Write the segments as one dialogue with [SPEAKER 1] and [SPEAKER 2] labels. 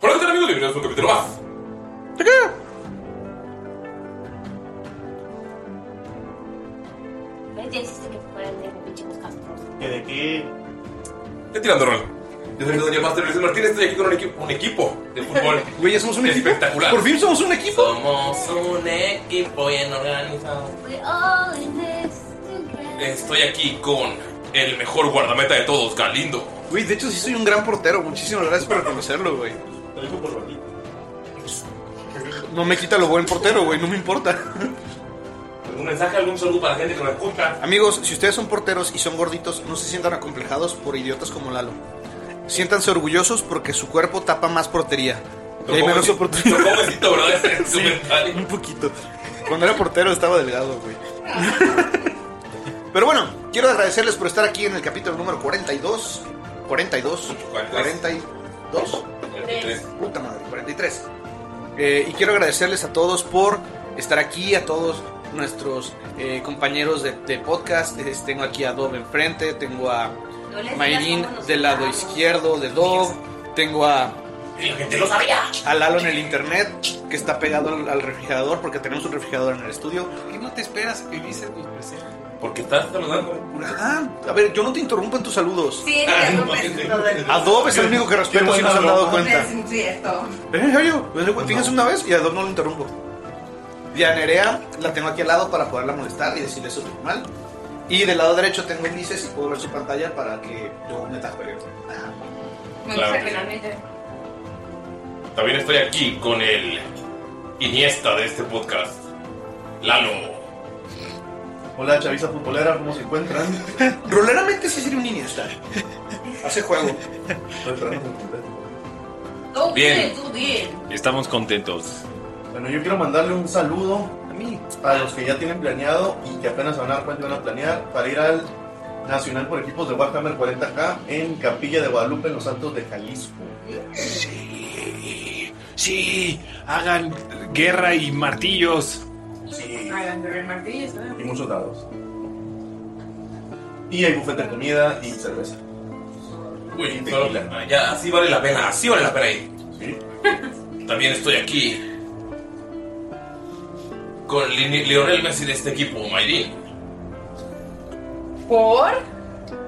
[SPEAKER 1] Hola, ¿qué tal amigos? Bienvenidos a un capítulo más. ¿De qué?
[SPEAKER 2] ¿Ves? Ya hiciste que fueran de pinche podcast.
[SPEAKER 1] ¿Que de qué? De tirando rol. Yo soy Daniel Master Luis Martínez, estoy aquí con un equipo, un equipo de fútbol. Güey, somos un equipo. Espectacular.
[SPEAKER 3] Por fin somos un equipo.
[SPEAKER 1] Somos un equipo bien organizado.
[SPEAKER 2] We're all in this together.
[SPEAKER 1] Estoy aquí con el mejor guardameta de todos, Galindo.
[SPEAKER 3] Güey, de hecho sí soy un gran portero. Muchísimas gracias por reconocerlo, güey. No me quita lo buen portero, güey, no me importa.
[SPEAKER 1] ¿Algún mensaje, algún saludo para la gente que nos escucha?
[SPEAKER 3] Amigos, si ustedes son porteros y son gorditos, no se sientan acomplejados por idiotas como Lalo. Siéntanse orgullosos porque su cuerpo tapa más portería. Y hay menos
[SPEAKER 1] Un
[SPEAKER 3] oportunidades.
[SPEAKER 1] pobrecito, ¿verdad? Este es su mensaje.
[SPEAKER 3] Un poquito. Cuando era portero estaba delgado, güey. Pero bueno, quiero agradecerles por estar aquí en el capítulo número 42. 42. 42.
[SPEAKER 2] Tres.
[SPEAKER 3] Puta madre, 43. Eh, y quiero agradecerles a todos por estar aquí, a todos nuestros eh, compañeros de, de podcast. Es- tengo aquí a Dove enfrente, tengo a
[SPEAKER 2] No les
[SPEAKER 3] Mayrin
[SPEAKER 2] digas cómo nos
[SPEAKER 3] del lado
[SPEAKER 2] llamamos.
[SPEAKER 3] izquierdo de Dove, tengo a,
[SPEAKER 1] Y la gente lo sabía.
[SPEAKER 3] a Lalo en el internet que está pegado al, al refrigerador porque tenemos un refrigerador en el estudio.
[SPEAKER 4] ¿Por qué no te esperas a que Ulises nos presente?
[SPEAKER 1] Porque estás saludando.
[SPEAKER 3] Ah, a ver, yo no te interrumpo en tus saludos.
[SPEAKER 2] Sí, interrumpes todo el
[SPEAKER 3] A Dove es el único que respeto
[SPEAKER 1] pues,
[SPEAKER 3] si no se han dado cuenta.
[SPEAKER 2] Es cierto.
[SPEAKER 3] Eh, oye, fíjense una vez y a Dove no lo interrumpo. Y a Nerea la tengo aquí al lado para poderla molestar y decirle eso es mal. Y del lado derecho tengo Ulises y puedo ver su pantalla para que yo Ah. me tape.
[SPEAKER 2] Me
[SPEAKER 1] Claro.
[SPEAKER 2] gusta que la neta.
[SPEAKER 1] También estoy aquí con el Iniesta de este podcast, Lalo.
[SPEAKER 5] Hola, chaviza futbolera, ¿cómo se encuentran?
[SPEAKER 3] Roleramente sí sería un Iniesta. Hace juego.
[SPEAKER 2] Tú
[SPEAKER 1] Bien.
[SPEAKER 2] bien, tú bien.
[SPEAKER 1] Estamos contentos.
[SPEAKER 5] Bueno, yo quiero mandarle un saludo a mí, a los que ya tienen planeado y que apenas se van a dar cuenta y van a planear para ir al Nacional por equipos de Warhammer 40K en Capilla de Guadalupe, en los Altos de Jalisco.
[SPEAKER 4] Sí, hagan guerra y martillos.
[SPEAKER 5] Sí,
[SPEAKER 2] Agarré el martillo, ¿sabes?
[SPEAKER 5] Y muchos dados. Y hay bufete de comida y cerveza.
[SPEAKER 1] Uy, no, ah, ya, así vale la pena, así vale la pena ir. También estoy aquí con Lin- Lionel Messi de este equipo, Mayrin.
[SPEAKER 6] ¿Por?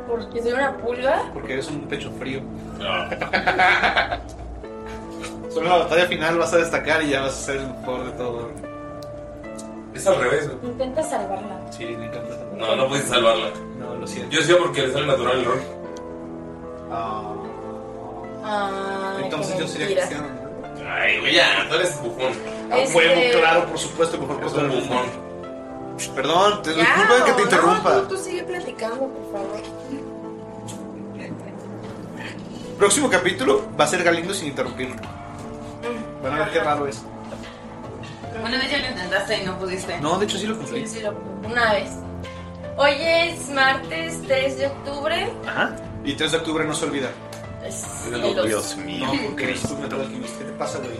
[SPEAKER 6] Porque soy una pulga.
[SPEAKER 3] Porque eres un pecho frío.
[SPEAKER 1] Ah.
[SPEAKER 3] Solo en la batalla final vas a destacar y ya vas a ser el mejor de todo.
[SPEAKER 1] Es al revés, güey.
[SPEAKER 6] Intenta salvarla.
[SPEAKER 3] Sí, me encanta.
[SPEAKER 1] No, no puedes salvarla.
[SPEAKER 3] No, lo siento.
[SPEAKER 1] Yo decía porque le sale natural el rol.
[SPEAKER 6] Ay,
[SPEAKER 3] Entonces
[SPEAKER 6] qué
[SPEAKER 3] yo sería
[SPEAKER 6] mentira.
[SPEAKER 3] cristiano.
[SPEAKER 1] Ay, güey, ya, tú eres bufón.
[SPEAKER 3] A
[SPEAKER 6] Este-
[SPEAKER 3] huevo, claro, por supuesto, mejor
[SPEAKER 1] Eres
[SPEAKER 3] cosa
[SPEAKER 1] un
[SPEAKER 3] del mundo.
[SPEAKER 1] bufón.
[SPEAKER 3] Perdón, te
[SPEAKER 6] Ya,
[SPEAKER 3] disculpa que te
[SPEAKER 6] no,
[SPEAKER 3] interrumpa.
[SPEAKER 6] tú, tú sigue platicando, por favor.
[SPEAKER 3] Próximo capítulo va a ser Galindo sin interrumpirlo. Van a ver qué raro es.
[SPEAKER 2] Una vez ya lo intentaste y no pudiste.
[SPEAKER 3] No, de hecho sí lo
[SPEAKER 6] Sí,
[SPEAKER 3] cumplí.
[SPEAKER 6] sí, lo- una vez. Hoy es martes 3 de octubre.
[SPEAKER 3] Ajá. Y 3 de octubre no se olvida.
[SPEAKER 6] Es
[SPEAKER 1] Pero,
[SPEAKER 6] el
[SPEAKER 4] Dios mío.
[SPEAKER 3] No, porque eres tú, Metal Alchemist. ¿Qué te pasa, güey?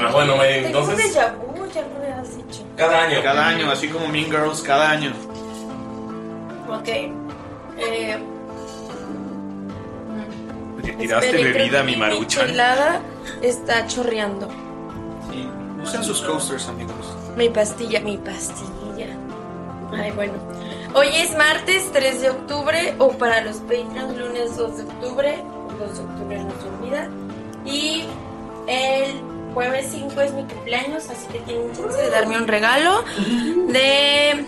[SPEAKER 1] Ah, bueno, Mayrin,
[SPEAKER 6] Tengo un
[SPEAKER 1] entonces,
[SPEAKER 6] déjà vu, ya lo habías dicho.
[SPEAKER 1] cada año.
[SPEAKER 3] Cada año, así como Mean Girls, cada año.
[SPEAKER 6] Ok. Eh,
[SPEAKER 4] Le tiraste
[SPEAKER 6] esperen,
[SPEAKER 4] bebida
[SPEAKER 6] creo
[SPEAKER 4] a mi
[SPEAKER 6] que
[SPEAKER 4] maruchan.
[SPEAKER 6] Mi helada está chorreando.
[SPEAKER 3] Sí. Usen sus coasters, amigos.
[SPEAKER 6] Mi pastilla, mi pastilla. Ay, bueno. Hoy es martes 3 de octubre, o para los Patreons, lunes 2 de octubre. 2 de octubre no se olvida. Y el jueves 5 es mi cumpleaños, así que tienen chance de darme un regalo, de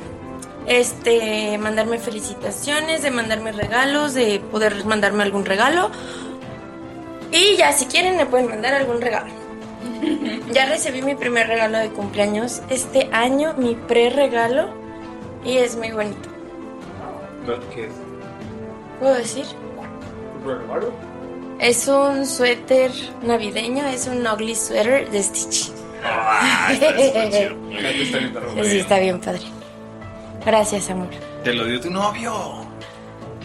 [SPEAKER 6] este mandarme felicitaciones, de mandarme regalos, de poder mandarme algún regalo. Y ya, si quieren, me pueden mandar algún regalo. Ya recibí mi primer regalo de cumpleaños este año, mi pre-regalo, y es muy bonito.
[SPEAKER 3] ¿Qué es?
[SPEAKER 6] ¿Puedo decir? Es un suéter navideño, es un ugly sweater de Stitch.
[SPEAKER 4] Ah, está súper chido.
[SPEAKER 6] Sí, está bien padre. Gracias, amor.
[SPEAKER 4] Te lo dio tu novio.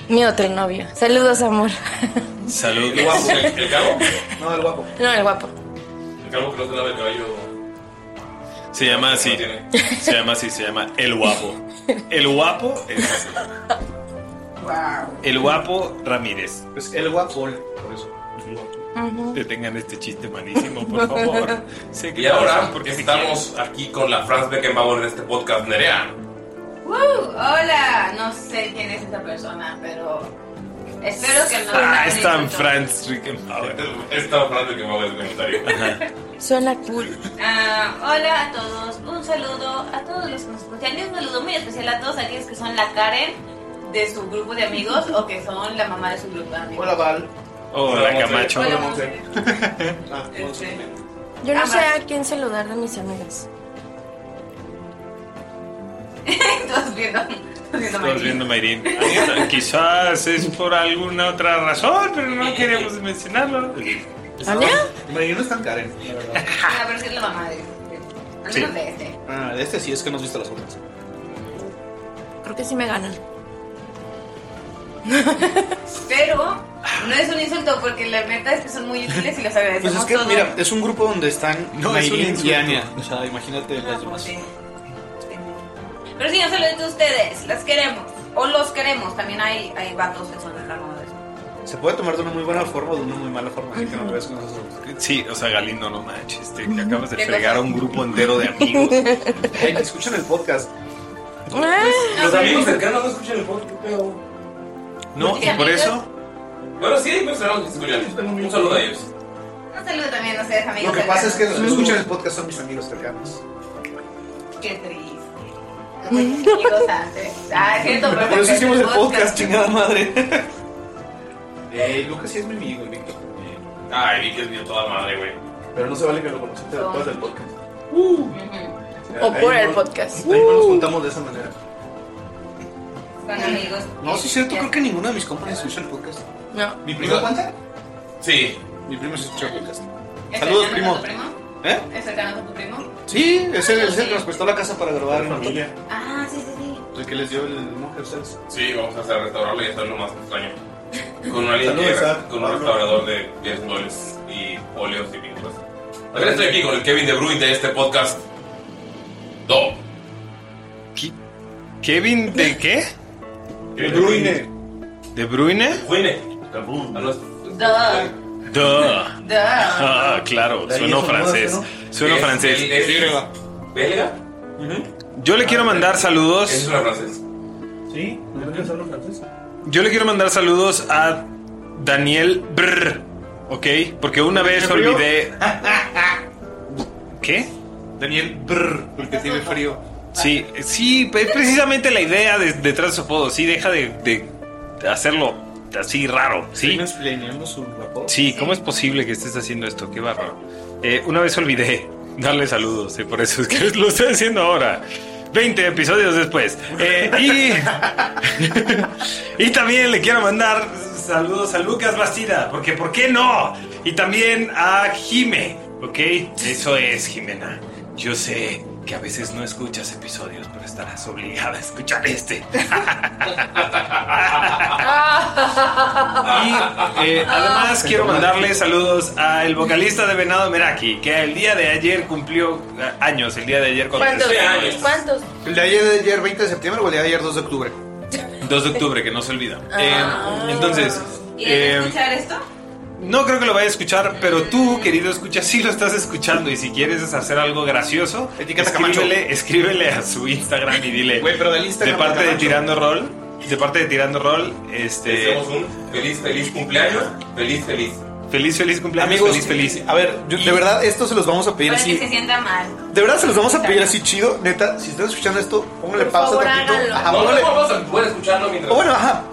[SPEAKER 6] Mi otro novio. Saludos, amor.
[SPEAKER 1] El
[SPEAKER 4] Saludos.
[SPEAKER 1] guapo, el, el calvo.
[SPEAKER 3] No, el guapo.
[SPEAKER 6] No, el guapo.
[SPEAKER 1] El calvo que no se lava el cabello.
[SPEAKER 4] Se llama
[SPEAKER 1] No
[SPEAKER 4] así.
[SPEAKER 1] tiene.
[SPEAKER 4] Se llama así, se llama El Guapo. El Guapo es así. El Guapo Ramírez.
[SPEAKER 3] Pues el guapol, por eso.
[SPEAKER 4] Detengan este chiste malísimo, por favor. Sé que
[SPEAKER 1] Y ahora,
[SPEAKER 4] pasan
[SPEAKER 1] porque
[SPEAKER 4] se
[SPEAKER 1] estamos aquí con la Franz Beckenbauer de este podcast, Nerea.
[SPEAKER 2] ¡Woo! hola, no sé quién es esa persona, pero espero que no.
[SPEAKER 4] Ah,
[SPEAKER 2] la
[SPEAKER 4] es tan
[SPEAKER 2] insultó.
[SPEAKER 4] Franz Rickenbauer.
[SPEAKER 1] Esta Franz Beckenbauer es mi comentario.
[SPEAKER 6] Suena cool.
[SPEAKER 2] Ah, hola a todos, un saludo a todos los que nos escuchan y un saludo muy especial a todos aquellos que son la Karen de su grupo de amigos o que son la mamá de su grupo de amigos.
[SPEAKER 3] Hola, Val.
[SPEAKER 4] Hola, Camacho.
[SPEAKER 2] Hola,
[SPEAKER 3] Monse. Ah, Monse.
[SPEAKER 2] Este,
[SPEAKER 6] Yo no
[SPEAKER 2] Amar.
[SPEAKER 6] sé a quién saludar de mis amigas.
[SPEAKER 2] todos viendo, todos viendo
[SPEAKER 4] Estamos
[SPEAKER 2] María.
[SPEAKER 4] viendo Mayrin. Quizás es por alguna otra razón, pero no queremos mencionarlo.
[SPEAKER 6] ¿Habla?
[SPEAKER 3] María no es tan Karen, la verdad.
[SPEAKER 2] Ah, pero sí es la mamá de al
[SPEAKER 4] Sí.
[SPEAKER 2] menos de este.
[SPEAKER 3] Ah, de este sí es que no has visto las otras.
[SPEAKER 6] Creo que sí me ganan.
[SPEAKER 2] Pero no es un insulto porque la neta es que son muy útiles y los agradecemos
[SPEAKER 3] Pues es que,
[SPEAKER 2] todos.
[SPEAKER 3] mira, es un grupo donde están
[SPEAKER 4] No, es un
[SPEAKER 3] Mayrin y
[SPEAKER 4] insulto.
[SPEAKER 3] Ania. O sea, imagínate las
[SPEAKER 2] Ah, pues
[SPEAKER 3] demás.
[SPEAKER 2] sí. Sí. Pero sí, un saludo a ustedes, las queremos. O los queremos, también hay, hay vatos que son encargados de
[SPEAKER 3] Se puede tomar de una muy buena forma o de una muy mala forma, así que no lo veas con nosotros.
[SPEAKER 4] Sí, o sea, Galindo, no manches. Te te acabas de
[SPEAKER 2] ¿Qué
[SPEAKER 4] fregar a un grupo entero de amigos.
[SPEAKER 3] Ay, que escuchan el podcast.
[SPEAKER 6] Ah,
[SPEAKER 1] Pues, Los amigos cercanos no escuchan el podcast, qué pedo.
[SPEAKER 4] No, y por eso.
[SPEAKER 1] Bueno, sí, hay personas que escuchan. Un saludo a ellos.
[SPEAKER 2] eso. Un saludo también a ustedes, amigos.
[SPEAKER 3] Lo que pasa es que los que
[SPEAKER 2] cercanos.
[SPEAKER 3] escuchan el podcast son mis amigos cercanos.
[SPEAKER 2] Qué triste. Como mis amigos antes. Ah, es cierto, pero.
[SPEAKER 3] Por eso hicimos el podcast,
[SPEAKER 2] podcast.
[SPEAKER 3] chingada madre. Eh, Lucas sí es mi amigo, el Víctor.
[SPEAKER 1] Eh, Ay, vi que es bien toda madre, güey.
[SPEAKER 5] Pero no se vale que lo conociste después del podcast.
[SPEAKER 2] Ujú.
[SPEAKER 6] o
[SPEAKER 5] Ahí
[SPEAKER 6] por el
[SPEAKER 5] no-
[SPEAKER 6] podcast.
[SPEAKER 5] Ahí no
[SPEAKER 3] Uh.
[SPEAKER 5] nos juntamos de esa manera.
[SPEAKER 2] Son amigos.
[SPEAKER 3] No, sí es cierto, creo que ninguno de mis compañeros escucha el podcast.
[SPEAKER 6] No.
[SPEAKER 3] ¿Mi primo cuenta?
[SPEAKER 1] Sí.
[SPEAKER 3] Mi primo sí escucha el podcast.
[SPEAKER 2] ¿Es
[SPEAKER 3] Saludos,
[SPEAKER 2] cercano
[SPEAKER 3] primo.
[SPEAKER 2] a tu primo?
[SPEAKER 3] ¿Eh?
[SPEAKER 2] ¿Es cercano a tu primo?
[SPEAKER 3] Sí, es el, es el que nos prestó la casa para grabar en
[SPEAKER 5] Familia.
[SPEAKER 2] Ah, sí, sí, sí.
[SPEAKER 3] El que les dio el monje a ustedes.
[SPEAKER 1] Sí, vamos a hacer restaurarlo y hacerlo más extraño. Con una línea,
[SPEAKER 5] Saludos a-
[SPEAKER 1] con un restaurador de, de spoilers y óleos y pinturas. También estoy aquí con el Kevin de Bruyne de este podcast. No.
[SPEAKER 4] ¿Kevin de qué?
[SPEAKER 1] De Bruyne.
[SPEAKER 4] ¿De Bruyne?
[SPEAKER 1] Bruyne.
[SPEAKER 2] Duh.
[SPEAKER 4] Duh.
[SPEAKER 2] Duh.
[SPEAKER 4] Ah, claro,
[SPEAKER 2] De ahí
[SPEAKER 4] sueno
[SPEAKER 2] es un
[SPEAKER 4] francés.
[SPEAKER 2] mozo, ¿no?
[SPEAKER 4] Sueno
[SPEAKER 1] Es-
[SPEAKER 4] francés.
[SPEAKER 1] él es griego. ¿Belga?
[SPEAKER 4] Yo le quiero mandar saludos.
[SPEAKER 1] Es una francés.
[SPEAKER 5] Sí, no que hablar francés.
[SPEAKER 4] Yo le quiero mandar saludos a Daniel Brr, ¿ok? Porque una vez
[SPEAKER 3] frío?
[SPEAKER 4] olvidé. ¿Qué? Daniel Brr, porque tiene frío. Sí, sí, es precisamente la idea de- detrás de su apodo. Sí, deja de, de hacerlo así raro, ¿sí? Sí, ¿cómo es posible que estés haciendo esto? Qué bárbaro. Eh, una vez olvidé darle saludos, y por eso es que lo estoy haciendo ahora. 20 episodios después. Eh, y, y también le quiero mandar saludos a Lucas Bastida, porque ¿por qué no? Y también a Jime, ¿ok? Eso es, Jimena. Yo sé que a veces no escuchas episodios, pero estarás obligada a escuchar este.
[SPEAKER 2] Ah.
[SPEAKER 4] Eh, además, quiero mandarle saludos al vocalista de Venado Meraki, que el día de ayer cumplió eh, años, el día de ayer
[SPEAKER 6] ¿Cuántos?
[SPEAKER 4] cumplió años.
[SPEAKER 6] ¿Cuántos?
[SPEAKER 3] ¿El de ayer, de ayer 20 de septiembre o el de ayer 2 de octubre?
[SPEAKER 4] 2 de octubre, que no se olvida.
[SPEAKER 6] Ah.
[SPEAKER 4] Eh, entonces,
[SPEAKER 2] ¿Y él va a
[SPEAKER 4] eh,
[SPEAKER 2] escuchar esto?
[SPEAKER 4] no creo que lo vaya a escuchar, pero tú, querido escucha, sí lo estás escuchando y si quieres hacer algo gracioso,
[SPEAKER 3] Etiqueta Camacho.
[SPEAKER 4] escríbele, escríbele a su Instagram y dile,
[SPEAKER 3] Güey, pero del
[SPEAKER 4] de
[SPEAKER 3] Instagram
[SPEAKER 4] parte de
[SPEAKER 3] Camacho.
[SPEAKER 4] Tirando Roll, de parte de Tirando Roll,
[SPEAKER 1] Le
[SPEAKER 4] este,
[SPEAKER 1] deseamos un feliz, feliz cumpleaños. Feliz, feliz.
[SPEAKER 4] feliz, feliz cumpleaños,
[SPEAKER 3] Amigos,
[SPEAKER 4] feliz, feliz.
[SPEAKER 3] A ver, yo- de verdad, esto se los vamos a pedir
[SPEAKER 2] Para que se
[SPEAKER 3] así.
[SPEAKER 2] sienta mal.
[SPEAKER 3] De verdad, se los vamos a pedir así chido. Neta, si están escuchando esto, póngale
[SPEAKER 6] Por
[SPEAKER 3] pausa
[SPEAKER 6] favor,
[SPEAKER 3] tantito.
[SPEAKER 6] háganlo.
[SPEAKER 3] Ajá,
[SPEAKER 1] no,
[SPEAKER 3] póngale-
[SPEAKER 1] no, vamos a poder escucharlo mientras.
[SPEAKER 3] O bueno, ajá.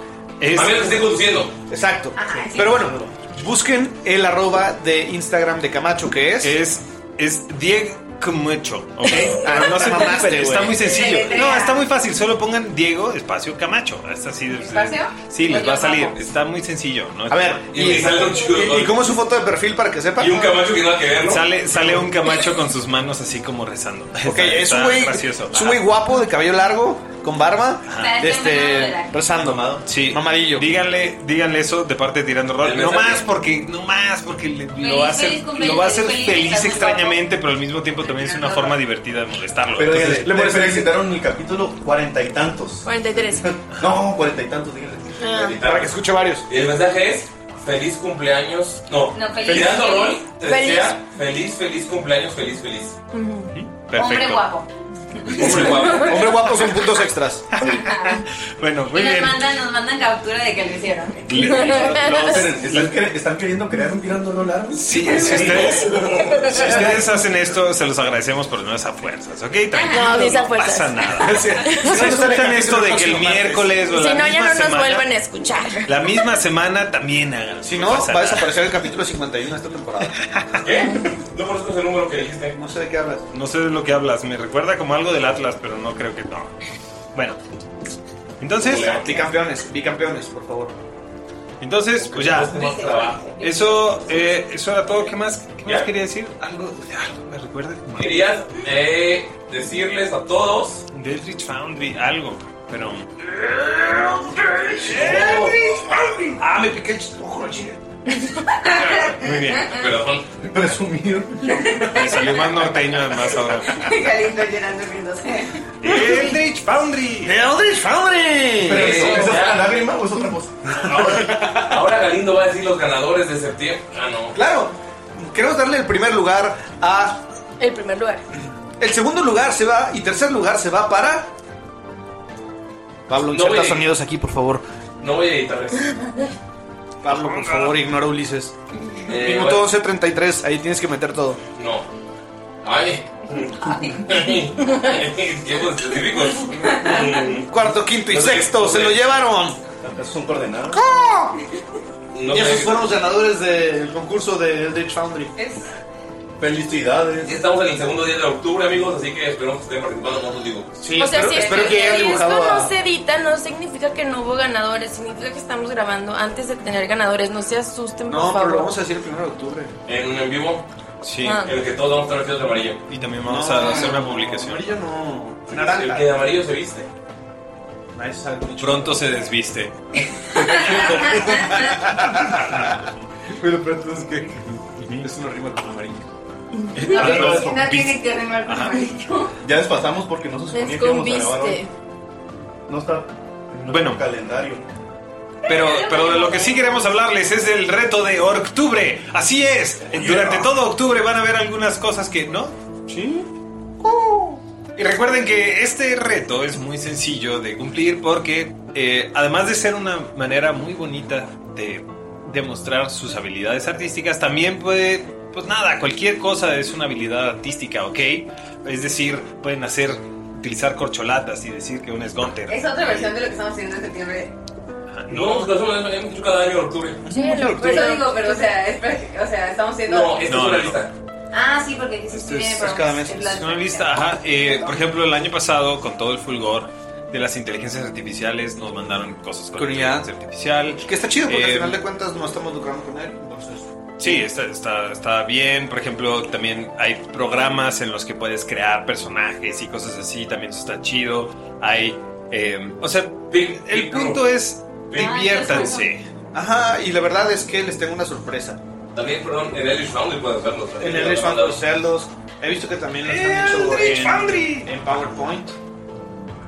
[SPEAKER 4] Es-
[SPEAKER 1] A menos que esté conduciendo.
[SPEAKER 3] Exacto.
[SPEAKER 2] Ajá, sí.
[SPEAKER 3] Pero bueno, busquen el arroba de Instagram de Camacho, que es.
[SPEAKER 4] es es Diego Camacho, ¿ok?
[SPEAKER 3] Ah,
[SPEAKER 4] Pero no se
[SPEAKER 3] Mamaste,
[SPEAKER 4] preocupen,
[SPEAKER 3] güey.
[SPEAKER 4] está muy sencillo.
[SPEAKER 2] Dele, dele.
[SPEAKER 4] No, está muy fácil, solo pongan Diego espacio Camacho, es así de-
[SPEAKER 2] ¿Espacio?
[SPEAKER 4] Sí, les
[SPEAKER 2] Oye,
[SPEAKER 4] va a salir,
[SPEAKER 2] vamos.
[SPEAKER 4] está muy sencillo, ¿no?
[SPEAKER 3] A ver,
[SPEAKER 1] Y me sale un chico.
[SPEAKER 3] ¿y cómo es su foto de perfil para que sepan?
[SPEAKER 1] Y un camacho que nada que ver, ¿no?
[SPEAKER 4] Sale, sale un Camacho con sus manos así como rezando.
[SPEAKER 3] Ok,
[SPEAKER 4] Está-
[SPEAKER 3] es un
[SPEAKER 4] está
[SPEAKER 3] güey.
[SPEAKER 4] gracioso.
[SPEAKER 3] Es un güey guapo, de cabello largo, con barba.
[SPEAKER 2] Está el fenómeno de
[SPEAKER 3] Este.
[SPEAKER 2] la-
[SPEAKER 3] Rezando.
[SPEAKER 4] Sí.
[SPEAKER 3] Mamadillo.
[SPEAKER 4] Díganle, díganle eso de parte de Tirando Rol.
[SPEAKER 1] El
[SPEAKER 4] No
[SPEAKER 1] mensaje.
[SPEAKER 4] más porque, no más porque le- lo va a hacer,
[SPEAKER 2] feliz cumpleaños,
[SPEAKER 4] lo va a hacer
[SPEAKER 2] feliz,
[SPEAKER 4] feliz
[SPEAKER 2] estás muy
[SPEAKER 4] extrañamente, pero al mismo tiempo también es una forma divertida de molestarlo.
[SPEAKER 5] Pero
[SPEAKER 4] Entonces,
[SPEAKER 5] dígale, le felicitaron el capítulo cuarenta y tantos.
[SPEAKER 6] 43.
[SPEAKER 5] No, cuarenta y tantos, Eh, dígale.
[SPEAKER 3] Ah.
[SPEAKER 6] Ah.
[SPEAKER 3] Para que escuche varios.
[SPEAKER 1] Y el mensaje es feliz cumpleaños. No,
[SPEAKER 2] No, feliz-
[SPEAKER 1] Tirando rol, te
[SPEAKER 6] Feliz.
[SPEAKER 1] desea feliz, feliz cumpleaños, feliz, feliz.
[SPEAKER 2] Hombre
[SPEAKER 4] perfecto.
[SPEAKER 2] guapo.
[SPEAKER 1] Hombre guapo.
[SPEAKER 3] Hombre guapo son puntos extras.
[SPEAKER 4] Bueno, muy
[SPEAKER 2] Y nos
[SPEAKER 4] bien.
[SPEAKER 2] mandan, nos mandan captura de que lo hicieron.
[SPEAKER 4] Le- los-
[SPEAKER 5] ¿Están, cre- están queriendo crear un tirando rol largo?
[SPEAKER 4] Sí, si ustedes, si ustedes hacen esto, se los agradecemos, pero no es a fuerzas, ¿ok? Tranquilos,
[SPEAKER 6] No, sí es a fuerzas.
[SPEAKER 4] pasa nada. Si escuchan esto de que el miércoles o
[SPEAKER 6] Si
[SPEAKER 4] la
[SPEAKER 6] no, ya
[SPEAKER 4] misma
[SPEAKER 6] no nos
[SPEAKER 4] semana,
[SPEAKER 6] vuelven a escuchar.
[SPEAKER 4] la misma semana también hagan.
[SPEAKER 3] Si no,
[SPEAKER 4] pasa
[SPEAKER 3] va a
[SPEAKER 4] nada.
[SPEAKER 3] desaparecer el capítulo 51 esta temporada.
[SPEAKER 1] ¿Qué? ¿Eh? No conozco ese número que dijiste.
[SPEAKER 3] No sé de qué hablas.
[SPEAKER 4] No sé de lo que hablas, me recuerda como algo del Atlas, pero no creo que no. Bueno, entonces,
[SPEAKER 3] Bicampeones, bicampeones, por favor.
[SPEAKER 4] entonces, pues ya.
[SPEAKER 1] Más Este trabajo.
[SPEAKER 4] Eso, eh, eso era todo. ¿Qué más, qué más
[SPEAKER 1] Ya.
[SPEAKER 4] quería decir? Ah, Algo, algo me recuerda como a
[SPEAKER 1] Quería eh, decirles a todos.
[SPEAKER 4] Deltrich Foundry, algo, pero.
[SPEAKER 1] Ah, me piqué el ojo, chile.
[SPEAKER 4] Muy bien.
[SPEAKER 1] Perdón.
[SPEAKER 5] Presumido.
[SPEAKER 4] Me salió más norteño además ahora.
[SPEAKER 2] Caliento llorando riéndose.
[SPEAKER 4] Eldritch Foundry.
[SPEAKER 3] ¡Eldritch Foundry!
[SPEAKER 5] Pero eso,
[SPEAKER 1] Eh,
[SPEAKER 5] ¿esa es
[SPEAKER 1] ya.
[SPEAKER 5] la lágrima o es otra cosa?
[SPEAKER 1] Ahora, ahora Galindo va a decir los ganadores de septiembre. Ah, no.
[SPEAKER 3] Claro, queremos darle el primer lugar a.
[SPEAKER 6] El primer lugar.
[SPEAKER 3] El segundo lugar se va y tercer lugar se va para. Pablo,
[SPEAKER 1] No,
[SPEAKER 3] inserta
[SPEAKER 1] güey.
[SPEAKER 3] sonidos aquí, por favor.
[SPEAKER 1] No voy a editar eso.
[SPEAKER 3] Pablo, por favor, ignora a Ulises.
[SPEAKER 1] Eh,
[SPEAKER 3] Minuto 11.33, ahí tienes que meter todo.
[SPEAKER 1] No. Ay. Tiempos específicos.
[SPEAKER 3] Cuarto, quinto y
[SPEAKER 1] No sé qué
[SPEAKER 3] sexto, se
[SPEAKER 1] poder.
[SPEAKER 3] lo llevaron.
[SPEAKER 5] Esas son coordenadas.
[SPEAKER 1] No
[SPEAKER 3] y esos
[SPEAKER 1] sé.
[SPEAKER 3] fueron los ganadores del concurso de Eldritch Foundry.
[SPEAKER 2] Es
[SPEAKER 1] Ya
[SPEAKER 5] Felicidades.
[SPEAKER 1] Estamos en el segundo día de octubre, amigos, así que esperamos que estén participando más digo.
[SPEAKER 3] Sí,
[SPEAKER 6] o sea,
[SPEAKER 3] espero,
[SPEAKER 6] si
[SPEAKER 3] espero
[SPEAKER 6] este-
[SPEAKER 3] que hayan
[SPEAKER 6] si esto
[SPEAKER 3] dibujado a.
[SPEAKER 6] no se edita, no significa que no hubo ganadores. Significa que estamos grabando antes de tener ganadores. No se asusten,
[SPEAKER 3] No,
[SPEAKER 6] por
[SPEAKER 3] pero
[SPEAKER 6] favor.
[SPEAKER 3] lo vamos a decir el 1 de octubre.
[SPEAKER 1] En un en vivo
[SPEAKER 4] Sí.
[SPEAKER 6] Ah.
[SPEAKER 1] en el que todos vamos a estar vestidos de amarillo.
[SPEAKER 4] Y también vamos a hacer una publicación.
[SPEAKER 3] Amarillo no.
[SPEAKER 1] El que de amarillo se viste.
[SPEAKER 4] Pronto se desviste.
[SPEAKER 3] Pero pronto es que. Es una rima con amarillo.
[SPEAKER 5] Ah,
[SPEAKER 6] no tiene que arrimar
[SPEAKER 5] Ajá.
[SPEAKER 6] amarillo.
[SPEAKER 5] Ya despasamos porque no se suponía que íbamos a grabar hoy.
[SPEAKER 6] Desconviste.
[SPEAKER 5] No está
[SPEAKER 4] Bueno,
[SPEAKER 5] calendario.
[SPEAKER 4] Pero, pero de lo que sí queremos hablarles es del reto de octubre. Así es. Durante todo octubre van a ver algunas cosas que no. Sí. Y recuerden que este reto es muy sencillo de cumplir porque eh, además de ser una manera muy bonita de demostrar sus habilidades artísticas, también puede, pues nada, cualquier cosa es una habilidad artística, ¿ok? Es decir, pueden hacer, utilizar corcholatas y decir que un es Gunter.
[SPEAKER 2] Es otra versión de lo que estamos haciendo en septiembre.
[SPEAKER 1] No, lo hacemos lo hemos hecho cada año en octubre.
[SPEAKER 2] Por eso digo, pero o sea, es práctica, o sea, estamos haciendo.
[SPEAKER 1] No, esta es una lista.
[SPEAKER 2] Ah, sí, porque aquí se escribe. pero en plan-
[SPEAKER 4] Es una lista, ajá. Eh, por ejemplo, el año pasado, con todo el fulgor de las inteligencias artificiales, nos mandaron cosas con, inteligencia artificial.
[SPEAKER 3] Que está chido porque
[SPEAKER 4] Eh,
[SPEAKER 3] al final de cuentas no estamos lucrando con él. Entonces,
[SPEAKER 4] Sí, está, está, está bien. Por ejemplo, también hay programas en los que puedes crear personajes y cosas así. También eso está chido. Hay. eh, o sea, el punto es
[SPEAKER 2] Ah,
[SPEAKER 4] diviértanse.
[SPEAKER 3] Ajá, y la verdad es que les tengo una sorpresa.
[SPEAKER 1] También, perdón, en Elish Foundry puedes verlos.
[SPEAKER 3] En el Rich Foundry, o sea, los- He visto que también los han hecho
[SPEAKER 1] Eldritch
[SPEAKER 3] en,
[SPEAKER 1] Foundry.
[SPEAKER 3] en PowerPoint.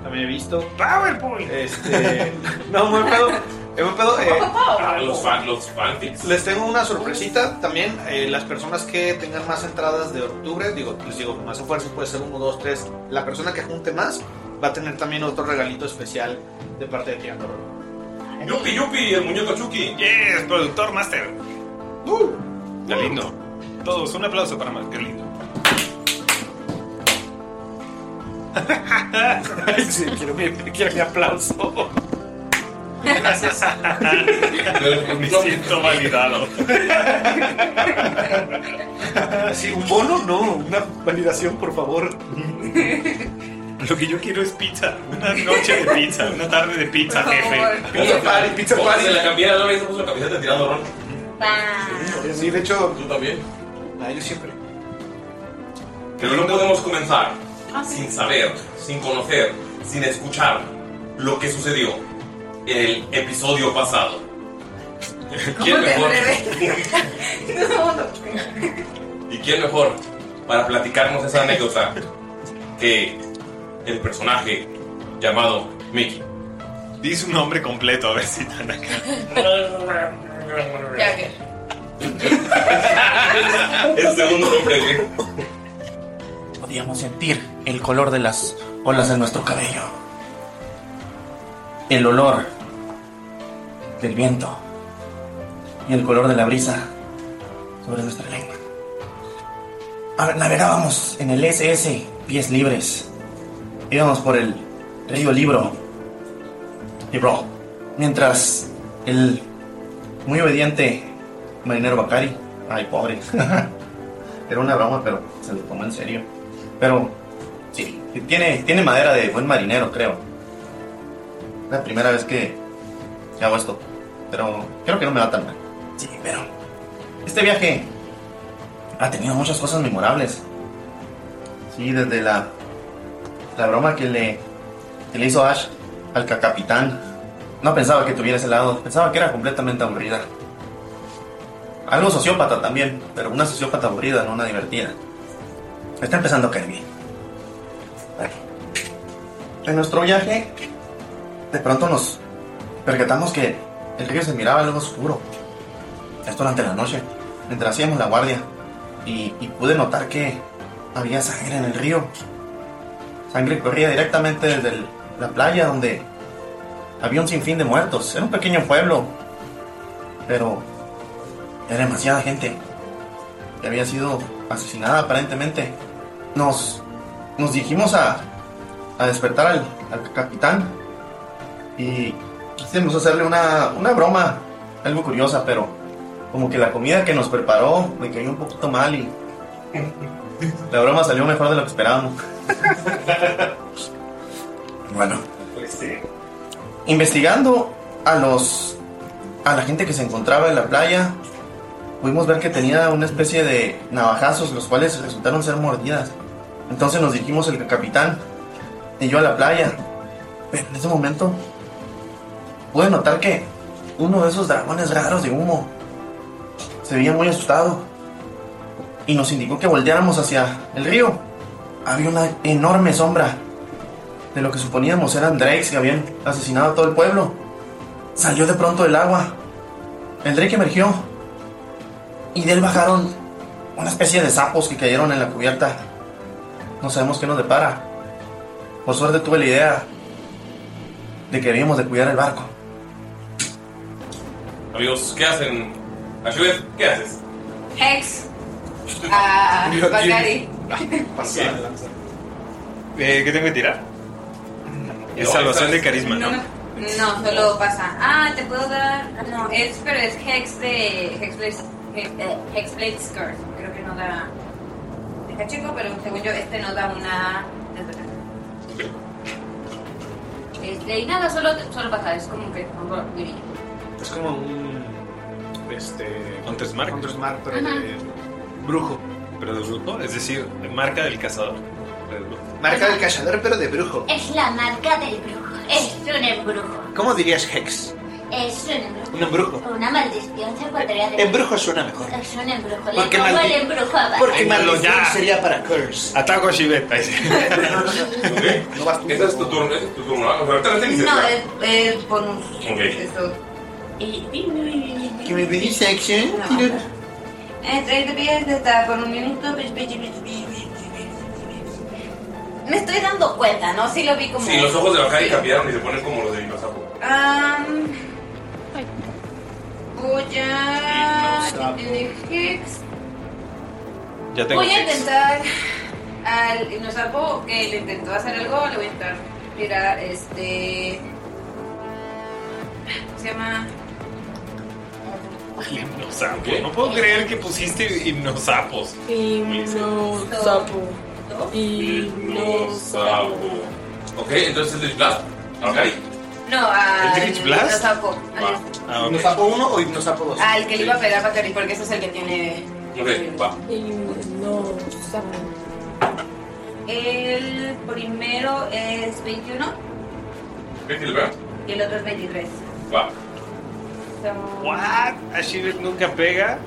[SPEAKER 3] También he visto.
[SPEAKER 4] PowerPoint.
[SPEAKER 3] Este, no, buen pedo. eh, buen pedo, eh,
[SPEAKER 1] Ah, los, fan, los fanfics.
[SPEAKER 3] les tengo una sorpresita también. eh, las personas que tengan más entradas de octubre, digo, les digo, más esfuerzos puede ser uno, dos, tres. La persona que junte más va a tener también otro regalito especial de parte de Tiandor.
[SPEAKER 1] Yupi, yupi, el muñeco Chucky.
[SPEAKER 4] Yes, productor master. Qué lindo. Todos, un aplauso para Mark, qué lindo.
[SPEAKER 3] Sí, quiero, mi, quiero mi aplauso.
[SPEAKER 4] Gracias. Ah,
[SPEAKER 1] pues,
[SPEAKER 4] Me siento validado.
[SPEAKER 3] Sí, un bono, no, una validación, por favor.
[SPEAKER 4] Lo que yo quiero es pizza. Una noche de pizza, una tarde de pizza,
[SPEAKER 1] Por
[SPEAKER 4] jefe.
[SPEAKER 1] Pizza party,
[SPEAKER 3] pizza
[SPEAKER 1] party. Se la cambié, ahora mismo puso la camiseta tirando ron.
[SPEAKER 3] Sí, de hecho,
[SPEAKER 1] Tú también.
[SPEAKER 3] a ellos siempre.
[SPEAKER 1] Pero no podemos comenzar sin saber, sin conocer, sin escuchar lo que sucedió en el episodio pasado. ¿Quién
[SPEAKER 2] ¿Cómo te
[SPEAKER 1] mejor?
[SPEAKER 2] atreves? No.
[SPEAKER 1] ¿Y quién mejor para platicarnos esa anécdota que el personaje llamado Mickey?
[SPEAKER 4] Dice un nombre completo, a ver si están acá.
[SPEAKER 6] Ya que.
[SPEAKER 1] El segundo nombre, ¿eh? güey.
[SPEAKER 7] Podíamos sentir el color de las olas de nuestro cabello. El olor del viento. Y el color de la brisa sobre nuestra lengua. A ver, navegábamos en el SS, pies libres. Íbamos por el río Libro. Libro. Mientras el muy obediente marinero Bacari. Ay, pobre.
[SPEAKER 5] Era una broma, pero se lo tomó en serio. Pero
[SPEAKER 7] Sí.
[SPEAKER 5] tiene, tiene madera de buen marinero, creo. La primera vez que, que hago esto. Pero creo que no me va tan mal.
[SPEAKER 7] Sí, pero
[SPEAKER 5] Este viaje ha tenido muchas cosas memorables. Sí, desde la, la broma que le, que le hizo Ash al capitán. No pensaba que tuviera ese lado, pensaba que era completamente aburrida. Algo sociópata también, pero una sociópata aburrida, no una divertida. Me está empezando a caer bien. Bueno. En nuestro viaje, de pronto nos percatamos que el río se miraba algo oscuro. Esto durante la noche, mientras hacíamos la guardia. Y, y pude notar que había sangre en el río. Sangre corría directamente desde el- la playa donde había un sinfín de muertos. Era un pequeño pueblo. Pero era demasiada gente que había sido asesinada aparentemente. Nos, nos dijimos a, a despertar al, al capitán y quisimos hacerle una, una broma, algo curiosa, pero como que la comida que nos preparó me cayó un poquito mal y la broma salió mejor de lo que esperábamos. bueno, investigando a los a la gente que se encontraba en la playa, pudimos ver que tenía una especie de navajazos, los cuales resultaron ser mordidas. Entonces nos dijimos el capitán y yo a la playa. Pero en ese momento pude notar que uno de esos dragones raros de humo se veía muy asustado.
[SPEAKER 7] y nos indicó que volteáramos hacia el río. Había una enorme sombra de lo que suponíamos eran drakes que habían asesinado a todo el pueblo. Salió de pronto del agua. El drake emergió y de él bajaron una especie de sapos que cayeron en la cubierta. No sabemos qué nos depara. Por suerte tuve la idea de que debíamos de cuidar el barco.
[SPEAKER 1] Amigos, ¿qué hacen? Ashibet, ¿qué haces?
[SPEAKER 2] Hex. A
[SPEAKER 4] Yo- yo-
[SPEAKER 2] Bacari.
[SPEAKER 4] Ah, Eh, ¿Qué tengo que tirar? Es
[SPEAKER 3] Mm.
[SPEAKER 1] No, esta
[SPEAKER 4] salvación de
[SPEAKER 1] vez-
[SPEAKER 4] carisma, ¿no?
[SPEAKER 2] No, solo pasa. Ah, te puedo dar. No, es, pero es Hex de. Hexblade eh, Hexblade Skirt. Creo que no da. Deja chico, pero según yo, este no da una. Este, y nada, solo, solo pasa. Es como que.
[SPEAKER 3] Es como un. Este.
[SPEAKER 4] Hunter's Mark.
[SPEAKER 3] Hunter's Mark, pero
[SPEAKER 2] Ajá.
[SPEAKER 3] de brujo.
[SPEAKER 4] Pero de brujo, es decir, marca del cazador.
[SPEAKER 3] Marca del cazador, pero de brujo.
[SPEAKER 8] Es la marca del brujo. Es un embrujo.
[SPEAKER 3] ¿Cómo dirías Hex?
[SPEAKER 8] Es un embrujo.
[SPEAKER 3] Un embrujo.
[SPEAKER 8] Una maldición se podría decir.
[SPEAKER 3] Embrujo suena mejor.
[SPEAKER 8] Es un embrujo. Le
[SPEAKER 3] Porque
[SPEAKER 8] pongo
[SPEAKER 3] maldi-
[SPEAKER 8] el embrujo a
[SPEAKER 3] Porque
[SPEAKER 8] Bacari.
[SPEAKER 3] maldición sería para curse.
[SPEAKER 4] Ataco a Shibet.
[SPEAKER 3] No vas tú.
[SPEAKER 1] Ese es tu turno, ese es tu turno. ¿no? Ahorita no tienes
[SPEAKER 2] No,
[SPEAKER 1] idea.
[SPEAKER 2] es, es bonus.
[SPEAKER 1] Ok.
[SPEAKER 2] Eso. Y.
[SPEAKER 3] ¿Que me pedís action? Tiro-
[SPEAKER 2] Entre pies está por un minuto. Me estoy dando cuenta, ¿no? Sí lo vi como.
[SPEAKER 1] Sí, los ojos de Bacari cambiaron y se ponen como los de Dinosapo.
[SPEAKER 2] Am, voy a. Hex.
[SPEAKER 4] Ya tengo
[SPEAKER 2] Voy a
[SPEAKER 4] seis.
[SPEAKER 2] intentar. Al Inosapo que le intentó hacer algo, le voy a intentar tirar este. ¿Cómo se llama?
[SPEAKER 4] Hipnosapo. No puedo creer que pusiste hipnosapos.
[SPEAKER 6] Hipnosapo.
[SPEAKER 1] Dinosapo. Ok, entonces Eldritch Blast. a Bacari.
[SPEAKER 2] No, al.
[SPEAKER 4] ¿El Eldritch Blast?
[SPEAKER 2] Inosapo. Al,
[SPEAKER 4] Ah, ok.
[SPEAKER 3] ¿Hipnosapo 1 o hipnosapo 2?
[SPEAKER 2] al que le iba a pegar Bacari, porque ese es el que tiene.
[SPEAKER 1] Ok, va.
[SPEAKER 6] Hipnosapo.
[SPEAKER 2] El primero es 21
[SPEAKER 1] ¿Ves que le pega?
[SPEAKER 2] y el otro es 23.
[SPEAKER 1] Va.
[SPEAKER 2] Son-
[SPEAKER 4] What? A Shibet nunca pega.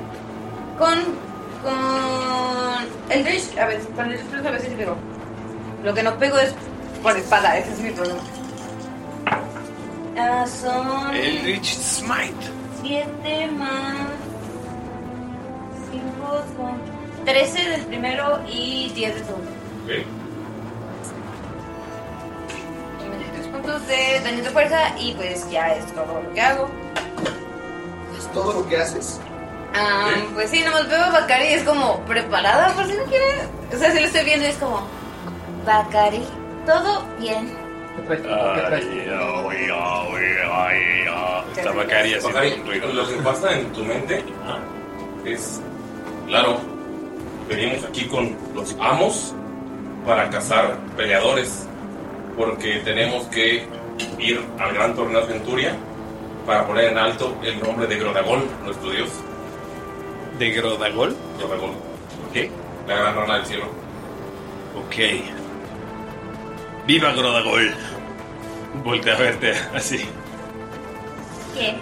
[SPEAKER 2] Con. Con. El Rich, a ver, con el Rich a veces pego. Lo que no pego es por espada, ese es mi problema. Ah, son.
[SPEAKER 4] Eldritch Smite.
[SPEAKER 2] 7 más. 5 son. 13 del primero y 10 del segundo.
[SPEAKER 1] Ok.
[SPEAKER 2] Y me doy tres puntos de daño de fuerza y pues ya es todo lo que hago.
[SPEAKER 3] ¿Es todo lo que haces?
[SPEAKER 2] Ah,
[SPEAKER 1] Ok.
[SPEAKER 2] Pues sí, nomás veo a Bacari y es como preparada por si no quiere. O sea, si lo estoy viendo y es como Bacari, todo bien.
[SPEAKER 4] Ay, ay, ay, ay, ay. Está Bacari haciendo
[SPEAKER 1] Bacari,
[SPEAKER 4] un ruido.
[SPEAKER 1] lo que pasa en tu mente es. Claro, venimos aquí con los amos para cazar peleadores. Porque tenemos que ir al gran torneo de Venturia para poner en alto el nombre de Grodagón, nuestro dios.
[SPEAKER 4] ¿De Grodagol?
[SPEAKER 1] Grodagón,
[SPEAKER 4] Ok.
[SPEAKER 1] la gran rana del cielo.
[SPEAKER 4] Ok. ¡Viva Grodagol! Voltea a verte así.
[SPEAKER 2] ¿Qué?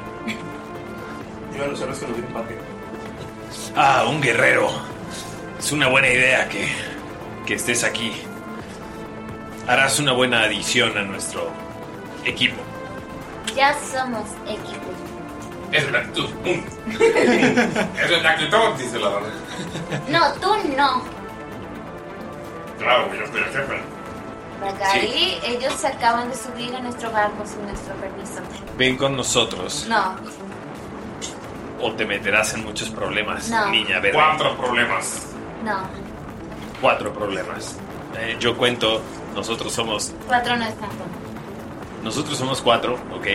[SPEAKER 5] Yo los héroes que nos dieron patria.
[SPEAKER 4] Ah, un guerrero. Es una buena idea que, que estés aquí. Harás una buena adición a nuestro equipo.
[SPEAKER 8] Ya somos equipo.
[SPEAKER 1] Es una actitud. ¡pum! es una actitud, dice la rana.
[SPEAKER 8] No, tú no.
[SPEAKER 1] Claro, yo soy el jefe.
[SPEAKER 8] Bacari, ellos se acaban de subir a nuestro barco sin nuestro permiso.
[SPEAKER 4] Ven con nosotros
[SPEAKER 8] No,
[SPEAKER 4] o te meterás en muchos problemas,
[SPEAKER 8] No.
[SPEAKER 4] niña verde.
[SPEAKER 1] Cuatro problemas.
[SPEAKER 8] no.
[SPEAKER 4] Cuatro problemas. Eh, yo cuento, nosotros somos,
[SPEAKER 8] Cuatro no es tanto.
[SPEAKER 4] nosotros somos cuatro, ¿ok?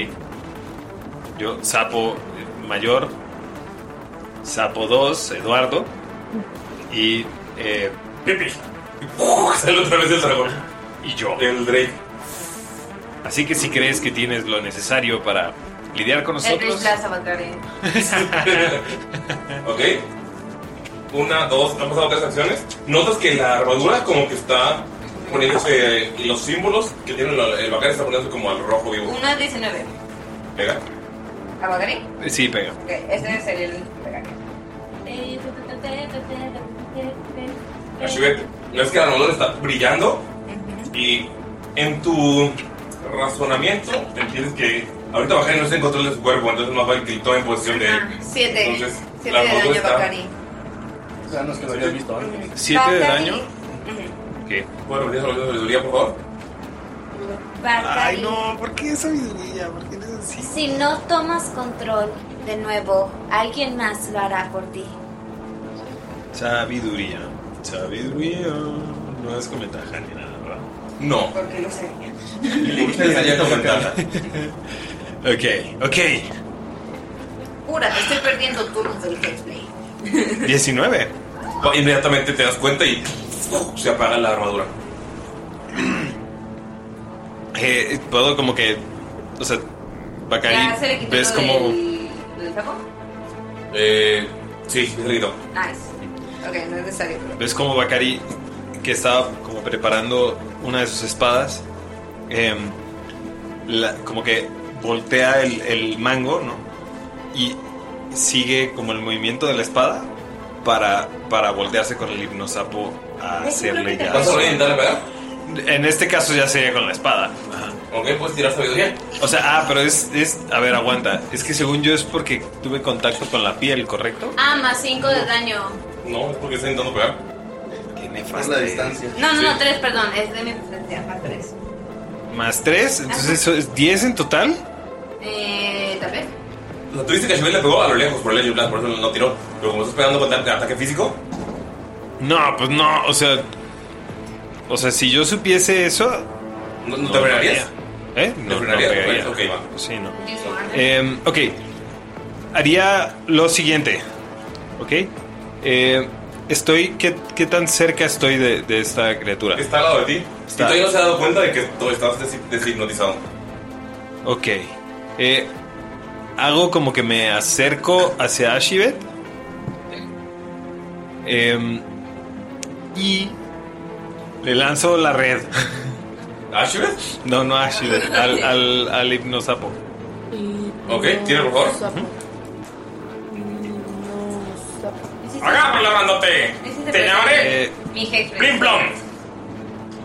[SPEAKER 4] Yo, Sapo eh, Mayor, Sapo 2, Eduardo, y, eh,
[SPEAKER 1] Pipi. Sale otra vez el dragón.
[SPEAKER 4] y yo.
[SPEAKER 1] El Drake.
[SPEAKER 4] Así que si crees que tienes lo necesario para lidiar con
[SPEAKER 2] El Rich
[SPEAKER 4] nosotros,
[SPEAKER 2] Plaza Bacari.
[SPEAKER 1] Ok. Una, dos, han pasado tres acciones. Notas que la armadura como que está poniéndose y los símbolos que tiene la- el bacán está poniéndose como al rojo vivo.
[SPEAKER 2] Uno es 19.
[SPEAKER 1] Pega.
[SPEAKER 2] ¿A Bacari?
[SPEAKER 4] sí, pega.
[SPEAKER 2] Ok, este es el Bacari.
[SPEAKER 8] Eh,
[SPEAKER 1] Ashibet, ves que la Anolon está brillando y en tu razonamiento entiendes que ahorita Bacari no está en control de su cuerpo, entonces más vale que tome en posición de él.
[SPEAKER 2] Siete.
[SPEAKER 1] Entonces,
[SPEAKER 2] siete
[SPEAKER 1] la
[SPEAKER 2] de
[SPEAKER 1] foto
[SPEAKER 2] daño,
[SPEAKER 1] está-
[SPEAKER 2] Bacari.
[SPEAKER 5] Ya no es que lo habías visto ¿eh? antes.
[SPEAKER 4] ¿Siete de daño?
[SPEAKER 1] ¿Qué? ¿Puedo repetir solo de sabiduría, por favor?
[SPEAKER 8] Bacari.
[SPEAKER 4] no, ¿por qué sabiduría? ¿Por qué eres así?
[SPEAKER 8] Si no tomas control de nuevo, alguien más lo hará por ti.
[SPEAKER 4] Sabiduría. Sabiduría. No es con ventaja ni nada, ¿verdad? No.
[SPEAKER 2] Porque lo sé.
[SPEAKER 4] ok, ok.
[SPEAKER 2] Pura, te estoy perdiendo turnos del gameplay.
[SPEAKER 4] 19.
[SPEAKER 1] Inmediatamente te das cuenta y se apaga la armadura.
[SPEAKER 4] Eh, puedo como que. O sea,
[SPEAKER 2] Ya se le
[SPEAKER 4] Bacari,
[SPEAKER 2] quitó
[SPEAKER 4] ves
[SPEAKER 2] lo
[SPEAKER 4] como.
[SPEAKER 2] del- ¿lo del saco?
[SPEAKER 4] Eh, sí, rido.
[SPEAKER 2] Nice. Ok, no es necesario.
[SPEAKER 4] Ves como Bacari, que estaba como preparando una de sus espadas, em, la- como que voltea el, el mango, ¿no? Y sigue como el movimiento de la espada para, para voltearse con el hipnosapo a hacerle ya.
[SPEAKER 1] ¿Vas a orientarle a pegar?
[SPEAKER 4] En este caso ya sería con la espada.
[SPEAKER 1] Ok, puedes tirar sabiduría.
[SPEAKER 4] O sea, ah, pero es, es. A ver, aguanta. Es que según yo es porque tuve contacto con la piel, ¿correcto?
[SPEAKER 2] Ah, más 5 de daño.
[SPEAKER 4] No, es porque estoy intentando pegar. Tiene fácil. la distancia.
[SPEAKER 2] No, no, no, 3, perdón. Es de mi potencia, más 3.
[SPEAKER 4] Más 3, entonces eso es 10 en total.
[SPEAKER 2] Eh, tal vez.
[SPEAKER 1] O sea, tuviste que Ashibet le pegó a lo lejos por el Legion Blast, por eso no tiró. Pero como estás pegando con ata- ataque físico,
[SPEAKER 4] No, pues no, o sea. O sea, si yo supiese eso.
[SPEAKER 1] ¿No- no te frenarías?
[SPEAKER 4] pegaría. ¿Eh? No, no
[SPEAKER 1] frenarías?
[SPEAKER 4] pegaría.
[SPEAKER 1] Ok, va.
[SPEAKER 4] Sí, no. Em, ok. Haría lo siguiente. Ok. Eh, estoy. ¿qué, qué tan cerca estoy de, de esta criatura?
[SPEAKER 1] está al lado de ti. Y
[SPEAKER 4] Está.
[SPEAKER 1] todavía no se ha dado cuenta de que tú estás des- deshipnotizado.
[SPEAKER 4] Ok. Eh, hago como que me acerco hacia Ashibet. Em, y le lanzo la red.
[SPEAKER 1] ¿A Ashibet?
[SPEAKER 4] No, no a Ashibet. Al, al, al hipnosapo.
[SPEAKER 1] Ok, tira por favor.
[SPEAKER 2] Mm,
[SPEAKER 1] ¡Agámosla, mandote! ¡Te llamaré!
[SPEAKER 4] Eh,
[SPEAKER 2] Mi jefe.
[SPEAKER 1] ¡Plim plom!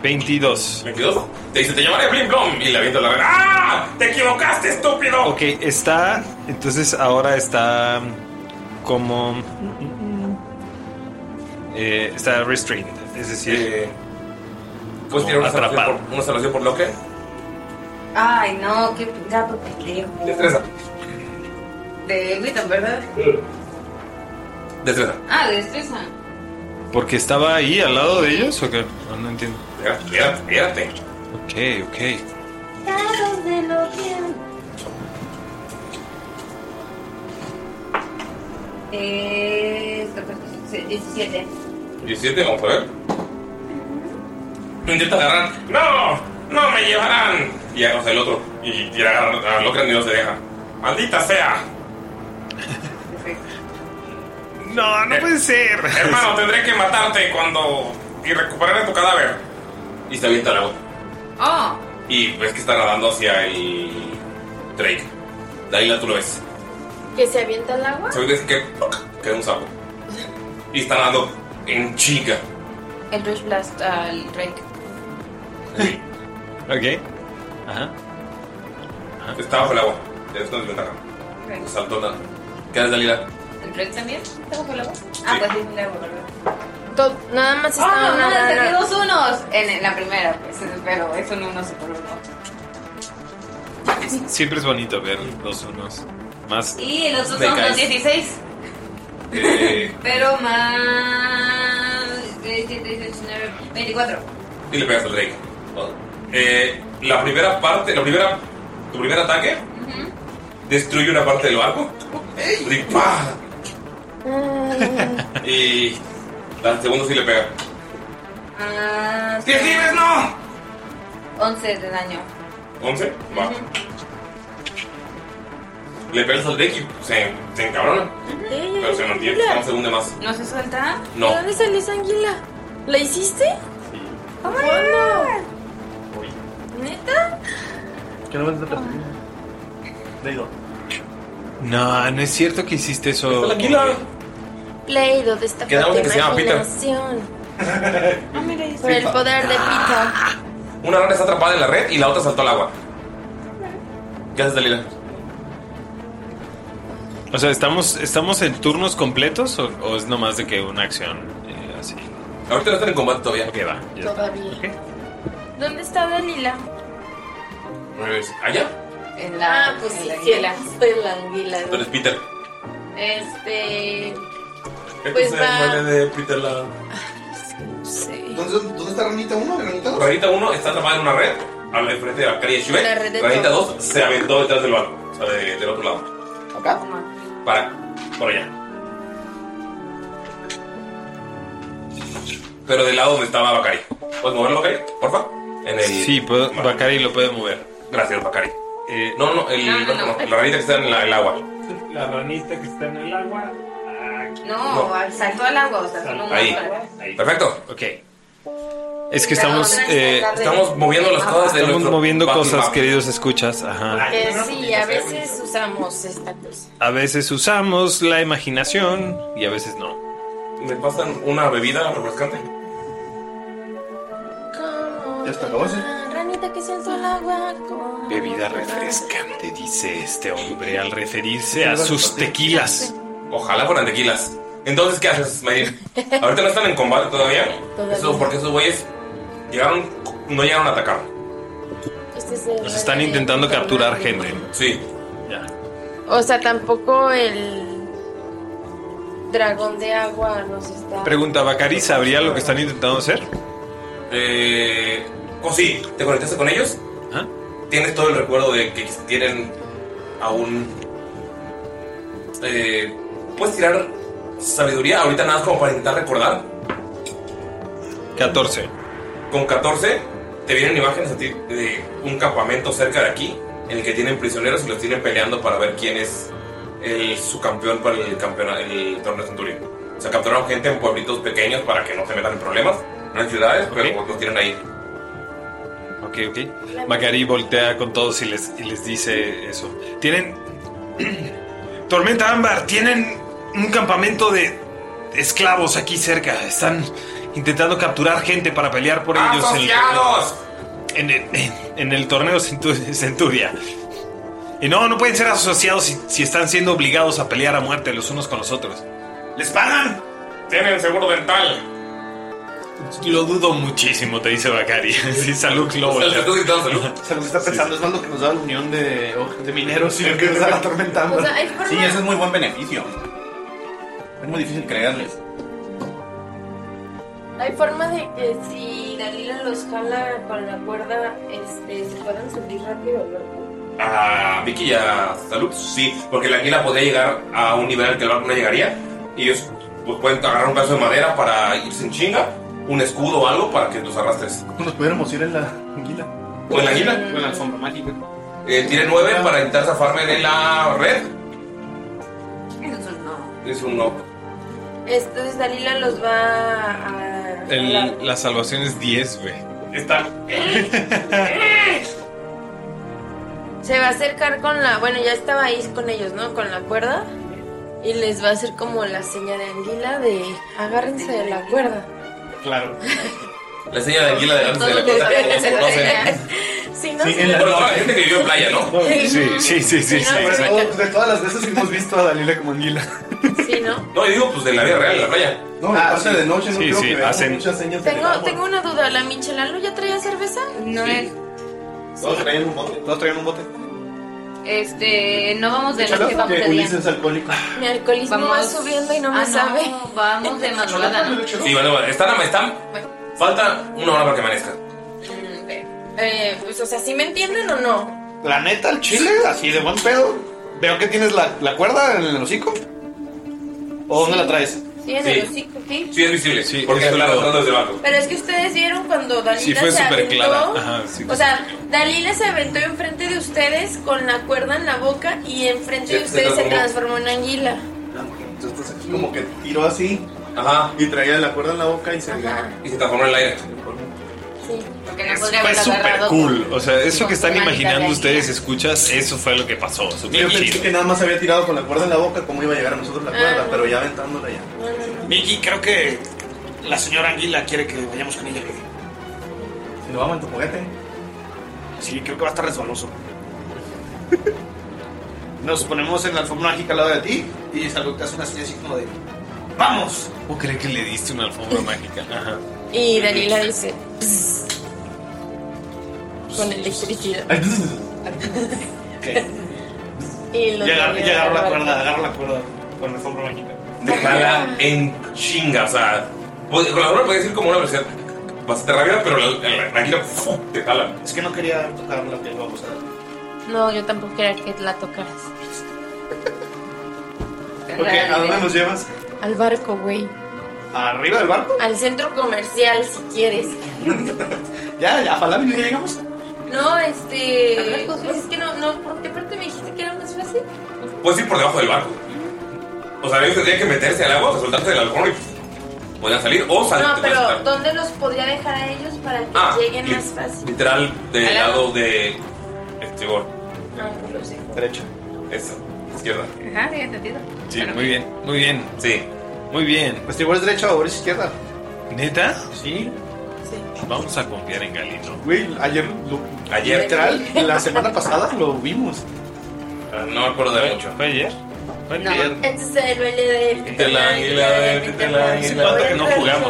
[SPEAKER 4] 22.
[SPEAKER 1] ¿22? Te dice, te llamaré Plim Plom. Y le avienta la red. ¡Ah! ¡Te equivocaste, estúpido!
[SPEAKER 4] Ok, está. Entonces ahora está. Como. eh, está restrained. Es decir.
[SPEAKER 1] Eh, ¿Puedes tirar una salvación
[SPEAKER 4] atrapado.
[SPEAKER 1] por, una salvación por lo que?
[SPEAKER 2] Ay, no, qué gato pendejo.
[SPEAKER 1] Destreza.
[SPEAKER 2] De Witton, ¿verdad?
[SPEAKER 4] Destreza.
[SPEAKER 2] Ah, de destreza.
[SPEAKER 4] ¿Porque estaba ahí al lado de ellos o qué? No, no entiendo.
[SPEAKER 1] Espérate, espérate.
[SPEAKER 4] Ok, ok.
[SPEAKER 8] de lo bien.
[SPEAKER 2] Eh, 17.
[SPEAKER 1] 17, vamos a ver. Lo intenta agarrar. ¡No! ¡No me llevarán! Y agarra el otro. Y tira a agarrar a Locran y no se deja. ¡Maldita sea!
[SPEAKER 4] No, no puede ser.
[SPEAKER 1] Eh, Hermano, tendré que matarte cuando. y recuperaré tu cadáver. Y se avienta al agua.
[SPEAKER 2] Oh,
[SPEAKER 1] Y ves que está nadando hacia el. Drake. Dalila, tú lo ves.
[SPEAKER 6] ¿Que se avienta al agua?
[SPEAKER 1] Se ve que queda un sapo. Y está nadando en chica.
[SPEAKER 2] el Rush Blast al Drake.
[SPEAKER 4] Ok. Ajá.
[SPEAKER 1] Está bajo el agua. Es una desventaja. Saltona. Pues ¿Qué haces, Dalila?
[SPEAKER 2] ¿El Drake también? ¿Está bajo el agua? Ah, pues sí, sí, le bajo el agua.
[SPEAKER 6] To- nada más está
[SPEAKER 2] Oh, no,
[SPEAKER 6] nadando.
[SPEAKER 2] saqué dos unos. En la primera, pues, pero es un uno super uno.
[SPEAKER 4] Siempre es bonito ver los unos. Más.
[SPEAKER 2] Y los otros son
[SPEAKER 4] decais.
[SPEAKER 2] los 16.
[SPEAKER 1] Eh,
[SPEAKER 2] Pero más. eh, 17, 18, 19, 24.
[SPEAKER 1] y le pegas al Drake. Eh, la primera parte, la primera, tu primer ataque destruye una parte del barco. Así, ¡pah! Y la segunda sí le pega.
[SPEAKER 2] Más.
[SPEAKER 1] ¡Diez libres, no!
[SPEAKER 2] 11 de daño.
[SPEAKER 1] ¿11? Va. Le pegas al Drake y se, se encabrona. Pero se mantiene, está un segundo más.
[SPEAKER 2] ¿No se suelta?
[SPEAKER 1] No.
[SPEAKER 6] ¿De dónde salió esa anguila? ¿La hiciste?
[SPEAKER 2] ¿Cómo
[SPEAKER 6] ¿Neta?
[SPEAKER 4] ¿Qué no No, no es cierto que hiciste eso.
[SPEAKER 6] Play-Doh de esta
[SPEAKER 4] Queda uno que se llama Peter.
[SPEAKER 6] imaginación. Ah, mira, ahí está. Por el poder de Pita.
[SPEAKER 1] Una rana está atrapada en la red y la otra saltó al agua. ¿Qué haces, Dalila?
[SPEAKER 4] O sea, ¿estamos, estamos en turnos completos o, o es nomás de que una acción eh, así?
[SPEAKER 1] Ahorita no están en combate todavía.
[SPEAKER 4] ¿Qué va? ya está.
[SPEAKER 6] Todavía. ¿Dónde está Dalila?
[SPEAKER 1] Pues, ¿Allá?
[SPEAKER 6] En la. Ah, pues sí, sí, en la, estoy en la anguila.
[SPEAKER 1] Tú eres Peter.
[SPEAKER 6] Este.
[SPEAKER 1] Este
[SPEAKER 6] Pues
[SPEAKER 1] es el
[SPEAKER 6] va.
[SPEAKER 1] mueble de Peter la...
[SPEAKER 3] ¿Dónde, dónde está ranita 1? ¿Ranita 2?
[SPEAKER 1] Ranita 1 está atrapada en una red al enfrente de la calle Shue.
[SPEAKER 3] Una red de
[SPEAKER 1] Ranita
[SPEAKER 3] todos.
[SPEAKER 1] 2 se aventó detrás del barco, o sea, de- del otro lado.
[SPEAKER 3] ¿Acá?
[SPEAKER 1] Para, por allá. Pero del lado donde estaba Bakari. ¿Puedes moverlo, Bakari? Porfa. En el...
[SPEAKER 4] Sí, puedo- Bakari lo puede mover.
[SPEAKER 1] Gracias, Bakari. no, no, el, no, no, la ranita que está en la- el agua.
[SPEAKER 9] La ranita que está en el agua.
[SPEAKER 2] No, saltó al agua, o sea, solo un
[SPEAKER 1] Ahí.
[SPEAKER 2] montón.
[SPEAKER 1] Perfecto.
[SPEAKER 4] Ok. Es que estamos. eh,
[SPEAKER 1] Estamos moviendo las cosas de
[SPEAKER 4] Estamos
[SPEAKER 1] nuestro
[SPEAKER 4] moviendo
[SPEAKER 1] Bucky
[SPEAKER 4] cosas,
[SPEAKER 1] Bucky.
[SPEAKER 4] queridos escuchas. Ajá.
[SPEAKER 6] Que sí, a veces usamos esta cosa.
[SPEAKER 4] A veces usamos la imaginación y a veces no.
[SPEAKER 1] ¿Me pasan una bebida refrescante?
[SPEAKER 6] Como
[SPEAKER 4] Ya está, ¿cómo se?
[SPEAKER 6] una ranita que saltó al agua. como-
[SPEAKER 4] Bebida refrescante, dice este hombre al referirse a sus tequilas.
[SPEAKER 1] Ojalá fueran tequilas. Entonces, ¿qué haces, Mayrin? Ahorita no están en combate todavía.
[SPEAKER 6] Todavía.
[SPEAKER 1] Eso porque esos güeyes llegaron, no llegaron a atacar.
[SPEAKER 6] Este es el-
[SPEAKER 4] Nos están intentando capturar gente.
[SPEAKER 1] Sí.
[SPEAKER 6] O sea, tampoco el dragón de agua nos está.
[SPEAKER 4] Pregunta, ¿Bacari sabría lo que están intentando hacer?
[SPEAKER 1] Eh, Cosi, ¿te conectaste con ellos? Tienes todo el recuerdo de que tienen aún... Eh, ¿Puedes tirar sabiduría? Ahorita nada más como para intentar recordar.
[SPEAKER 4] 14.
[SPEAKER 1] Con 14 te vienen imágenes a ti de un campamento cerca de aquí en el que tienen prisioneros y los tienen peleando para ver quién es el, su campeón para el, campeona- el torneo Centurión. O sea, capturaron gente en pueblitos pequeños para que no se metan en problemas. No en ciudades, pero los tienen ahí.
[SPEAKER 4] Ok, ok. Bacari voltea con todos y les, y les dice eso. Tienen. Tormenta Ámbar, tienen un campamento de esclavos aquí cerca. Están intentando capturar gente para pelear por ellos. en el-
[SPEAKER 1] ¡Asociados!
[SPEAKER 4] En, el, en, el torneo Centu- Centuria. Y no, no pueden ser asociados si, si están siendo obligados a pelear a muerte los unos con los otros. ¿Les pagan?
[SPEAKER 1] Tienen seguro dental.
[SPEAKER 4] Lo dudo muchísimo, te dice Bacari. Sí, salud, Globo.
[SPEAKER 5] Se nos está pensando, es más lo que nos da la unión de, oh, de mineros y
[SPEAKER 3] Sí.
[SPEAKER 5] lo que nos da la tormenta.
[SPEAKER 6] O sea, hay forma-
[SPEAKER 5] Sí, eso es muy buen beneficio. Es muy difícil creerles.
[SPEAKER 6] Hay forma de que si Dalila los jala con la cuerda, este, se puedan subir rápido, ¿no?
[SPEAKER 1] A Vicky y a Salud, sí, porque la anguila podría llegar a un nivel al que el barco no llegaría. Y ellos pues, pueden agarrar un pedazo de madera para irse en chinga, un escudo o algo para que los arrastres.
[SPEAKER 5] Nos pudiéramos ir en la anguila.
[SPEAKER 1] ¿O en la anguila?
[SPEAKER 5] Con la alfombra mágica.
[SPEAKER 1] Eh, tiré 9 para intentar zafarme de la red.
[SPEAKER 2] Entonces, no.
[SPEAKER 1] Es un no.
[SPEAKER 6] Entonces Dalila los va a.
[SPEAKER 4] El- la salvación es 10, güey.
[SPEAKER 1] Está.
[SPEAKER 6] Se va a acercar con la. Bueno, ya estaba ahí con ellos, ¿no? Con la cuerda. Y les va a hacer como la señal de anguila de agárrense de la cuerda.
[SPEAKER 1] Claro. La señal de anguila delante de la
[SPEAKER 6] Entonces,
[SPEAKER 1] cosa, todos
[SPEAKER 6] se la
[SPEAKER 1] conocen.
[SPEAKER 6] señal. Sí, no
[SPEAKER 1] Sí,
[SPEAKER 6] sé.
[SPEAKER 1] en la Bueno, hay gente que vivió en playa, ¿no?
[SPEAKER 4] Sí, sí, sí, sí. sí,
[SPEAKER 5] Pero,
[SPEAKER 2] pues,
[SPEAKER 4] sí.
[SPEAKER 5] oh, de todas las veces que hemos visto a Dalila como anguila.
[SPEAKER 6] Sí, ¿no?
[SPEAKER 1] No, yo digo, pues de la vida real, en la playa.
[SPEAKER 5] No, aparte de noche
[SPEAKER 4] Sí,
[SPEAKER 5] no creo
[SPEAKER 4] sí,
[SPEAKER 5] que veamos
[SPEAKER 4] hacen-
[SPEAKER 5] muchas señas de
[SPEAKER 6] Tengo, tengo una duda. ¿La Michelalo ya traía cerveza?
[SPEAKER 2] No es.
[SPEAKER 5] Todos traían un bote. Todos traían un bote.
[SPEAKER 2] Este, no vamos de noche, vamos de
[SPEAKER 5] Que
[SPEAKER 2] día.
[SPEAKER 5] Ulises es alcohólico.
[SPEAKER 6] Mi alcoholismo
[SPEAKER 2] Vamos-
[SPEAKER 6] va subiendo y no me
[SPEAKER 2] Ah, no,
[SPEAKER 6] sabe.
[SPEAKER 2] Vamos de madrugada, ¿no?
[SPEAKER 1] Sí, bueno, bueno, están, están. Falta una hora para que amanezca.
[SPEAKER 2] Mm,
[SPEAKER 6] Eh, pues, o sea, ¿sí me entienden o no?
[SPEAKER 3] La neta, el chile, así de buen pedo. Veo que tienes la, la cuerda en el hocico. ¿O dónde la traes?
[SPEAKER 6] Sí, en
[SPEAKER 1] Sí.
[SPEAKER 6] el hocico, sí.
[SPEAKER 1] Sí, es visible. Sí, porque está levantando desde abajo.
[SPEAKER 6] Pero es que ustedes vieron cuando Dalila
[SPEAKER 4] Sí, fue
[SPEAKER 6] se
[SPEAKER 4] súper
[SPEAKER 6] aventó.
[SPEAKER 4] clara. Ajá, sí.
[SPEAKER 6] O sea, Dalila se aventó enfrente de ustedes con la cuerda en la boca y enfrente de
[SPEAKER 5] Se- se
[SPEAKER 6] ustedes se
[SPEAKER 5] transformó.
[SPEAKER 6] transformó en anguila.
[SPEAKER 5] Entonces aquí como que tiró así. Y traía la cuerda en la boca y se
[SPEAKER 1] Y se transformó en el aire.
[SPEAKER 6] Sí.
[SPEAKER 2] Porque no podría
[SPEAKER 4] Fue
[SPEAKER 2] haberla
[SPEAKER 4] súper
[SPEAKER 2] agarrado.
[SPEAKER 4] cool. O sea, eso que están
[SPEAKER 2] Con su
[SPEAKER 4] imaginando
[SPEAKER 2] manita
[SPEAKER 4] ustedes, escuchas, eso fue lo que pasó.
[SPEAKER 5] Yo
[SPEAKER 4] Súper
[SPEAKER 5] pensé
[SPEAKER 4] chido.
[SPEAKER 5] que nada más había tirado
[SPEAKER 3] Ah,
[SPEAKER 5] con la cuerda en la boca, cómo iba a llegar a nosotros la cuerda,
[SPEAKER 6] Ah.
[SPEAKER 5] pero ya aventándola ya.
[SPEAKER 4] Miki, creo que
[SPEAKER 10] La señora Anguila quiere que vayamos con ella.
[SPEAKER 7] Si nos vamos en tu juguete.
[SPEAKER 10] Sí, creo que va a estar resbaloso.
[SPEAKER 3] Nos ponemos en la alfombra mágica al lado de ti y Salud te hace una señal así como de ¡Vamos!
[SPEAKER 4] ¿Cómo cree que le diste una alfombra mágica? Ajá.
[SPEAKER 6] Y Dalila dice. "Pss", con electricidad. y lo
[SPEAKER 3] Ya agar-
[SPEAKER 6] tiene
[SPEAKER 3] ya agarro la
[SPEAKER 6] Álvaro.
[SPEAKER 3] cuerda, agarro la cuerda con la alfombra mágica.
[SPEAKER 1] Déjala en chinga, o sea. pod- Con la hora puedes ir como una versión bastante rápida, pero la, la, la águila, ¡fu! te jala.
[SPEAKER 3] Es que no quería tocar la piel, vamos a
[SPEAKER 8] No, yo tampoco quería que la tocaras.
[SPEAKER 3] Ok, ¿a dónde nos llevas?
[SPEAKER 6] Al barco, güey.
[SPEAKER 3] ¿Arriba del barco?
[SPEAKER 6] Al centro comercial, si quieres.
[SPEAKER 3] Ya, ya, ojalá ya llegamos.
[SPEAKER 6] No, este. Pues es que no, no, ¿por qué parte me dijiste que era más fácil?
[SPEAKER 1] Puedes ir por debajo del barco. O sea, ellos tendrían que meterse al agua, o sea, soltarse del alcohol y podrían salir. O sal-
[SPEAKER 6] No, pero ¿dónde los podría dejar a ellos para que
[SPEAKER 1] Ah,
[SPEAKER 6] lleguen
[SPEAKER 1] li-
[SPEAKER 6] más fácil?
[SPEAKER 1] literal del
[SPEAKER 6] Al
[SPEAKER 1] lado de este, estribor.
[SPEAKER 6] No, no lo sé.
[SPEAKER 3] Derecho.
[SPEAKER 1] Eso, izquierda.
[SPEAKER 2] Ajá, sí, entendido.
[SPEAKER 4] Sí, muy bien, muy bien. Sí, muy bien.
[SPEAKER 3] Estribor Pues es derecho, ahora es izquierda.
[SPEAKER 4] ¿Neta?
[SPEAKER 3] Sí.
[SPEAKER 4] Vamos a confiar en Galito.
[SPEAKER 3] Güey, ayer, lo,
[SPEAKER 4] Ayer.
[SPEAKER 3] literal, la semana pasada lo vimos.
[SPEAKER 1] No me acuerdo de mucho.
[SPEAKER 4] ¿Fue ayer? ¿Fue
[SPEAKER 6] No, entonces el baile de.
[SPEAKER 1] Te la águila, te la águila.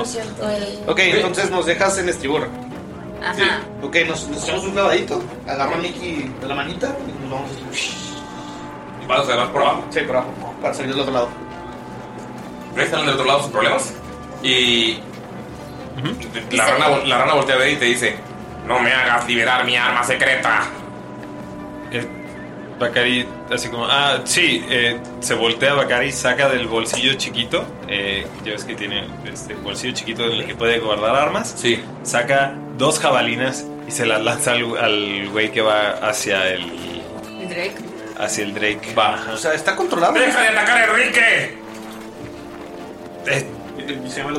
[SPEAKER 3] Ok, entonces nos dejas en estribor.
[SPEAKER 2] Ajá.
[SPEAKER 3] Ok, nos, nos echamos un clavadito, agarro a Nicky de la manita y nos vamos
[SPEAKER 1] Y vas a vas por abajo.
[SPEAKER 3] Sí, por abajo, para salir del otro lado.
[SPEAKER 1] Pero ahí están del otro lado sus problemas. Y. la, rana, vol- la rana voltea a ver y te dice: No me hagas liberar mi arma secreta.
[SPEAKER 4] Bacari, así como, ah, sí, eh, se voltea Bacari, saca del bolsillo chiquito, eh, ya ves que tiene este bolsillo chiquito en el que puede guardar armas,
[SPEAKER 1] sí.
[SPEAKER 4] saca dos jabalinas y se las lanza al, al güey que va hacia el,
[SPEAKER 2] Drake.
[SPEAKER 4] hacia el Drake. Va.
[SPEAKER 3] O sea, está controlado.
[SPEAKER 1] ¡Deja de atacar a Enrique!
[SPEAKER 4] Eh,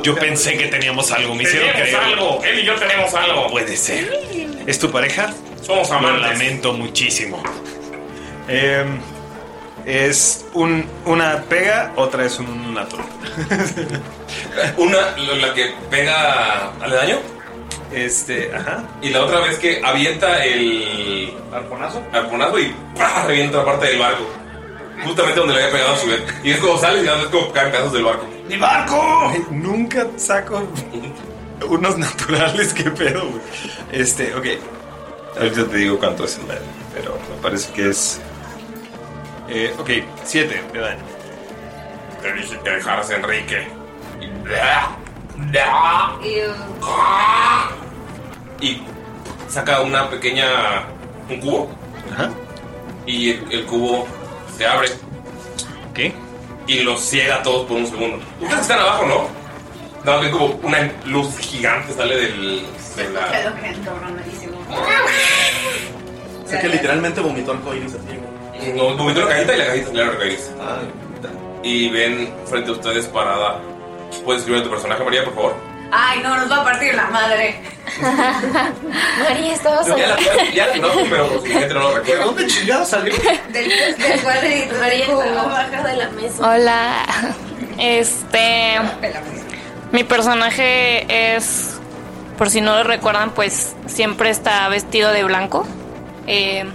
[SPEAKER 4] yo pensé que teníamos algo, me hicieron
[SPEAKER 1] Tenemos
[SPEAKER 4] creer.
[SPEAKER 1] algo, él y yo tenemos algo.
[SPEAKER 4] No puede ser. ¿Es tu pareja?
[SPEAKER 1] Somos amantes.
[SPEAKER 4] Lo lamento muchísimo. Eh, es un, una pega, otra es un natural.
[SPEAKER 1] Una, lo- la que pega al daño.
[SPEAKER 4] Este, ajá.
[SPEAKER 1] Y la otra vez que avienta el.
[SPEAKER 3] ¿Arponazo?
[SPEAKER 1] Arponazo y ¡pah! revienta la parte del barco. Justamente donde le había pegado a su vez. Y es como sales y es como caen pedazos del barco.
[SPEAKER 3] ¡Mi barco!
[SPEAKER 4] nunca saco unos naturales, qué pedo, güey. Este, ok. Ahorita te digo cuánto es el daño, pero me parece que es. Eh, ok, 7 de daño.
[SPEAKER 1] Te dije que dejaras a Enrique.
[SPEAKER 2] uh,
[SPEAKER 1] Y saca una pequeña. un cubo.
[SPEAKER 4] Ajá.
[SPEAKER 1] Y el, el cubo se abre.
[SPEAKER 4] ¿Qué?
[SPEAKER 1] Y los ciega a todos por un segundo. Ustedes están abajo, ¿no? Nada más ven como una luz gigante sale del. de la.
[SPEAKER 2] Quedó que cabronísimo.
[SPEAKER 5] O sea que literalmente vomitó arcoíris así, güey.
[SPEAKER 1] No, moviendo la cajita y la cajita sale la cajita.
[SPEAKER 3] Ah,
[SPEAKER 1] Y ven frente a ustedes parada. ¿Puedes escribir a tu personaje, María, por favor?
[SPEAKER 2] Ay, no, nos va a partir la madre.
[SPEAKER 6] María, estabas
[SPEAKER 1] Ya la, ya, ya la conozco, pero pues, mi gente no lo recuerda.
[SPEAKER 3] ¿Dónde chingados salió?
[SPEAKER 6] Del, del cuadrito. María estaba abajo de la mesa.
[SPEAKER 11] Hola. Este. Mi personaje es. Por si no lo recuerdan, pues siempre está vestido de blanco. Eh,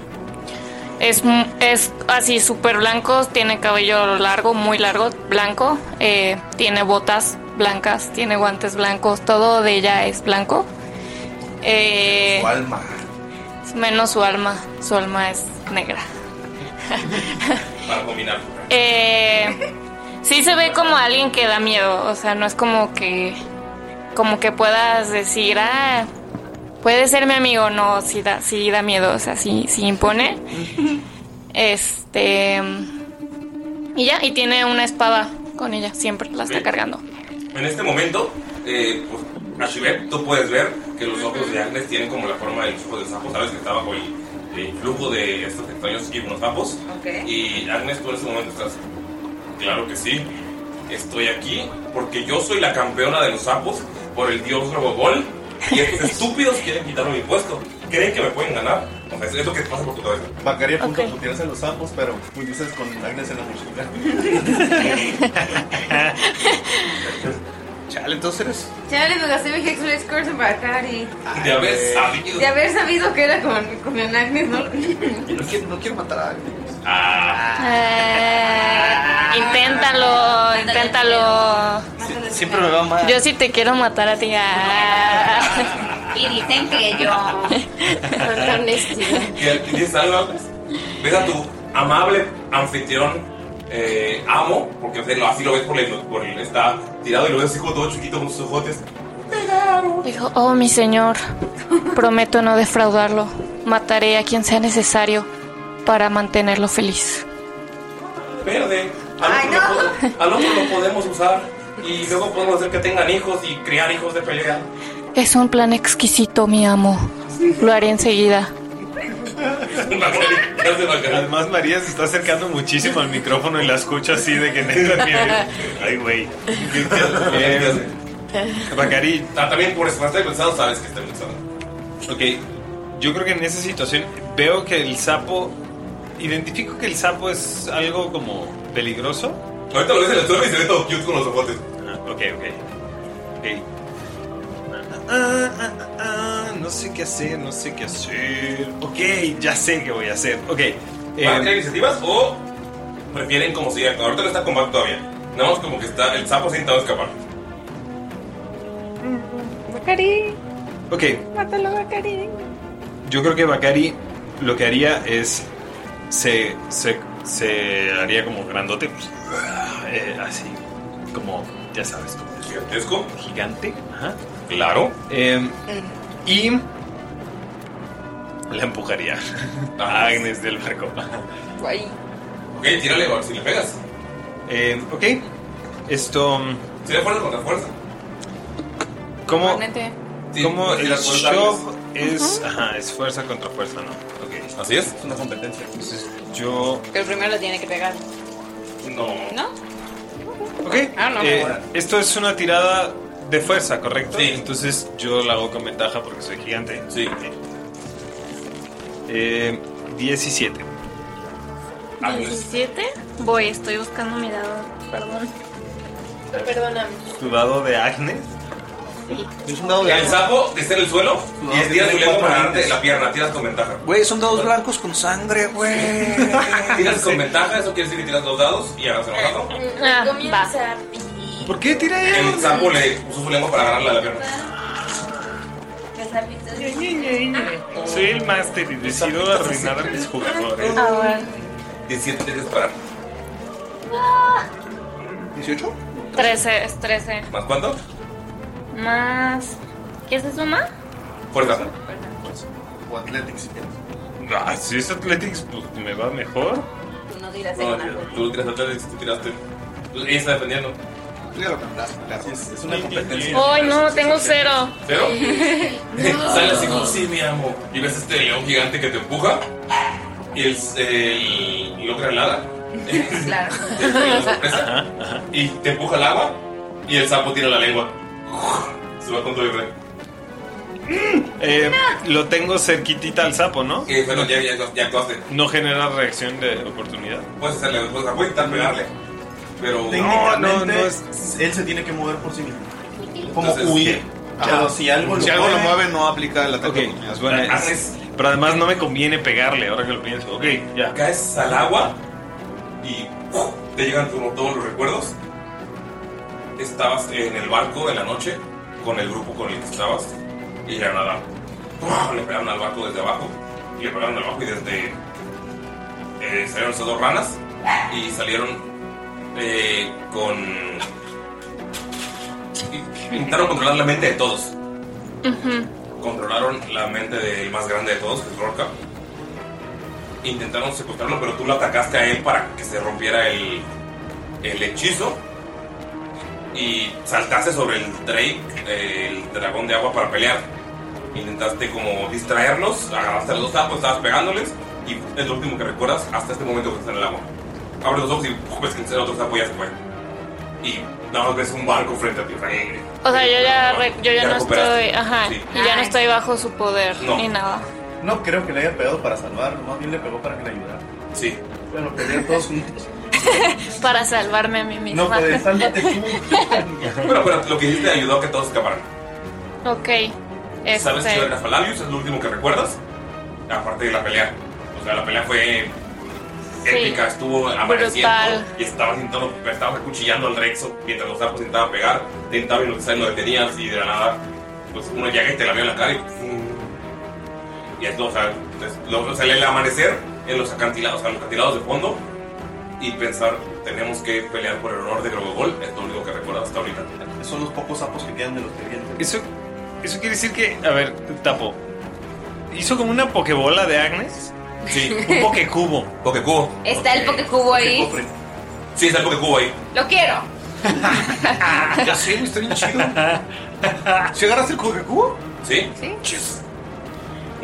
[SPEAKER 11] es, mu- es así súper blanco, tiene cabello largo, muy largo, blanco. eh, tiene botas blancas, tiene guantes blancos, todo de ella es blanco. Eh,
[SPEAKER 7] Tu alma.
[SPEAKER 11] menos su alma, su alma es negra.
[SPEAKER 1] Para combinar.
[SPEAKER 11] Eh, sí se ve como alguien que da miedo, o sea, no es como que como que puedas decir, ah, puede ser mi amigo, no, sí da, sí da miedo, o sea, sí, sí impone.
[SPEAKER 6] Mm,
[SPEAKER 11] Este y ya, y tiene una espada con ella, siempre la está cargando.
[SPEAKER 1] En este momento, eh, pues, Ashibet, tú puedes ver que los ojos de Agnes tienen como la forma de los ojos de sapo. Sabes que está bajo el, el flujo de estos extraños hipnotapos. Y Agnes, tú en este momento estás. Claro que sí. Estoy aquí porque yo soy la campeona de los sapos por el dios Robogol. Y estos estúpidos quieren quitarme mi puesto. Creen que me pueden ganar. O sea, es lo que te pasa por tu cabeza.
[SPEAKER 5] Bacaría apunta a putearse a los sapos, pero dices con Agnes en la mochila.
[SPEAKER 3] Chale, entonces eres.
[SPEAKER 2] Chale, me gasté mi Hexblade Score en Bakari.
[SPEAKER 3] De haber sabido.
[SPEAKER 2] De haber sabido que era con, con el Agnes, ¿no?
[SPEAKER 3] No quiero, no quiero matar a alguien.
[SPEAKER 2] Ah.
[SPEAKER 11] Eh, inténtalo, inténtalo.
[SPEAKER 4] Siempre me va mal.
[SPEAKER 11] Yo sí te quiero matar a ti. ah.
[SPEAKER 2] Y dicen que yo.
[SPEAKER 11] Tanta honestidad.
[SPEAKER 1] que dices algo pues, ves a tu amable anfitrión eh, amo, porque o sea, lo- así lo ves por el, por el- está tirado y lo ves así como todo chiquito con sus ojotes.
[SPEAKER 11] Dijo, oh mi señor, prometo no defraudarlo. Mataré a quien sea necesario para mantenerlo feliz.
[SPEAKER 1] Verde, al otro, lo, pod- al otro lo podemos usar y luego podemos hacer que tengan hijos y criar hijos de pelea.
[SPEAKER 11] Es un plan exquisito, mi amo. Lo haré enseguida.
[SPEAKER 4] Además, María se está acercando muchísimo al micrófono y la escucho así de que neta mire, Ay, güey. Eh, Bacari.
[SPEAKER 1] Ah, también por estar pensado, sabes que está pensado.
[SPEAKER 4] Ok, yo creo que en esa situación veo que el sapo. Identifico que el sapo es algo como peligroso. Ah,
[SPEAKER 1] Ahorita lo ves en el suelo y se ve todo cute con los ojotes.
[SPEAKER 4] ok, ok. Ok. Ah, ah, ah, ah, no sé qué hacer, no sé qué hacer. Ok, ya sé qué voy a hacer.
[SPEAKER 1] ¿Van
[SPEAKER 4] Ok.
[SPEAKER 1] a
[SPEAKER 4] em,
[SPEAKER 1] tener iniciativas o prefieren como si ahorita no está en combate todavía? Nada más como que está el sapo sentado escapar.
[SPEAKER 11] Bacari,
[SPEAKER 4] ok,
[SPEAKER 11] mátalo, Bacari.
[SPEAKER 4] yo creo que Bakari lo que haría es. Se, se, se haría como grandote. pues, eh, así. Como, ya sabes, como.
[SPEAKER 1] Gigantesco.
[SPEAKER 4] Gigante. Ajá.
[SPEAKER 1] Claro.
[SPEAKER 4] Em, y. La empujaría a Agnes del barco.
[SPEAKER 6] Guay.
[SPEAKER 1] Ok, tírale a ver si le pegas.
[SPEAKER 4] Eh, ok. Esto.
[SPEAKER 1] ¿Se le fuerza contra fuerza?
[SPEAKER 4] ¿Cómo,
[SPEAKER 11] Realmente.
[SPEAKER 4] cómo
[SPEAKER 1] porque
[SPEAKER 4] el
[SPEAKER 1] las fuerzas-
[SPEAKER 4] shove es, ajá, es fuerza contra fuerza, ¿no? Ok.
[SPEAKER 1] Así es.
[SPEAKER 4] Es una competencia. Entonces, yo.
[SPEAKER 2] Pero primero lo tiene que pegar,
[SPEAKER 4] No.
[SPEAKER 2] ¿no?
[SPEAKER 4] Ok.
[SPEAKER 2] Ah, no,
[SPEAKER 4] Eh,
[SPEAKER 2] ahora.
[SPEAKER 4] esto es una tirada de fuerza, ¿correcto? Sí. Entonces yo la hago con ventaja porque soy gigante. Sí. Eh, 17. Agnes,
[SPEAKER 11] 17. Voy, estoy buscando mi dado. Perdón. Perdóname.
[SPEAKER 4] ¿Tu dado de Agnes?
[SPEAKER 3] Es un dado de
[SPEAKER 1] El sapo está en el suelo y tiras tu lengua para darte la pierna, tiras con ventaja.
[SPEAKER 3] Güey, son dados blancos con sangre, güey.
[SPEAKER 1] Tiras con ventaja, eso quiere decir que tiras dos dados y hagas el otro.
[SPEAKER 6] Comienza.
[SPEAKER 4] ¿Por qué tira
[SPEAKER 1] El sapo le usó su lengua para agarrarle a la pierna.
[SPEAKER 4] Soy el máster y decido arruinar a mis jugadores.
[SPEAKER 11] Ah, bueno.
[SPEAKER 1] 17 tienes para.
[SPEAKER 3] ¿18?
[SPEAKER 11] 13, es 13.
[SPEAKER 1] ¿Más cuánto?
[SPEAKER 11] Más. ¿Qué se suma?
[SPEAKER 1] Fuerza.
[SPEAKER 5] O Athletics.
[SPEAKER 4] Ah, si es Athletics, pues me va mejor.
[SPEAKER 2] Tú no dirás
[SPEAKER 1] No,
[SPEAKER 2] el
[SPEAKER 1] tú tiras Athletics, tú tiraste. Pues, Ella está defendiendo.
[SPEAKER 5] Es, es una competencia.
[SPEAKER 11] Ay, no, tengo cero.
[SPEAKER 1] ¿Cero? Sale así como, sí, mi amo. Y ves este león gigante que te empuja. Y el. el, el logra el hada.
[SPEAKER 2] Claro.
[SPEAKER 1] Y te empuja al agua. Y el sapo tira la lengua. Se va con todo el rey.
[SPEAKER 4] Eh, lo tengo cerquitita al sapo, ¿no?
[SPEAKER 1] Eh, bueno, ya, ya, ya actuaste.
[SPEAKER 4] No genera reacción de oportunidad.
[SPEAKER 1] Puedes hacerle, puedes apuntar, pegarle. Pero.
[SPEAKER 5] Técnicamente,
[SPEAKER 4] no, no
[SPEAKER 5] él se tiene que mover por sí mismo. Como
[SPEAKER 4] Entonces,
[SPEAKER 5] huir.
[SPEAKER 4] ¿qué?
[SPEAKER 5] Pero
[SPEAKER 4] Ajá.
[SPEAKER 5] si algo lo mueve-
[SPEAKER 4] no aplica el ataque. bueno, es- pero además no me conviene pegarle, ahora que lo pienso. Ok, ya.
[SPEAKER 1] Caes al agua y ¡puf! te llegan tu- todos los recuerdos. Estabas en el barco en la noche con el grupo con el que estabas y ya nada. ¡puf! Le pegaron al barco desde abajo y le pegaron al barco y desde. eh, salieron esas dos ranas y salieron eh, con. y Intentaron controlar la mente de todos controlaron la mente del más grande de todos, que es Rorca. Intentaron secuestrarlo, pero tú lo atacaste a él para que se rompiera el, el hechizo. Y saltaste sobre el Drake, el dragón de agua, para pelear. Intentaste como distraerlos, agarraste a los dos sapos, estabas pegándoles. Y es lo último que recuerdas hasta este momento que estás en el agua. Abres los ojos y ¡puf! ves que el otro sapo ya se fue. Y nada más ves un barco frente a ti.
[SPEAKER 11] O sea, yo ya, re- yo ya
[SPEAKER 1] Ya
[SPEAKER 11] no
[SPEAKER 1] recuperaste.
[SPEAKER 11] estoy. Ajá.
[SPEAKER 1] Sí.
[SPEAKER 11] Y ya no estoy bajo su poder
[SPEAKER 5] No.
[SPEAKER 11] ni nada.
[SPEAKER 5] No creo que le haya pegado para salvarlo, más bien le pegó para que le ayudara.
[SPEAKER 1] Sí.
[SPEAKER 5] Bueno, pelear todos juntos.
[SPEAKER 11] para salvarme a mí misma.
[SPEAKER 1] No, pero sálvate Pero, pero lo que hiciste ayudó a que todos escaparan.
[SPEAKER 11] ok. Este,
[SPEAKER 1] ¿Sabes que lo de Nafalabius es lo último que recuerdas? Aparte de la pelea. O sea, la pelea fue épica, estuvo amaneciendo
[SPEAKER 11] Brutal.
[SPEAKER 1] y estaba intentando, estaba cuchillando al Rexo mientras los sapos intentaban pegar, intentaban y lo detenías y de la nada, pues uno llega y te la vio en la cara y ¡pum! y es lo, o sea, es lo- o sea, el amanecer en los acantilados, o sea, los acantilados de fondo y pensar, tenemos que pelear por el honor de Grogogol, es lo único que recuerdo hasta ahorita.
[SPEAKER 5] Son los pocos sapos que quedan de los que vienen.
[SPEAKER 4] Eso, eso quiere decir que, a ver, tapo. Hizo como una pokebola de Agnes.
[SPEAKER 1] Sí,
[SPEAKER 4] un pokecubo.
[SPEAKER 1] Pokecubo.
[SPEAKER 2] Está el Pokécubo ahí.
[SPEAKER 1] Sí, está el Pokecubo ahí.
[SPEAKER 2] Lo quiero.
[SPEAKER 3] Ya sé, güey, está bien chido. ¿Si agarras el Pokécubo?
[SPEAKER 1] ¿Sí?
[SPEAKER 2] Sí.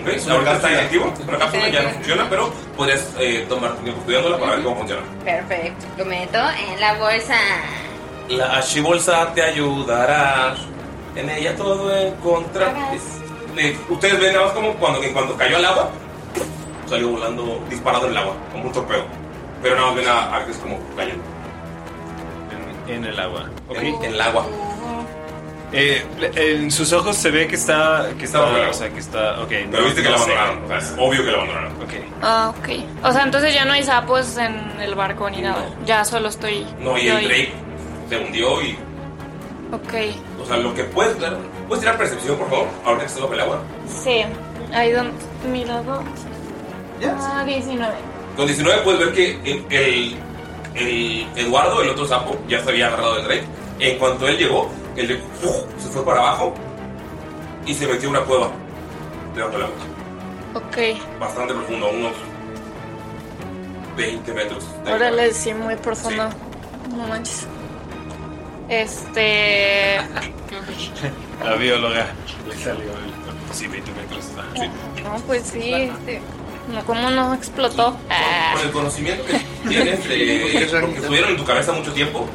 [SPEAKER 1] Ok, ahorita está inactivo, la cápsula ya no funciona, pero podrías eh, tomar tu tiempo estudiándola para ver cómo funciona.
[SPEAKER 2] Perfecto. Lo meto en la bolsa.
[SPEAKER 1] La Ashibolsa te ayudará. En ella todo encontrarás. Le- Eh, Ustedes ven nada más como cuando, en cuanto cayó al agua, salió volando, disparado en el agua, como un torpedo. Pero nada más ven a Agnes como cayendo.
[SPEAKER 4] En el agua.
[SPEAKER 1] En, el agua.
[SPEAKER 4] Eh, en sus ojos se ve que está. Que está.
[SPEAKER 1] bajo el agua.
[SPEAKER 4] o sea, que está. Ok.
[SPEAKER 1] Pero viste que la
[SPEAKER 4] lo
[SPEAKER 1] abandonaron, o sea, es obvio que la abandonaron.
[SPEAKER 4] Ok.
[SPEAKER 11] Ah, ok. O sea, entonces ya no hay sapos en el barco ni nada. Ya solo estoy.
[SPEAKER 1] No, y
[SPEAKER 11] yo ahí.
[SPEAKER 1] el Drake se hundió y.
[SPEAKER 11] Ok.
[SPEAKER 1] O sea, lo que puedes, claro. ¿Puedes tirar percepción, por favor? Ahora que estás bajo el agua.
[SPEAKER 11] Sí. Ahí donde. Mi lado. Ah, 19.
[SPEAKER 1] Con 19 puedes ver que el, el- el Eduardo, el otro sapo, ya se había agarrado del Drake. En cuanto él llegó, el Drake ¡fuf! se fue para abajo y se metió en una cueva debajo del agua.
[SPEAKER 11] Ok.
[SPEAKER 1] Bastante profundo, unos 20 metros.
[SPEAKER 11] Ahora le sí, muy profundo. No manches. Este.
[SPEAKER 4] La bióloga. Le salió el. Sí, 20 metros. está. Sí.
[SPEAKER 11] No, pues sí. este, No, ¿Cómo no explotó? Ah,
[SPEAKER 1] Con el conocimiento que tienes, de, porque estuvieron en tu cabeza mucho tiempo,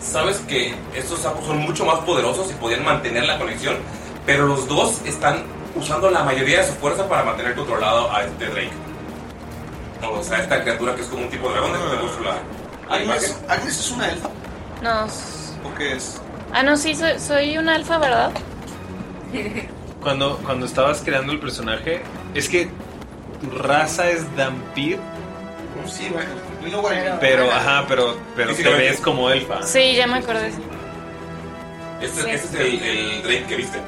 [SPEAKER 1] sabes que estos sapos son mucho más poderosos y podían mantener la conexión. Pero los dos están usando la mayoría de su fuerza para mantener controlado a este Drake. O sea, esta criatura que es como un tipo de dragón, de tenemos la, la imagen.
[SPEAKER 3] Agnes, Agnes es una elfa.
[SPEAKER 11] no.
[SPEAKER 3] ¿O qué es?
[SPEAKER 11] Ah, no, sí, soy, soy un alfa, ¿verdad?
[SPEAKER 4] Pues Cuando, cuando estabas creando el personaje, es que tu raza es Dampir,
[SPEAKER 3] Sí, güey. Vino guardián.
[SPEAKER 4] pero ajá, pero, pero te ves como elfa.
[SPEAKER 11] Sí, ya me acordé.
[SPEAKER 1] Este, este es el, el Drake que viste.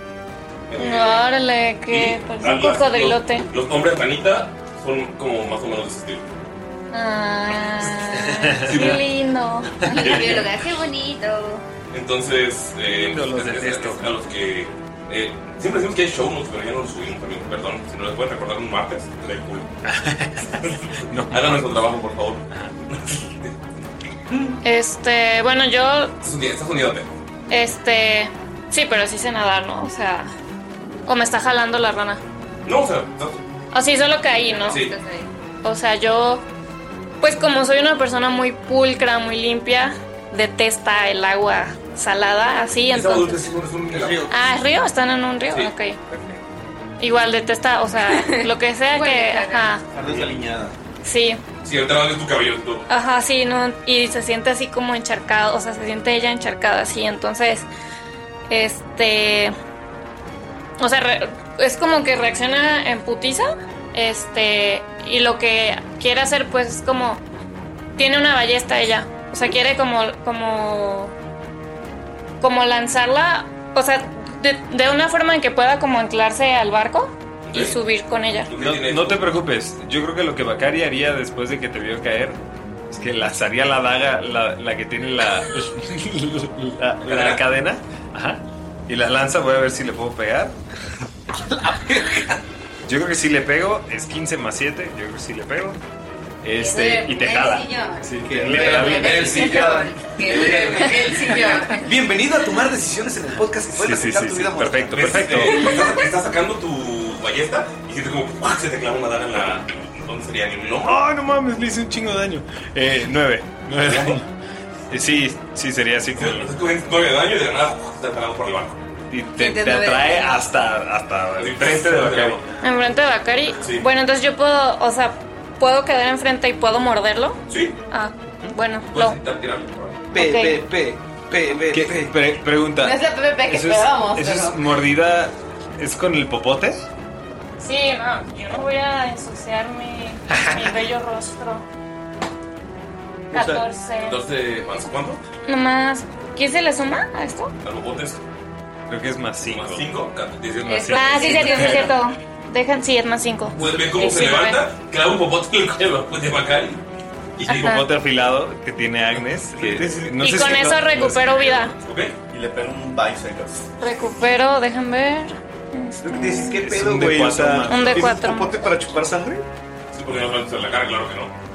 [SPEAKER 11] Órale, que parece un cocodrilote.
[SPEAKER 1] Los, los hombres ranita son como más o menos de ese estilo.
[SPEAKER 11] Ah,
[SPEAKER 1] Sí,
[SPEAKER 11] qué
[SPEAKER 1] ¿verdad?
[SPEAKER 11] lindo.
[SPEAKER 1] La bióloga,
[SPEAKER 2] qué bonito.
[SPEAKER 1] Entonces, eh, los a los que. eh, siempre decimos que hay show notes, pero ya no los subimos también. Perdón, si no les pueden recordar un martes, estaría cool. Hagan nuestro trabajo, por favor.
[SPEAKER 11] Este, bueno, yo,
[SPEAKER 1] Estás unido- estás uniéndote.
[SPEAKER 11] este. Sí, pero sí sé nadar, ¿no? O sea. O me está jalando la rana.
[SPEAKER 1] No, o sea, estás-
[SPEAKER 11] O sí, solo caí, ¿no?
[SPEAKER 1] Sí.
[SPEAKER 11] O sea, yo, pues como soy una persona muy pulcra, muy limpia, detesta el agua salada, así,
[SPEAKER 1] esa
[SPEAKER 11] Ah, entonces...
[SPEAKER 1] adulta es un- es un río.
[SPEAKER 11] Ah, ¿es río? ¿Están en un río?
[SPEAKER 1] Sí.
[SPEAKER 11] Ok. Igual detesta, o sea, lo que sea que... Ajá,
[SPEAKER 1] alineada.
[SPEAKER 11] sí,
[SPEAKER 1] Si el trabajo es tu cabello, tú.
[SPEAKER 11] ajá, sí, no, y se siente así como encharcado, o sea, se siente ella encharcada, así, entonces, este... O sea, re- es como que reacciona en putiza. Este. Y lo que quiere hacer, pues, es como. Tiene una ballesta ella. O sea, quiere como. como. como lanzarla. O sea, de, de una forma en que pueda como anclarse al barco y subir con ella.
[SPEAKER 4] No, no te preocupes, yo creo que lo que Bakari haría después de que te vio caer es que lanzaría la daga, la, la que tiene la, la, la cadena, ajá, y la lanza, voy a ver si le puedo pegar. Yo creo que si le pego, es 15 más 7, yo creo que si le pego. Este, y te jala. Sí, que literalmente-
[SPEAKER 3] Duerme en el sillón.
[SPEAKER 2] Que duerme en el sillón.
[SPEAKER 3] Bienvenido a tomar decisiones en el podcast que pueden
[SPEAKER 4] Sí, sí,
[SPEAKER 3] afectar
[SPEAKER 4] sí,
[SPEAKER 3] tu
[SPEAKER 4] sí,
[SPEAKER 3] vida amorosa.
[SPEAKER 4] perfecto, perfecto.
[SPEAKER 1] Eh, Estás, estás sacando tu ballesta y sientes como ¡pua! se te clava una daga en la. ¿Dónde sería? ¿En el ojo?
[SPEAKER 4] ¡Ah, no mames! Le hice un chingo de daño. Eh, 9. 9 daño. Eh, Sí, sí, sería así como.
[SPEAKER 1] Estás cogiendo nueve daño y de la nada ¡pua! te atrae por el barco.
[SPEAKER 4] Y te, te atrae hasta, hasta el frente de Bakari.
[SPEAKER 11] Enfrente de Bakari.
[SPEAKER 4] Sí.
[SPEAKER 11] Bueno, entonces yo puedo. O sea, puedo quedar enfrente y puedo morderlo.
[SPEAKER 1] Sí.
[SPEAKER 11] Ah, Bueno,
[SPEAKER 1] Puedes
[SPEAKER 11] lo.
[SPEAKER 1] intentar tirarlo.
[SPEAKER 11] P, P,
[SPEAKER 4] P, P, pregunta.
[SPEAKER 11] No es la PPP que
[SPEAKER 4] ¿Eso es-
[SPEAKER 11] esperábamos,
[SPEAKER 4] ¿Eso
[SPEAKER 11] pero-
[SPEAKER 4] es mordida? ¿Es con el popote?
[SPEAKER 11] Sí, no, yo no voy a ensuciar mi, mi bello rostro. 14.
[SPEAKER 1] ¿14 más cuánto?
[SPEAKER 11] Nomás, ¿quién se le suma a esto?
[SPEAKER 1] ¿A los botes?
[SPEAKER 4] Creo que es más 5. ¿Más
[SPEAKER 1] 5?
[SPEAKER 11] Ah, sí, es cierto, sí, es cierto. Dejan, sí, es más 5.
[SPEAKER 1] Pues ve cómo se levanta, clava un popote en el cuello de Macari.
[SPEAKER 4] Y
[SPEAKER 11] Ajá.
[SPEAKER 4] el popote afilado que tiene Agnes. que- no
[SPEAKER 11] y
[SPEAKER 4] sé
[SPEAKER 11] con
[SPEAKER 4] si-
[SPEAKER 11] eso
[SPEAKER 4] no- no
[SPEAKER 11] recupero vida.
[SPEAKER 5] Y le pego un bicycle.
[SPEAKER 11] Recupero, dejen ver.
[SPEAKER 3] Dices, ¿qué
[SPEAKER 4] Es
[SPEAKER 3] pedo,
[SPEAKER 4] un D
[SPEAKER 3] güey? O
[SPEAKER 4] cuatro,
[SPEAKER 3] sea,
[SPEAKER 4] man.
[SPEAKER 11] Un D
[SPEAKER 3] ¿tienes
[SPEAKER 11] cuatro.
[SPEAKER 3] popote para chupar sangre?
[SPEAKER 1] Sí, porque no me en la cara, claro que no.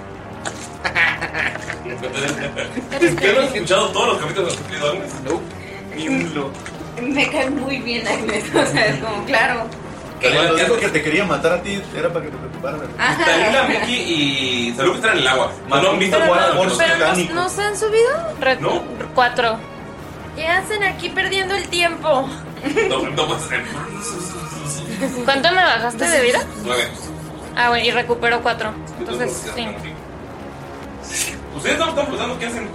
[SPEAKER 1] ¿Ya no has escuchado todos los capítulos de los cumplidos Agnes? No. Ni uno.
[SPEAKER 2] Me cae muy bien Agnes, o sea, es como, claro.
[SPEAKER 5] Cuando dijo que te quería matar a ti, era para que te preocuparas.
[SPEAKER 1] Talila, Miki y Salud están en el agua. Malón, ¿viste el guarda?
[SPEAKER 6] Pero nos, nos han subido.
[SPEAKER 1] No.
[SPEAKER 11] Cuatro.
[SPEAKER 6] ¿Qué hacen aquí perdiendo el tiempo?
[SPEAKER 1] No, no puedes hacer.
[SPEAKER 11] ¿Cuánto me bajaste de vida?
[SPEAKER 1] Nueve.
[SPEAKER 11] Ah, bueno, y recupero cuatro. Entonces, sí.
[SPEAKER 1] Ustedes están pensando qué hacen.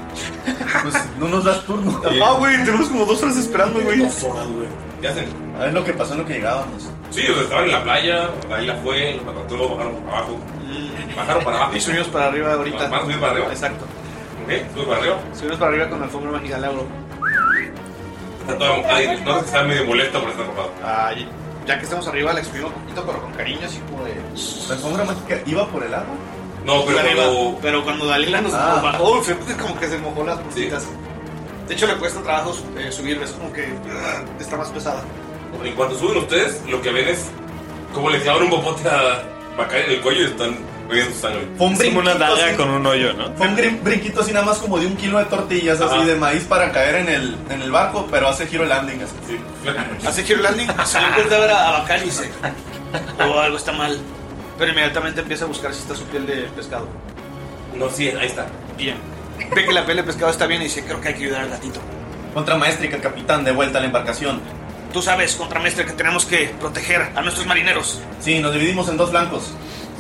[SPEAKER 5] Pues no nos das turno.
[SPEAKER 1] Ah,
[SPEAKER 5] güey, tenemos como dos horas esperando, güey. Dos
[SPEAKER 1] horas, güey. ¿Qué hacen?
[SPEAKER 5] A ver lo que pasó en lo que llegábamos.
[SPEAKER 1] Sí, o sea, estaban en la playa, Dalila fue, los mató, bajaron para abajo. Bajaron para abajo.
[SPEAKER 3] Y subimos para arriba ahorita.
[SPEAKER 1] Van a subir para arriba.
[SPEAKER 3] Exacto.
[SPEAKER 1] Ok, subimos para arriba.
[SPEAKER 3] Subimos para arriba con la alfombra mágica de Lauro.
[SPEAKER 1] Está toda mojada y no está medio molesta por estar mojado.
[SPEAKER 3] Ay, ya que estamos arriba, la exprimimos un poquito, pero con cariño, así como de.
[SPEAKER 5] La alfombra mágica iba por el agua.
[SPEAKER 1] No, pero
[SPEAKER 3] Arriba.
[SPEAKER 1] cuando.
[SPEAKER 3] Pero cuando Dalila nos
[SPEAKER 5] Ah.
[SPEAKER 3] bajó, uy, fue como que se mojó las puntitas. De hecho, le cuesta trabajo eh, subirla, es como que ah, está más pesada.
[SPEAKER 1] En cuanto suben ustedes, lo que ven es como le clavan un popote a Bacari en el cuello y están bebiendo su sangre.
[SPEAKER 5] Fue un Es como una brinquito, daga sí. con
[SPEAKER 4] un hoyo, ¿no?
[SPEAKER 5] Fue un grin- brinquito así nada más como de un kilo de tortillas así
[SPEAKER 1] Ajá.
[SPEAKER 5] de maíz para caer en el, en el barco, pero hace giro landing así.
[SPEAKER 3] Hace giro landing, se le cuenta ver a, a Bacari y dice: Oh, algo está mal. Pero inmediatamente empieza a buscar si está su piel de pescado.
[SPEAKER 1] No, sí, ahí está.
[SPEAKER 3] Bien. Ve que la piel de pescado está bien y dice: Creo que hay que ayudar al gatito.
[SPEAKER 5] Contramaéstrica, capitán, de vuelta a la embarcación.
[SPEAKER 3] Tú sabes, contramestre, que tenemos que proteger a nuestros marineros.
[SPEAKER 5] Sí, nos dividimos en dos flancos.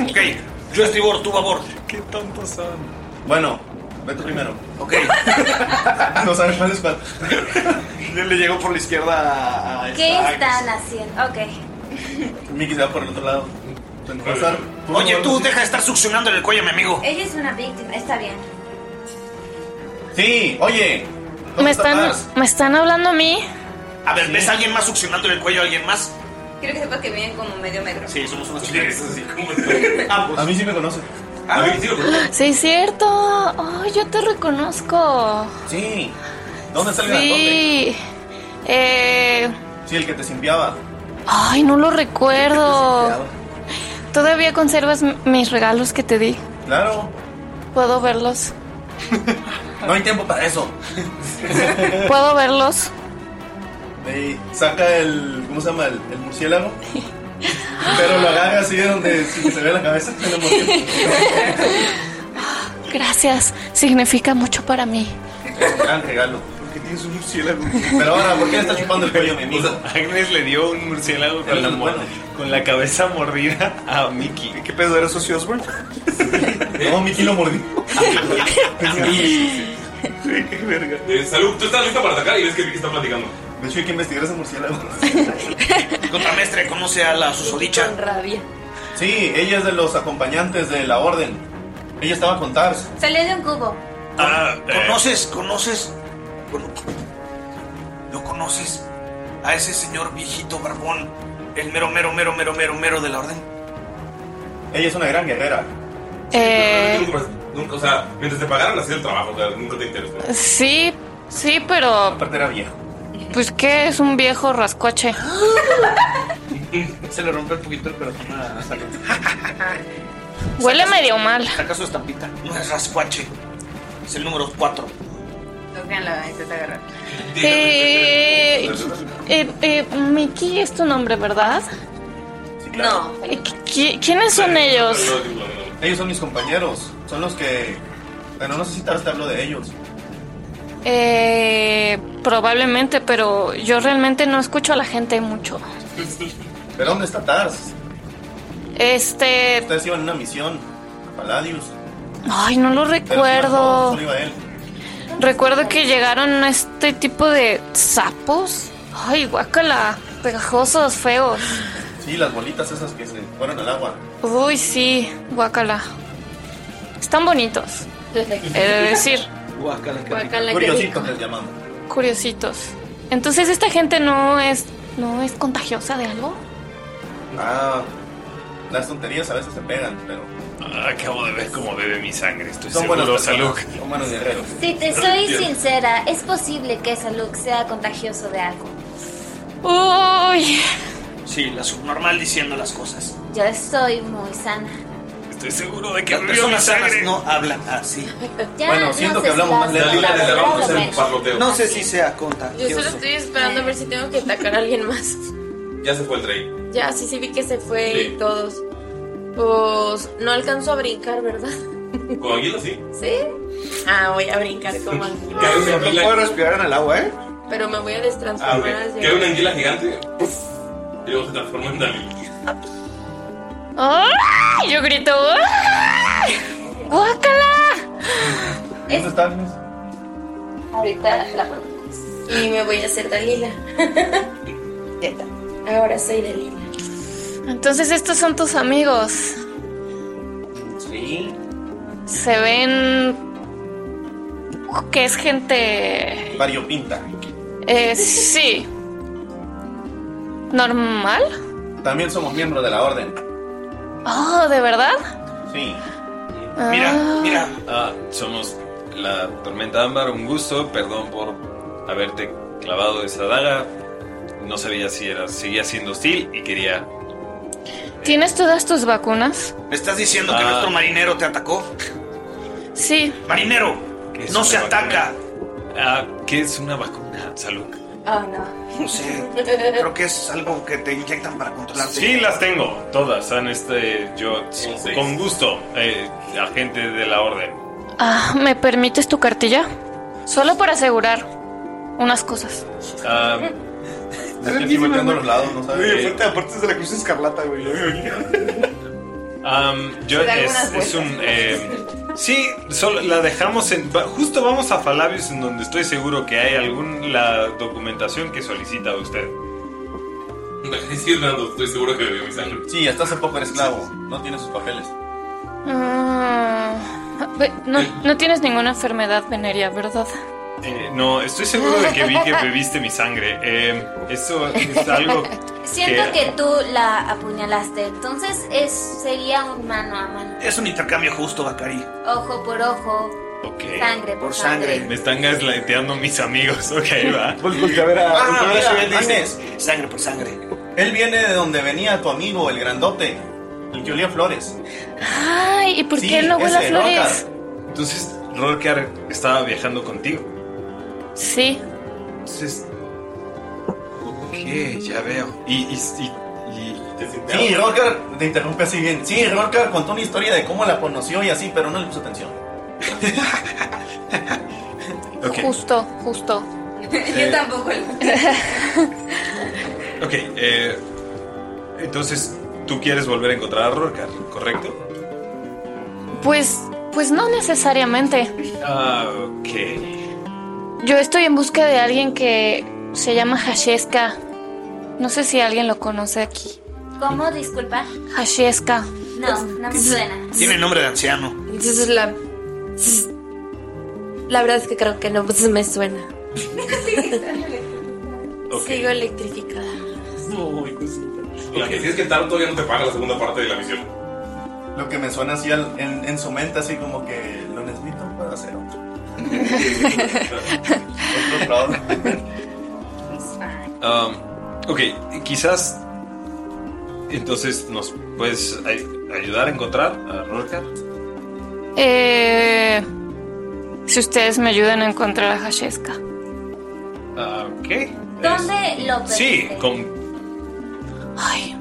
[SPEAKER 3] Ok, yo estribor, tú babor.
[SPEAKER 4] Qué tontos son.
[SPEAKER 5] Bueno, vete primero.
[SPEAKER 3] Ok.
[SPEAKER 5] no sabes cuál es cuál.
[SPEAKER 3] le, le llegó por la izquierda a, a
[SPEAKER 8] ¿Qué
[SPEAKER 3] esta-
[SPEAKER 8] están haciendo? Ok.
[SPEAKER 5] Mickey se va por el otro lado. Se nos va a usar.
[SPEAKER 3] Oye, tú deja de estar succionando en el cuello, mi amigo.
[SPEAKER 8] Ella es una víctima, está bien.
[SPEAKER 5] Sí, oye.
[SPEAKER 11] ¿Me
[SPEAKER 8] Ah.
[SPEAKER 11] están, ¿Me están hablando a mí?
[SPEAKER 3] A ver, ¿ves a alguien más succionando en el cuello a alguien más?
[SPEAKER 2] Quiero que sepas que vienen como medio metro.
[SPEAKER 3] Sí, Ah, somos unos
[SPEAKER 1] chicas. así como.
[SPEAKER 5] A mí sí me conoce.
[SPEAKER 1] A mí sí
[SPEAKER 11] Sí, es cierto. Oh, yo te reconozco.
[SPEAKER 5] Sí. ¿Dónde está el grandote?
[SPEAKER 11] Sí. Eh,
[SPEAKER 5] Sí, el que te simpiaba.
[SPEAKER 11] ay, no lo recuerdo. Todavía conservas m- mis regalos que te di.
[SPEAKER 5] Claro.
[SPEAKER 11] ¿Puedo verlos?
[SPEAKER 5] No hay tiempo para eso.
[SPEAKER 11] ¿Puedo verlos?
[SPEAKER 5] Ey, saca el. ¿Cómo se llama? El, el murciélago. Pero lo agarra así de donde sin que se ve la cabeza. se lo mordió.
[SPEAKER 11] Gracias. Significa mucho para mí.
[SPEAKER 5] Es un gran Ah, regalo. ¿Por qué tienes un murciélago? Pero ahora, ¿por qué le estás chupando el cuello a mi amigo?
[SPEAKER 4] Agnes le dio un murciélago con
[SPEAKER 5] Pero
[SPEAKER 4] la,
[SPEAKER 5] es
[SPEAKER 4] mo-
[SPEAKER 5] bueno.
[SPEAKER 4] con la cabeza mordida a Mickey.
[SPEAKER 3] ¿Qué pedo era socio Osborne?
[SPEAKER 5] No, Mickey lo mordió.
[SPEAKER 1] Qué verga. Eh, salud, tú estás lista para atacar y ves que Vicky está platicando.
[SPEAKER 5] De hecho, hay que investigar ese murciélago.
[SPEAKER 3] Contramestre, conoce a la susodicha.
[SPEAKER 2] Rabia.
[SPEAKER 5] Sí, ella es de los acompañantes de la orden. Ella estaba con Tars.
[SPEAKER 8] Salió de un cubo.
[SPEAKER 3] ah, ¿Conoces, conoces? Bueno, ¿No conoces a ese señor viejito barbón? El mero, mero, mero, mero, mero, mero de la orden.
[SPEAKER 5] Ella es una gran guerrera.
[SPEAKER 11] Eh,
[SPEAKER 1] Nunca, nunca- o sea, mientras te pagaran hacías el trabajo, o sea, nunca te interesó.
[SPEAKER 11] sí, sí, pero...
[SPEAKER 5] Aparte era vieja.
[SPEAKER 11] Pues qué es un viejo rascoche.
[SPEAKER 3] Se le rompe un poquito el corazón a Salud.
[SPEAKER 11] Huele medio mal.
[SPEAKER 3] Saca su estampita. No es rascuache. Es el número 4.
[SPEAKER 2] Tóquenla, ahí se te agarra.
[SPEAKER 11] Eh, eh, eh, Mickey es tu nombre, ¿verdad?
[SPEAKER 5] claro.
[SPEAKER 11] No. ¿Quiénes son ellos?
[SPEAKER 5] Ellos son mis compañeros. Son los que. Bueno, no sé si Tars te habló de ellos.
[SPEAKER 11] Eh, probablemente, pero yo realmente no escucho a la gente mucho.
[SPEAKER 5] ¿Pero dónde está Tars?
[SPEAKER 11] Este,
[SPEAKER 5] Ustedes iban en una misión a Palladius.
[SPEAKER 11] Ay, no lo recuerdo. Recuerdo que llegaron este tipo de sapos. Ay, guácala. Pegajosos, feos.
[SPEAKER 5] Sí, las bolitas esas que se fueron al agua.
[SPEAKER 11] Uy, sí, guácala. Están bonitos. He de decir,
[SPEAKER 5] Guacala,
[SPEAKER 11] rico. Guácala, qué
[SPEAKER 5] Curiositos
[SPEAKER 11] rico.
[SPEAKER 5] les llamamos.
[SPEAKER 11] curiositos. Entonces, ¿esta gente no es, no es contagiosa de algo?
[SPEAKER 5] Ah, las tonterías a veces se pegan, pero.
[SPEAKER 4] Ah, Acabo de ver cómo bebe mi sangre. Estoy
[SPEAKER 5] Son buenas
[SPEAKER 4] seguro,
[SPEAKER 5] personas,
[SPEAKER 4] salud.
[SPEAKER 5] son buenos guerreros.
[SPEAKER 8] Si te soy sincera, es posible que esa look sea contagioso de algo.
[SPEAKER 11] Uy.
[SPEAKER 10] Sí, la subnormal diciendo las cosas.
[SPEAKER 8] Yo estoy muy sana.
[SPEAKER 4] Estoy seguro de
[SPEAKER 10] que
[SPEAKER 4] bebió
[SPEAKER 10] personas
[SPEAKER 4] mi
[SPEAKER 10] sanas
[SPEAKER 4] sangre.
[SPEAKER 10] no hablan así.
[SPEAKER 8] Ya no se las- las- las-
[SPEAKER 3] No sé si sea
[SPEAKER 6] Yo solo
[SPEAKER 3] contagioso.
[SPEAKER 6] estoy esperando a ver si tengo que atacar a alguien más.
[SPEAKER 1] Ya se fue el trade.
[SPEAKER 6] Ya, sí, sí vi que se fue
[SPEAKER 1] Sí.
[SPEAKER 6] y todos. Pues no alcanzó a brincar, ¿verdad?
[SPEAKER 1] Con Aguila sí.
[SPEAKER 6] ¿Sí? Ah, voy a brincar como
[SPEAKER 1] Que hay una
[SPEAKER 3] No puedo respirar en el agua, ¿eh?
[SPEAKER 6] Pero me voy a
[SPEAKER 1] Ah, ok.
[SPEAKER 6] destransformar. así.
[SPEAKER 1] Que hay una anguila gigante. Y luego se transforma en Dalí.
[SPEAKER 11] ¡Ay! Yo grito. ¡Ay! ¡Guácala!
[SPEAKER 5] ¿Dónde están?
[SPEAKER 6] Ahorita la Y me voy a hacer Dalila. Ya está. Ahora soy Dalila.
[SPEAKER 11] Entonces, estos son tus amigos.
[SPEAKER 10] Sí.
[SPEAKER 11] Se ven. que es gente.
[SPEAKER 5] Variopinta.
[SPEAKER 11] eh, sí. ¿Normal?
[SPEAKER 5] También somos miembros de la orden.
[SPEAKER 11] Oh, ¿de verdad?
[SPEAKER 5] Sí.
[SPEAKER 4] Mira,
[SPEAKER 11] Ah.
[SPEAKER 4] mira. Ah, somos la tormenta ámbar, un gusto. Perdón por haberte clavado esa daga. No sabía si era, seguía siendo hostil y quería.
[SPEAKER 11] ¿Tienes todas tus vacunas?
[SPEAKER 10] ¿Me estás diciendo que
[SPEAKER 4] Ah.
[SPEAKER 10] nuestro marinero te atacó?
[SPEAKER 11] Sí.
[SPEAKER 10] ¡Marinero! ¡No se ataca!
[SPEAKER 4] Ah, ¿qué es una vacuna? Salud.
[SPEAKER 8] Ah,
[SPEAKER 6] Oh, no.
[SPEAKER 10] No sé. Creo que es algo que te inyectan para controlarte.
[SPEAKER 4] Sí, las tengo, todas. Han este, yo, con gusto, eh, agente de la orden.
[SPEAKER 11] Ah, ¿me permites tu cartilla? Solo para asegurar unas cosas.
[SPEAKER 4] Ah,
[SPEAKER 5] Estoy volteando a los lados, no sabes.
[SPEAKER 4] Oye, aparte-
[SPEAKER 5] es de la cruz escarlata, güey.
[SPEAKER 4] am, yo
[SPEAKER 5] Se da
[SPEAKER 4] es,
[SPEAKER 5] algunas
[SPEAKER 4] es un. eh, sí, solo la dejamos en. va- Justo vamos a Falabios, en donde estoy seguro que hay algún la documentación que solicita usted.
[SPEAKER 1] Sí, Hernando, estoy seguro que bebió mi sangre.
[SPEAKER 5] Sí, hasta hace poco era esclavo. No tiene sus papeles.
[SPEAKER 11] Ah, ve- no,
[SPEAKER 5] Eh.
[SPEAKER 11] no tienes ninguna enfermedad venerea, ¿verdad?
[SPEAKER 4] Eh, no, estoy seguro de que vi que bebiste mi sangre. Eh, eso es algo.
[SPEAKER 8] Siento que tú la apuñalaste, entonces es, sería un mano a mano.
[SPEAKER 10] Es un intercambio justo, Bacari.
[SPEAKER 8] Ojo por ojo,
[SPEAKER 4] Ok.
[SPEAKER 8] sangre por,
[SPEAKER 4] Me están gaslighteando mis amigos. Ok, va.
[SPEAKER 5] voltea Pues, a ver a-
[SPEAKER 10] Ah,
[SPEAKER 5] voltea a ver a
[SPEAKER 10] mira,
[SPEAKER 5] Sibel, dice,
[SPEAKER 10] Sangre por sangre.
[SPEAKER 5] Él viene de donde venía tu amigo, el grandote. El que olía flores.
[SPEAKER 11] Ay, ¿y por
[SPEAKER 5] Sí,
[SPEAKER 11] qué no huele a
[SPEAKER 5] ese,
[SPEAKER 11] flores?
[SPEAKER 4] Entonces, Rorcar estaba viajando contigo.
[SPEAKER 11] Sí.
[SPEAKER 4] Entonces. Ok, ya veo. Y. y, y, y-
[SPEAKER 5] Sí, Rocker, te interrumpe así bien. Sí, Rocker contó una historia de cómo la conoció y así, pero no le puso atención.
[SPEAKER 11] Justo, justo.
[SPEAKER 2] Yo tampoco.
[SPEAKER 4] Ok, eh, entonces tú quieres volver a encontrar a Rorcar, ¿correcto?
[SPEAKER 11] Pues, pues no necesariamente.
[SPEAKER 4] Ah, ok.
[SPEAKER 11] Yo estoy en busca de alguien que se llama Hasheska. No sé si alguien lo conoce aquí.
[SPEAKER 8] ¿Cómo? Disculpa.
[SPEAKER 11] Hasheska.
[SPEAKER 8] No, no me suena.
[SPEAKER 10] Tiene nombre de anciano.
[SPEAKER 6] Entonces la. La verdad es que creo que no, pues me suena. Sigo electrificada.
[SPEAKER 1] La que sí es que Taro todavía no te paga la segunda parte de la misión.
[SPEAKER 5] Lo que me suena así al- en, en su mente, así como que lo necesito para hacer otro. Otro fraude.
[SPEAKER 4] Um, ok, quizás. Entonces, ¿nos puedes ay- ayudar a encontrar a Rorcar?
[SPEAKER 11] Eh, si ustedes me ayudan a encontrar a Hasheska.
[SPEAKER 4] Ah, ok.
[SPEAKER 8] ¿Dónde lo
[SPEAKER 4] Sí,
[SPEAKER 8] perdiste?
[SPEAKER 4] con.
[SPEAKER 11] Ay,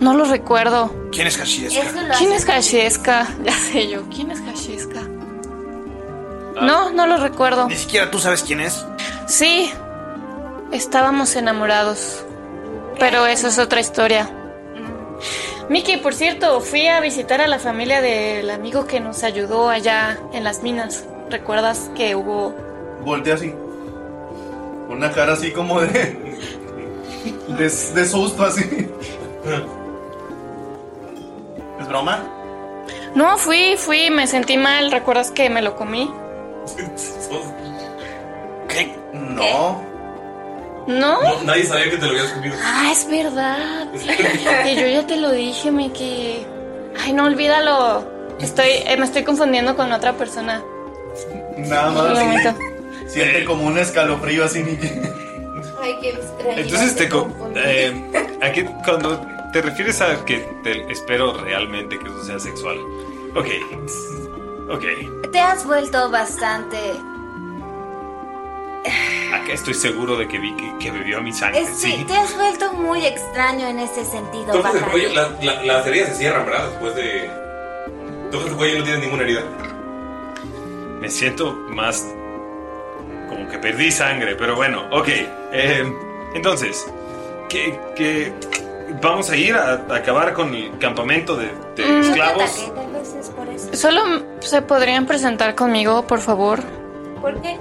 [SPEAKER 11] no lo recuerdo.
[SPEAKER 10] ¿Quién es Hashiesca?
[SPEAKER 11] ¿Quién es Hasheska? Ya sé yo. ¿Quién es Hasheska? No, no lo recuerdo.
[SPEAKER 10] Ni siquiera tú sabes quién es.
[SPEAKER 11] Sí, estábamos enamorados. Pero eso es otra historia. Miki, por cierto, fui a visitar a la familia del amigo que nos ayudó allá en las minas. ¿Recuerdas que hubo
[SPEAKER 5] Voltea así. Con una cara así como de. de, de susto así. ¿Es broma?
[SPEAKER 11] No, fui, fui, me sentí mal. ¿Recuerdas que me lo comí?
[SPEAKER 5] ¿Qué? No.
[SPEAKER 11] ¿No?
[SPEAKER 1] No, nadie sabía que te lo habías comido.
[SPEAKER 11] Ah, es verdad. Y yo ya te lo dije, Miki. Ay, no, olvídalo. Estoy, eh, me estoy confundiendo con otra persona.
[SPEAKER 5] Nada
[SPEAKER 11] Lo
[SPEAKER 5] más.
[SPEAKER 11] lamento.
[SPEAKER 5] así. Siente como un escalofrío así, Niki.
[SPEAKER 6] Ay, qué extraño.
[SPEAKER 4] Entonces, te, co- eh, aquí, cuando te refieres a que te- espero realmente que eso sea sexual. Ok. Ok.
[SPEAKER 8] Te has vuelto bastante.
[SPEAKER 4] Acá estoy seguro de que vi que, que bebió mi sangre.
[SPEAKER 8] es-
[SPEAKER 4] Sí.
[SPEAKER 8] Te has vuelto muy extraño en ese sentido,
[SPEAKER 1] Tocas el
[SPEAKER 8] Bacari.
[SPEAKER 1] cuello, la- la- las heridas se cierran, ¿verdad? Después de. Tocas el cuello y no tienes ninguna herida.
[SPEAKER 4] Me siento más como que perdí sangre, pero bueno, ok. eh, entonces, ¿qué, qué- vamos a ir a, a acabar con el campamento de, de
[SPEAKER 11] Mm.
[SPEAKER 4] esclavos?
[SPEAKER 8] Tal vez es por eso.
[SPEAKER 11] Solo se podrían presentar conmigo, por favor.
[SPEAKER 8] ¿Por qué?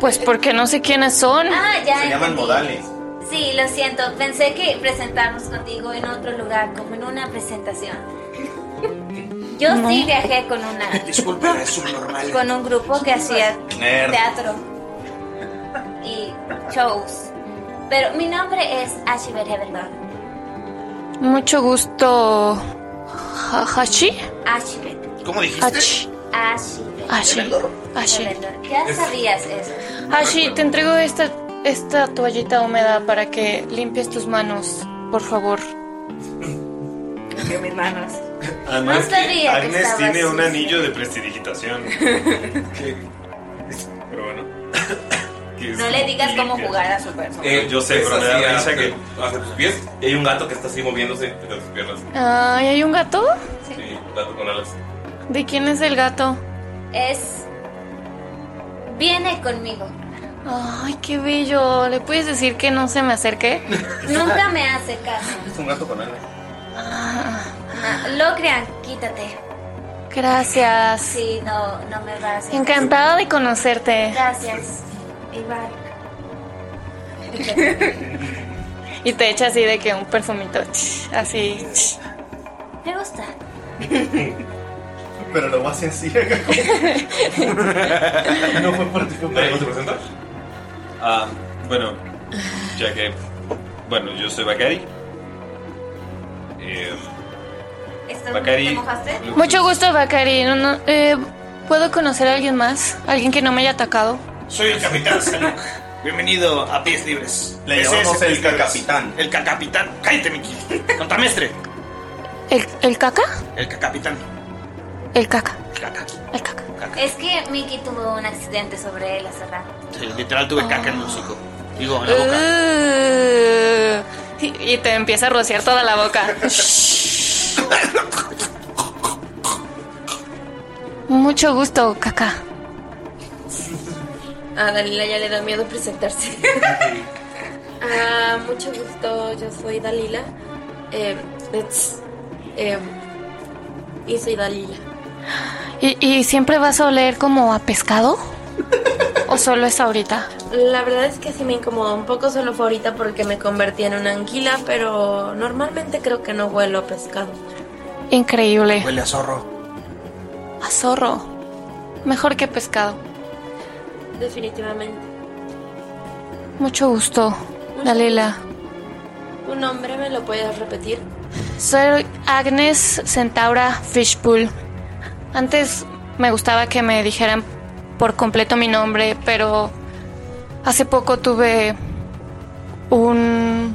[SPEAKER 11] Pues porque no sé quiénes son.
[SPEAKER 8] Ah, ya Se llaman entendí.
[SPEAKER 5] modales.
[SPEAKER 8] Sí, lo siento. Pensé que presentarnos contigo en otro lugar, como en una presentación. Yo
[SPEAKER 3] No.
[SPEAKER 8] sí viajé con una
[SPEAKER 3] Disculpen, es subnormal.
[SPEAKER 8] con un grupo que hacía
[SPEAKER 3] Nerd.
[SPEAKER 8] teatro y shows. Pero mi nombre es Ashiver Heberlon.
[SPEAKER 11] Mucho gusto. Ha- ¿Hashi?
[SPEAKER 8] Ashiver.
[SPEAKER 3] ¿Cómo
[SPEAKER 11] Hashi.
[SPEAKER 8] Ashiver.
[SPEAKER 11] Hashi. Hashi.
[SPEAKER 8] Heberlon. Ya sabías eso.
[SPEAKER 11] Hashi, te entrego esta, esta toallita húmeda para que limpies tus manos, por favor.
[SPEAKER 2] Limpio mis manos.
[SPEAKER 4] Además,
[SPEAKER 11] No sabía que
[SPEAKER 4] Agnes
[SPEAKER 11] estaba
[SPEAKER 4] tiene un
[SPEAKER 11] así.
[SPEAKER 4] anillo de prestidigitación. Que- pero bueno. que es
[SPEAKER 2] No le digas cómo
[SPEAKER 4] limpia.
[SPEAKER 2] jugar a su persona.
[SPEAKER 1] Eh, yo sé,
[SPEAKER 4] Es
[SPEAKER 1] pero me da
[SPEAKER 4] así,
[SPEAKER 1] risa
[SPEAKER 4] hace-
[SPEAKER 1] que hace tus pies y hay un gato que está así moviéndose entre tus piernas.
[SPEAKER 11] Ay, ¿hay un gato?
[SPEAKER 1] Sí, un gato con alas.
[SPEAKER 11] ¿De quién es el gato?
[SPEAKER 8] Es. Viene conmigo.
[SPEAKER 11] Ay, qué bello. ¿Le puedes decir que no se me acerque?
[SPEAKER 8] Nunca me hace caso.
[SPEAKER 5] Es un gato con alas.
[SPEAKER 8] Ah, Locrian, quítate.
[SPEAKER 11] Gracias.
[SPEAKER 8] Sí, no, no me va a hacer
[SPEAKER 11] Encantada de conocerte.
[SPEAKER 8] Gracias. Igual.
[SPEAKER 11] Y te echa así de que un perfumito, ch, así. ch.
[SPEAKER 8] Me gusta.
[SPEAKER 5] Pero lo hace así. no fue por ti, fue por
[SPEAKER 4] ¿Nadie se presenta? Ah, bueno, ya que. Bueno, yo soy Bakari. Eh, Bakari.
[SPEAKER 11] Mucho gusto, Bacari. No, no, eh, ¿Puedo conocer a alguien más? ¿Alguien que no me haya atacado?
[SPEAKER 10] Soy el capitán Sanuk. Bienvenido a Pies Libres.
[SPEAKER 5] Le
[SPEAKER 10] Ese
[SPEAKER 5] llamamos
[SPEAKER 10] es el
[SPEAKER 5] el
[SPEAKER 10] cacapitán. El cacapitán. Cállate, Miki. Contamestre.
[SPEAKER 11] ¿El, el caca?
[SPEAKER 10] El cacapitán.
[SPEAKER 11] El caca.
[SPEAKER 10] Caca.
[SPEAKER 11] El caca.
[SPEAKER 8] Es que Mickey tuvo un accidente sobre él hace rato.
[SPEAKER 10] Sí, literal tuve caca en el hocico. Digo, en la boca.
[SPEAKER 11] Uh, y, y te empieza a rociar toda la boca. Mucho gusto, caca.
[SPEAKER 6] A Dalila ya le da miedo presentarse. ah, mucho gusto, yo soy Dalila. Eh, it's- eh, y soy Dalila.
[SPEAKER 11] ¿Y, y siempre vas a oler como a pescado? ¿O solo es ahorita?
[SPEAKER 6] La verdad es que sí me incomodó un poco, solo fue ahorita porque me convertí en una anguila, pero normalmente creo que no huelo a pescado.
[SPEAKER 11] Increíble.
[SPEAKER 10] Huele a zorro.
[SPEAKER 11] A zorro. Mejor que pescado.
[SPEAKER 6] Definitivamente.
[SPEAKER 11] Mucho gusto, Dalila.
[SPEAKER 6] ¿Tu nombre me lo puedes repetir?
[SPEAKER 11] Soy Agnes Centaura Fishpool. Antes me gustaba que me dijeran por completo mi nombre, pero hace poco tuve un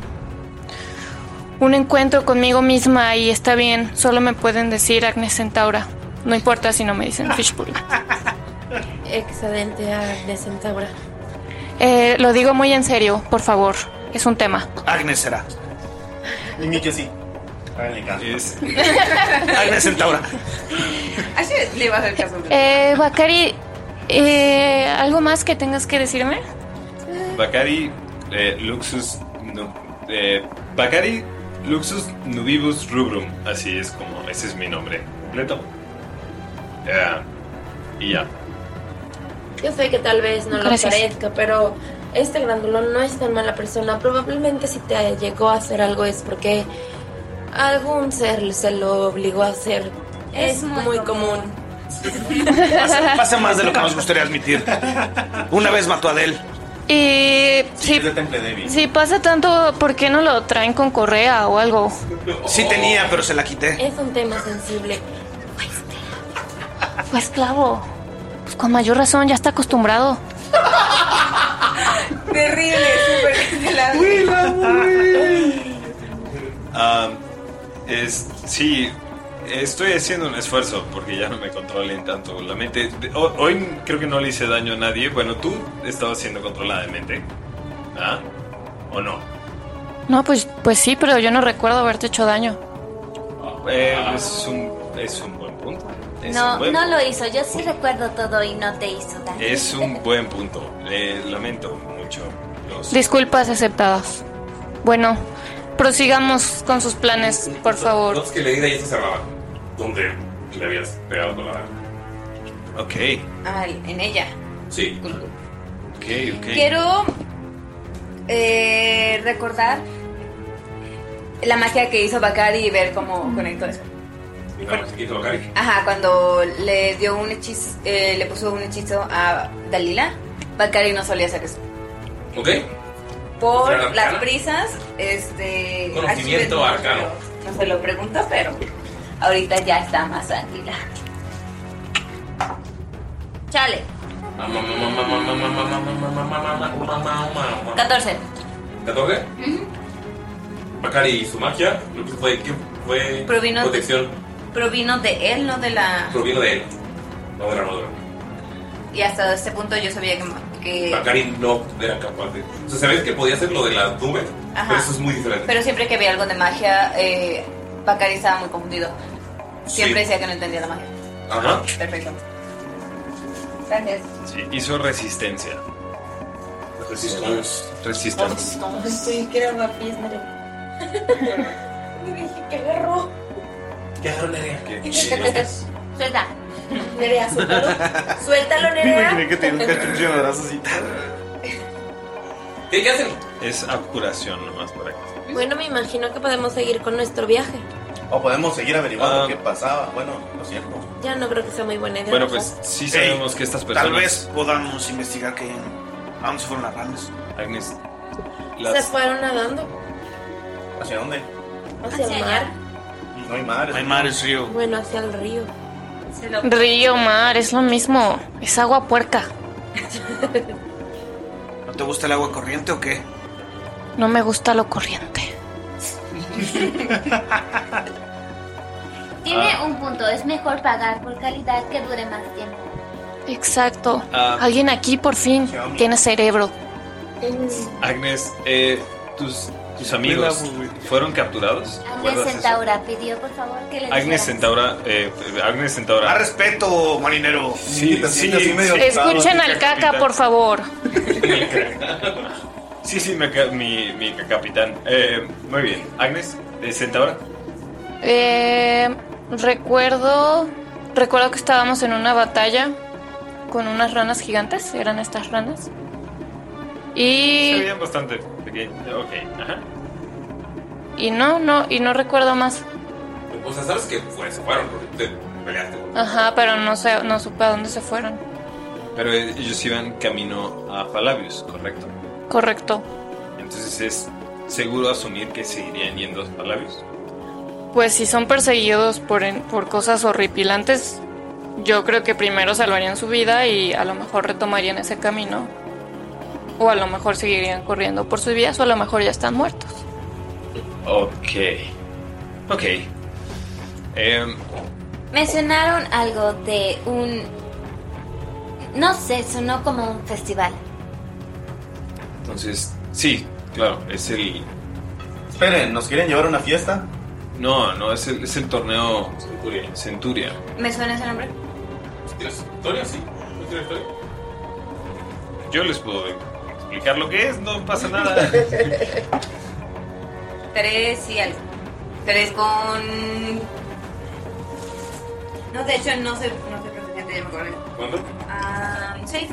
[SPEAKER 11] un encuentro conmigo misma y está bien, solo me pueden decir Agnes Centaura. No importa si no me dicen Fishpool.
[SPEAKER 6] Excedente Agnes Centaura.
[SPEAKER 11] Eh, lo digo muy en serio, por favor. Es un tema.
[SPEAKER 10] Agnes será.
[SPEAKER 5] Y Miki así.
[SPEAKER 10] Agnes Centaura.
[SPEAKER 2] Así le vas a hacer caso.
[SPEAKER 11] Eh, Bakari, eh, ¿algo más que tengas que decirme?
[SPEAKER 4] Bakari, eh, Luxus. No, eh, Bakari, Luxus Nubibus Rubrum. Así es como, ese es mi nombre completo. Eh, y ya.
[SPEAKER 6] Yo sé que tal vez no lo
[SPEAKER 11] Gracias.
[SPEAKER 6] parezca, pero este grandulón no es tan mala persona. Probablemente si te llegó a hacer algo es porque algún ser se lo obligó a hacer. Es, muy, común.
[SPEAKER 10] Pasa, pasa más de lo que nos gustaría admitir. Una vez mató a Adel.
[SPEAKER 11] Y si,
[SPEAKER 10] de temple débil.
[SPEAKER 11] si pasa tanto, ¿por qué no lo traen con correa o algo?
[SPEAKER 10] Sí tenía, pero se la quité.
[SPEAKER 6] Es un tema sensible.
[SPEAKER 11] Fue esclavo. Pues con mayor razón, ya está acostumbrado.
[SPEAKER 2] Terrible, súper cancelado.
[SPEAKER 4] Ah, es, sí, estoy haciendo un esfuerzo porque ya no me controlen tanto la mente. De- ho- hoy creo que no le hice daño a nadie. Bueno, tú estabas siendo controlada de mente. ¿Ah? ¿O no?
[SPEAKER 11] No, pues, pues sí, pero yo no recuerdo haberte hecho daño.
[SPEAKER 4] Eh, es, un, es un buen punto. Es un
[SPEAKER 8] No,
[SPEAKER 4] buen
[SPEAKER 8] no lo hizo. Yo sí recuerdo todo y no te hizo daño.
[SPEAKER 4] Es un buen punto. Le lamento mucho. Los...
[SPEAKER 11] Disculpas aceptadas. Bueno, prosigamos con sus planes, por favor.
[SPEAKER 1] Notas que la herida ya está cerrada. Donde le habías pegado con la.
[SPEAKER 4] Ok.
[SPEAKER 2] Ah, en ella.
[SPEAKER 4] Sí. Ok, ok.
[SPEAKER 2] Quiero eh, recordar la magia que hizo Bakari y ver cómo conectó eso. Ajá, cuando le dio un hechizo, eh, le puso un hechizo a Dalila, Bakari no solía hacer eso.
[SPEAKER 1] Ok.
[SPEAKER 2] Por
[SPEAKER 1] ¿Era
[SPEAKER 2] las
[SPEAKER 1] arcana?
[SPEAKER 2] prisas, este.
[SPEAKER 1] Conocimiento
[SPEAKER 2] Archibald
[SPEAKER 1] arcano.
[SPEAKER 2] No se lo pregunto, pero ahorita ya está más tranquila.
[SPEAKER 8] Chale, 14.
[SPEAKER 1] 14. Bakari y su magia. Lo que fue, que fue
[SPEAKER 2] Provino-
[SPEAKER 1] protección.
[SPEAKER 2] Provino de él, no de la.
[SPEAKER 1] Provino de él. No de la armadura.
[SPEAKER 2] Y hasta este punto yo sabía que. que-
[SPEAKER 1] Bakari no era capaz de. O sea, sabes que podía hacer lo de las nubes.
[SPEAKER 2] Ajá.
[SPEAKER 1] Pero eso es muy diferente.
[SPEAKER 2] Pero siempre que veía algo de magia, eh, Bakari estaba muy confundido. Siempre
[SPEAKER 4] Sí.
[SPEAKER 2] decía que no entendía la magia.
[SPEAKER 4] Ajá.
[SPEAKER 2] Perfecto. Gracias.
[SPEAKER 4] Sí, hizo resistencia.
[SPEAKER 1] Resistance.
[SPEAKER 4] Resistance.
[SPEAKER 6] Sí, que era rapis, Me dije que agarró.
[SPEAKER 4] ¿Qué agarró Nerea? ¿Qué?
[SPEAKER 6] Suelta. Nerea, suéltalo. Suéltalo, Nerea.
[SPEAKER 4] que tiene un castillo de brazos y ¿Qué hacen? Es abjuración nomás por aquí.
[SPEAKER 6] Bueno, me imagino que podemos seguir con nuestro viaje.
[SPEAKER 5] O podemos seguir averiguando qué pasaba. Bueno, lo cierto.
[SPEAKER 6] Ya no creo que sea muy buena idea.
[SPEAKER 5] pues,
[SPEAKER 4] sí sabemos que estas
[SPEAKER 10] Tal
[SPEAKER 4] personas-
[SPEAKER 10] vez podamos investigar que ambos fueron a Randes.
[SPEAKER 4] Agnes.
[SPEAKER 6] Se fueron nadando
[SPEAKER 5] ¿Hacia dónde?
[SPEAKER 6] hacia el mar.
[SPEAKER 5] No hay mares. No hay mares, río.
[SPEAKER 6] Bueno, hacia el río.
[SPEAKER 11] Río, mar, es lo mismo. Es agua puerca.
[SPEAKER 10] ¿No te gusta el agua corriente o qué?
[SPEAKER 11] No me gusta lo corriente.
[SPEAKER 8] Tiene
[SPEAKER 11] Ah.
[SPEAKER 8] un punto. Es mejor pagar por calidad que dure más tiempo.
[SPEAKER 11] Exacto.
[SPEAKER 4] Ah.
[SPEAKER 11] Alguien aquí por fin tiene cerebro.
[SPEAKER 4] Agnes, eh, tus, tus amigos fueron capturados.
[SPEAKER 8] Agnes
[SPEAKER 4] ¿Recuerdas eso?
[SPEAKER 8] Centaura pidió, por favor, que le
[SPEAKER 4] Agnes
[SPEAKER 8] dijeran.
[SPEAKER 4] Centaura, eh, Agnes Centaura. Más respeto, marinero. Sí, sí, sí.
[SPEAKER 11] Escuchen al caca, por favor.
[SPEAKER 4] Sí, sí, mi, ca- mi, mi capitán. Eh, muy bien. Agnes, de Centaura.
[SPEAKER 11] Eh, recuerdo, recuerdo que estábamos en una batalla con unas ranas gigantes. Eran estas ranas.
[SPEAKER 4] Se
[SPEAKER 11] Y,
[SPEAKER 4] veían bastante pequeños. Ok, ajá.
[SPEAKER 11] y no, no, y no recuerdo más.
[SPEAKER 1] O sea, sabes que fue, se fueron porque te peleaste.
[SPEAKER 11] Ajá, pero no sé, no supe a dónde se fueron.
[SPEAKER 4] Pero eh, ellos iban camino a Falabius, correcto.
[SPEAKER 11] Correcto.
[SPEAKER 4] Entonces es seguro asumir que seguirían yendo a Falabius.
[SPEAKER 11] Pues si son perseguidos por, en- por cosas horripilantes, yo creo que primero salvarían su vida y a lo mejor retomarían ese camino. O a lo mejor seguirían corriendo por sus vidas o a lo mejor ya están muertos.
[SPEAKER 4] Ok. Ok. Em,
[SPEAKER 8] Mencionaron algo de un. No sé, sonó como un festival.
[SPEAKER 4] entonces, sí, claro, es el.
[SPEAKER 5] Esperen, ¿nos quieren llevar a una fiesta?
[SPEAKER 4] No, no, es el, es el torneo Centuria.
[SPEAKER 2] ¿Me suena ese nombre?
[SPEAKER 4] ¿Tienes historia? Sí. Yo les puedo explicar lo que es, no pasa nada.
[SPEAKER 2] Tres y algo. Ustedes con. No, de hecho, no sé, no sé proficiente, ya me acordé.
[SPEAKER 1] ¿Cuánto?
[SPEAKER 2] Ah, seis.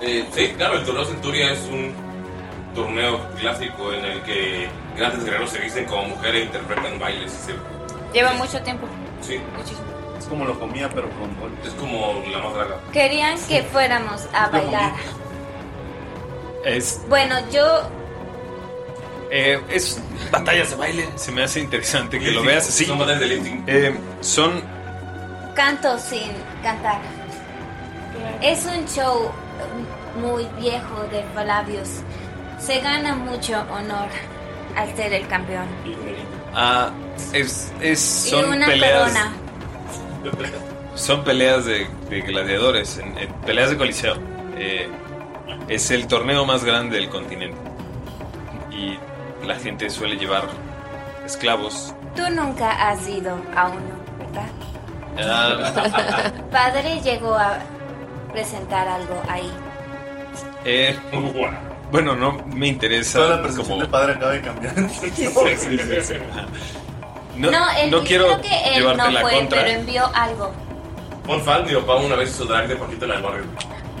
[SPEAKER 1] Eh, sí, claro, el torneo Centuria es un torneo clásico en el que grandes guerreros se visten como mujeres e interpretan bailes. y se-
[SPEAKER 8] Lleva mucho tiempo.
[SPEAKER 1] Sí.
[SPEAKER 5] Es como lo comía, pero con
[SPEAKER 1] Es como la más larga.
[SPEAKER 8] Querían que fuéramos a bailar.
[SPEAKER 4] Es,
[SPEAKER 8] Bueno, yo
[SPEAKER 4] eh, es batallas de baile. Se me hace interesante que lo veas así. Son
[SPEAKER 1] batallas de
[SPEAKER 4] son
[SPEAKER 8] canto sin cantar. Es un show mm, muy viejo de palabios. Se gana mucho honor al ser el campeón.
[SPEAKER 4] ah, es, es- son
[SPEAKER 8] y una
[SPEAKER 4] peleas.
[SPEAKER 8] corona.
[SPEAKER 4] Son peleas de, de gladiadores, en- en peleas de coliseo. Eh, es el torneo más grande del continente. Y la gente suele llevar esclavos.
[SPEAKER 8] Tú nunca has ido a uno, ¿verdad?
[SPEAKER 4] Ah,
[SPEAKER 8] Padre llegó a presentar algo ahí.
[SPEAKER 4] eh, bueno, no me interesa.
[SPEAKER 5] Toda la percepción de padre acaba de cambiar.
[SPEAKER 4] No,
[SPEAKER 8] él-
[SPEAKER 4] no quiero
[SPEAKER 8] creo que él
[SPEAKER 1] llevarte
[SPEAKER 8] no
[SPEAKER 1] la
[SPEAKER 8] fue,
[SPEAKER 1] contra.
[SPEAKER 8] pero envió algo.
[SPEAKER 1] Pon fan, mi papá una vez hizo drag de Paquito en el barrio.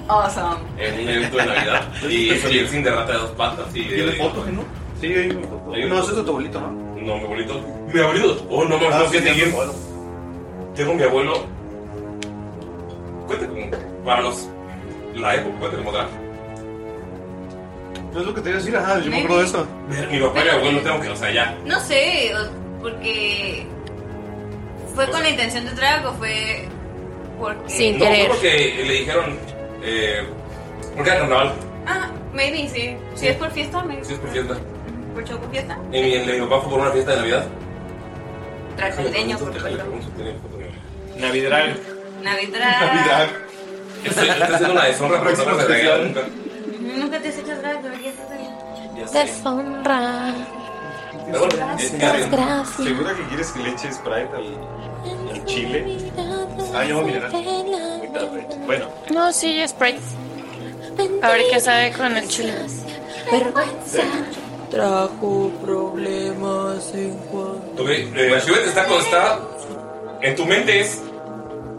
[SPEAKER 8] Awesome.
[SPEAKER 1] En un evento de Navidad. y hizo piercing de rata de dos patas. Y ¿Tiene fotos, no? Sí, hay una foto. no, eso es tu abuelito, ¿no? No, mi abuelito. Mi abuelito. Oh, no, me
[SPEAKER 5] Ah,
[SPEAKER 1] no
[SPEAKER 5] sí,
[SPEAKER 1] sé
[SPEAKER 5] ya
[SPEAKER 1] quién.
[SPEAKER 5] tu abuelo.
[SPEAKER 1] Tengo mi abuelo. Cuenta como para los. La época, cuenta como drag.
[SPEAKER 3] Es lo que te iba a decir, ajá, yo me acuerdo de eso.
[SPEAKER 1] Mi papá y mi abuelo tengo que, o sea, ya.
[SPEAKER 2] No sé, o- porque. ¿Fue con la intención de trago o fue.? Porque...
[SPEAKER 1] no, fue porque le dijeron. Eh, porque era carnaval,
[SPEAKER 2] Ah, maybe, sí. Si es por fiesta, maybe.
[SPEAKER 1] si es por fiesta.
[SPEAKER 2] Por show por fiesta.
[SPEAKER 1] Y mi, el de mi papá fue por una fiesta de Navidad.
[SPEAKER 2] Trascendeño, por
[SPEAKER 1] Déjale,
[SPEAKER 2] supuesto.
[SPEAKER 1] pregunto, tiene foto de-
[SPEAKER 4] Navidad.
[SPEAKER 2] Navidad.
[SPEAKER 1] Estoy, estoy haciendo una deshonra por no haberle regalado nunca.
[SPEAKER 2] Nunca te has hecho drag, deberías hacerlo.
[SPEAKER 1] Ya sé.
[SPEAKER 6] Deshonra.
[SPEAKER 9] ¿Segura que quieres que le eche Sprite al, al chile? Ah, yo voy a mirar. Bueno.
[SPEAKER 11] No, sí, spray. A ver qué sabe con el chile.
[SPEAKER 6] Vergüenza.
[SPEAKER 11] Trajo problemas en Juan.
[SPEAKER 1] Ok, eh, Shivet está constada. En tu mente es.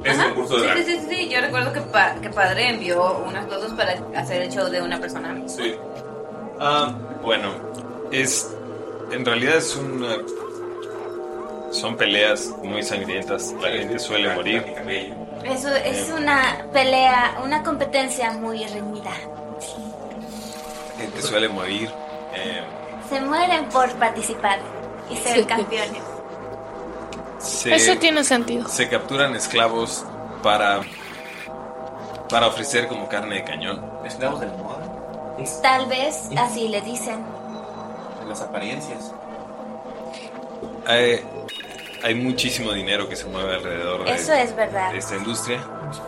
[SPEAKER 1] Es un curso de
[SPEAKER 2] Sí,
[SPEAKER 1] drag.
[SPEAKER 2] sí, sí, sí, sí. Yo recuerdo que, pa- que padre envió unas cosas para hacer el show de una persona.
[SPEAKER 1] Sí.
[SPEAKER 4] Ah, bueno, es. En realidad es una. Son peleas muy sangrientas. La gente suele morir.
[SPEAKER 8] Eso es una pelea, una competencia muy reñida.
[SPEAKER 4] La gente suele morir. Eh,
[SPEAKER 8] Se mueren por participar y ser campeones.
[SPEAKER 4] se,
[SPEAKER 11] Eso tiene sentido.
[SPEAKER 4] se capturan esclavos para. Para ofrecer como carne de cañón.
[SPEAKER 5] Esclavos de la moda,
[SPEAKER 8] Tal vez así le dicen.
[SPEAKER 5] de las apariencias.
[SPEAKER 4] Hay, hay muchísimo dinero que se mueve alrededor de,
[SPEAKER 8] Eso es verdad.
[SPEAKER 4] de esta industria.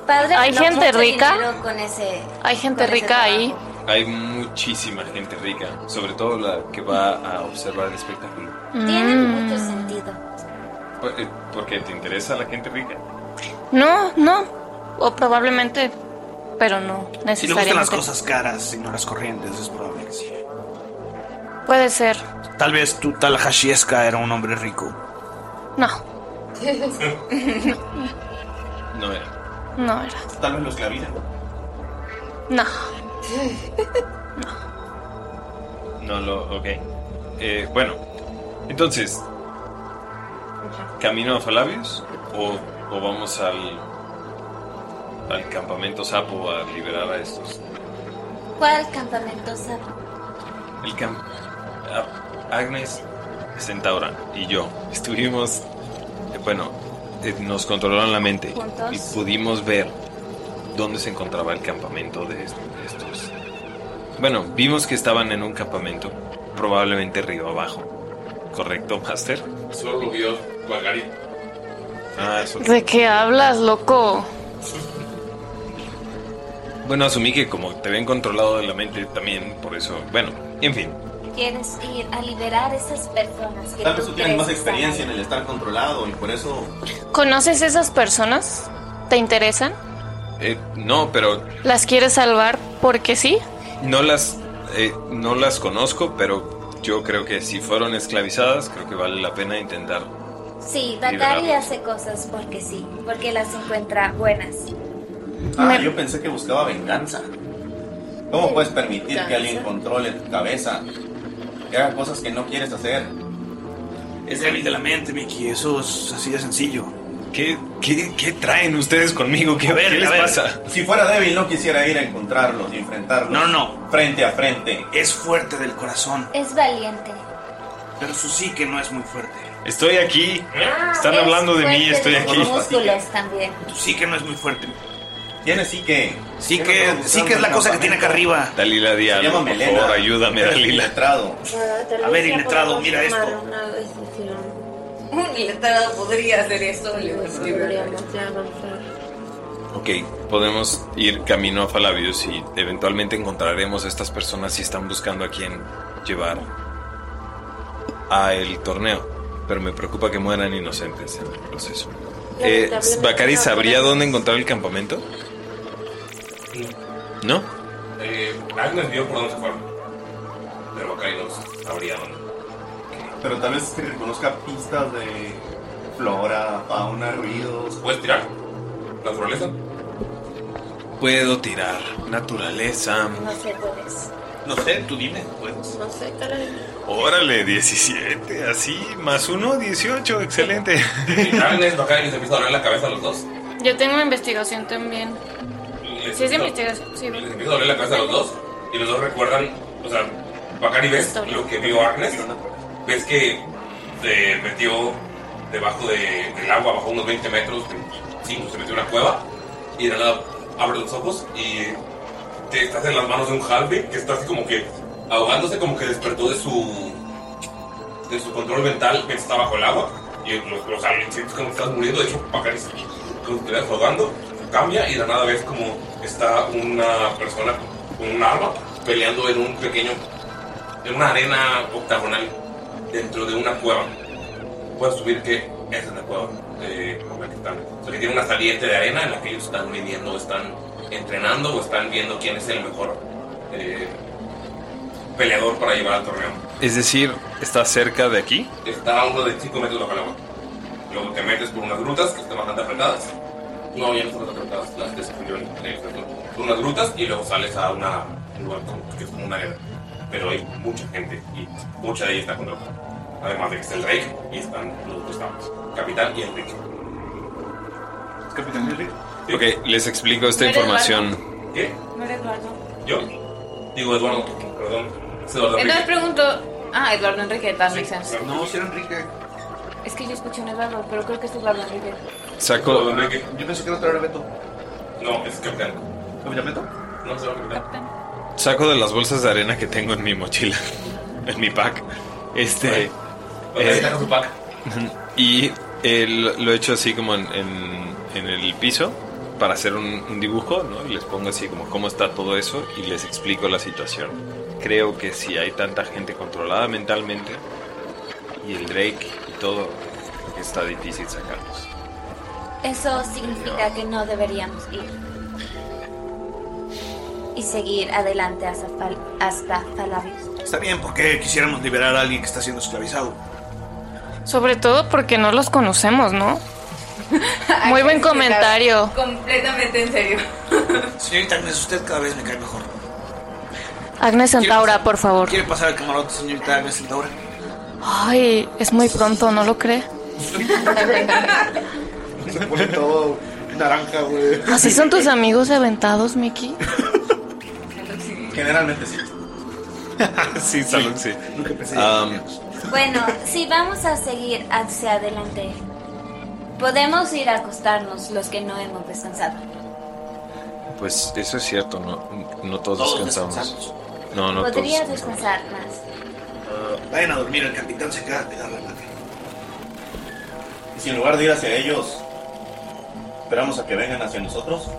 [SPEAKER 8] Padre,
[SPEAKER 11] Hay
[SPEAKER 8] ganó
[SPEAKER 11] gente
[SPEAKER 8] mucho
[SPEAKER 11] rica.
[SPEAKER 8] dinero Con ese,
[SPEAKER 11] Hay gente
[SPEAKER 8] con ese
[SPEAKER 11] rica ahí.
[SPEAKER 8] trabajo.
[SPEAKER 4] Hay muchísima gente rica, sobre todo la que va a observar el espectáculo.
[SPEAKER 8] Tiene
[SPEAKER 11] Mm.
[SPEAKER 8] mucho sentido.
[SPEAKER 4] Por- eh, Porque te interesa la gente rica.
[SPEAKER 11] No, no. O probablemente, pero no necesariamente.
[SPEAKER 10] Si le gustan las cosas caras y no las corrientes, es probable que sí.
[SPEAKER 11] Puede ser.
[SPEAKER 10] Tal vez tu tal Hashiesca era un hombre rico.
[SPEAKER 11] No.
[SPEAKER 4] No era.
[SPEAKER 11] no era.
[SPEAKER 5] Tal vez los claviran.
[SPEAKER 11] No.
[SPEAKER 4] No lo. Ok. Eh, bueno, entonces. ¿Camino a Falabios? ¿O, o vamos al. al campamento sapo a liberar a estos?
[SPEAKER 8] ¿Cuál campamento sabe?
[SPEAKER 4] El camp. a- Agnes Centaura y yo estuvimos. eh, Bueno, eh, nos controlaron la mente
[SPEAKER 8] Juntos.
[SPEAKER 4] y pudimos ver dónde se encontraba el campamento de est- de estos. Bueno, vimos que estaban en un campamento, probablemente río abajo. ¿Correcto, Master?
[SPEAKER 1] Solo lo vio Margarita.
[SPEAKER 4] Ah, eso.
[SPEAKER 11] ¿De qué hablas, loco?
[SPEAKER 4] Bueno, asumí que como te habían controlado de la mente también, por eso. Bueno, en fin.
[SPEAKER 8] Quieres ir a liberar esas personas que
[SPEAKER 5] Tal vez
[SPEAKER 8] tú
[SPEAKER 5] tú tienes
[SPEAKER 8] crees
[SPEAKER 5] más experiencia en el estar controlado y por eso
[SPEAKER 11] ¿Conoces esas personas? ¿Te interesan?
[SPEAKER 4] Eh, no, pero
[SPEAKER 11] ¿Las quieres salvar porque sí?
[SPEAKER 4] No las, eh, no las conozco, pero Yo creo que si fueron esclavizadas, creo que vale la pena intentar.
[SPEAKER 8] Sí, Datari hace cosas porque sí, porque las encuentra buenas.
[SPEAKER 5] Ah, yo pensé que buscaba venganza. ¿Cómo puedes permitir que alguien controle tu cabeza? Que haga cosas que no quieres hacer.
[SPEAKER 10] Es débil de la mente, Mickey. Eso es así de sencillo.
[SPEAKER 4] ¿Qué, qué, qué traen ustedes conmigo? ¿Qué,
[SPEAKER 5] A ver,
[SPEAKER 4] qué les
[SPEAKER 5] a ver.
[SPEAKER 4] pasa?
[SPEAKER 5] Si fuera débil, no quisiera ir a encontrarlos y enfrentarlos. No, no. Frente a frente.
[SPEAKER 10] Es fuerte del corazón,
[SPEAKER 8] Es valiente.
[SPEAKER 10] pero su psique no es muy fuerte.
[SPEAKER 4] Estoy aquí.
[SPEAKER 8] Están Es fuerte de sus músculos también.
[SPEAKER 10] Tu psique no es muy fuerte.
[SPEAKER 5] Tiene psique.
[SPEAKER 10] Psique, psique es la cosa que tiene acá arriba.
[SPEAKER 4] Dalila, di algo,
[SPEAKER 10] llama
[SPEAKER 4] por
[SPEAKER 10] melena.
[SPEAKER 4] favor, ayúdame,
[SPEAKER 10] Pero es
[SPEAKER 4] Dalila.
[SPEAKER 10] A ver, iletrado, mira esto.
[SPEAKER 2] Un pues. iletrado podría hacer esto. le voy a escribir.
[SPEAKER 4] Ok, podemos ir camino a Falabius y eventualmente encontraremos a estas personas si están buscando a quién llevar a el torneo. Pero me preocupa que mueran inocentes en el proceso. Eh,
[SPEAKER 9] Lamentablemente,
[SPEAKER 4] Bacari,
[SPEAKER 9] no
[SPEAKER 4] ¿sabría
[SPEAKER 9] podemos.
[SPEAKER 4] dónde encontrar el campamento? ¿No?
[SPEAKER 1] Eh, Agnes vio por dónde se fueron. Pero acá no sabría dónde.
[SPEAKER 5] Pero tal vez que reconozca pistas de flora, fauna, ruidos.
[SPEAKER 1] ¿Puedes tirar? ¿Naturaleza?
[SPEAKER 4] Puedo tirar. Naturaleza.
[SPEAKER 6] No sé, puedes.
[SPEAKER 4] No sé, tú dime, puedes.
[SPEAKER 6] No sé, tal vez.
[SPEAKER 4] Órale, 17, así, más uno, 18, excelente.
[SPEAKER 1] Agnes, Bacari, se empieza a doler la cabeza a los dos.
[SPEAKER 11] Yo tengo investigación también.
[SPEAKER 1] Les
[SPEAKER 11] Sí, es
[SPEAKER 1] empieza-
[SPEAKER 11] investigación. Sí,
[SPEAKER 1] les empieza a doler la cabeza a los dos. Y los dos recuerdan, o sea, Bacari ves lo que vio Agnes. Ves que se metió debajo de- del agua, bajó unos 20 metros, 25, se metió en una cueva. Y de la nada abre los ojos y te estás en las manos de un halve que está así como que ahogándose, como que despertó de su de su control mental mientras está bajo el agua. Y los, los aliens sientes como que estás muriendo, de hecho, Bacari se- como que te estás ahogando, cambia y de la nada ves como está una persona con un arma peleando en un pequeño, en una arena octagonal dentro de una cueva. Puedes subir que esa es la cueva eh, con la que están. O sea, que tiene una saliente de arena en la que ellos están midiendo, o están entrenando o están viendo quién es el mejor eh, peleador para llevar al torneo.
[SPEAKER 4] Es decir, está cerca de aquí.
[SPEAKER 1] Está a uno de 5 metros bajo el agua. Luego te metes por unas grutas que están bastante apretadas. No, ya no están tan apretadas, las descubrieron en el sector. Por unas grutas y luego sales a una, un lugar como- que es como una arena. Pero hay mucha gente y mucha de ella está con ropa. Además de que está el rey y están los dos estados, Capitán y Enrique.
[SPEAKER 3] Capitán Enrique.
[SPEAKER 4] Ok, les explico esta
[SPEAKER 2] Pero
[SPEAKER 4] información.
[SPEAKER 1] ¿Qué?
[SPEAKER 2] No era Eduardo.
[SPEAKER 1] ¿Yo? Digo Eduardo, perdón. Es Eduardo
[SPEAKER 2] Entonces
[SPEAKER 1] Enrique.
[SPEAKER 2] pregunto. Ah, Eduardo Enrique, that makes sense.
[SPEAKER 3] No, si era Enrique.
[SPEAKER 2] Es que yo escuché un Eduardo, pero creo que este es Eduardo Enrique.
[SPEAKER 4] Saco.
[SPEAKER 3] Yo pensé que era otra era Beto.
[SPEAKER 1] No, es Capitán.
[SPEAKER 3] ¿Capitán Beto?
[SPEAKER 1] No, se va a
[SPEAKER 4] Saco de las bolsas de arena que tengo en mi mochila, en mi pack. Este.
[SPEAKER 1] Bueno, ahí está con su pack.
[SPEAKER 4] Y eh, lo lo echo así como en, en- en el piso para hacer un, un dibujo, ¿no? Y les pongo así como cómo está todo eso y les explico la situación. Creo que si hay tanta gente controlada mentalmente y el Drake y todo, está difícil sacarlos.
[SPEAKER 8] Eso significa que no deberíamos ir. Y seguir adelante hasta, Fal- hasta Falabios.
[SPEAKER 10] Está bien, porque quisiéramos liberar a alguien que está siendo esclavizado.
[SPEAKER 11] Sobre todo porque no los conocemos, ¿no? Muy buen comentario.
[SPEAKER 2] Completamente en serio.
[SPEAKER 10] Señorita Agnes, usted cada vez me cae mejor.
[SPEAKER 11] Agnes Centaura, por favor.
[SPEAKER 10] ¿Quiere pasar al camarote, señorita Agnes Centaura?
[SPEAKER 11] Ay, es muy pronto, ¿no lo cree?
[SPEAKER 3] Se pone todo naranja, güey.
[SPEAKER 11] ¿Así Ah, son tus amigos aventados, Mickey?
[SPEAKER 5] Generalmente sí.
[SPEAKER 4] sí, salud, sí. Um,
[SPEAKER 8] Bueno, si vamos a seguir hacia adelante, podemos ir a acostarnos los que no hemos descansado.
[SPEAKER 4] pues eso es cierto, no, no todos,
[SPEAKER 10] Todos
[SPEAKER 4] descansamos. No, no
[SPEAKER 8] Podría
[SPEAKER 4] todos.
[SPEAKER 8] descansar más.
[SPEAKER 10] Vayan a dormir, el capitán se queda a pegar la mate.
[SPEAKER 5] Y si en lugar de ir hacia ellos, esperamos a que vengan hacia nosotros.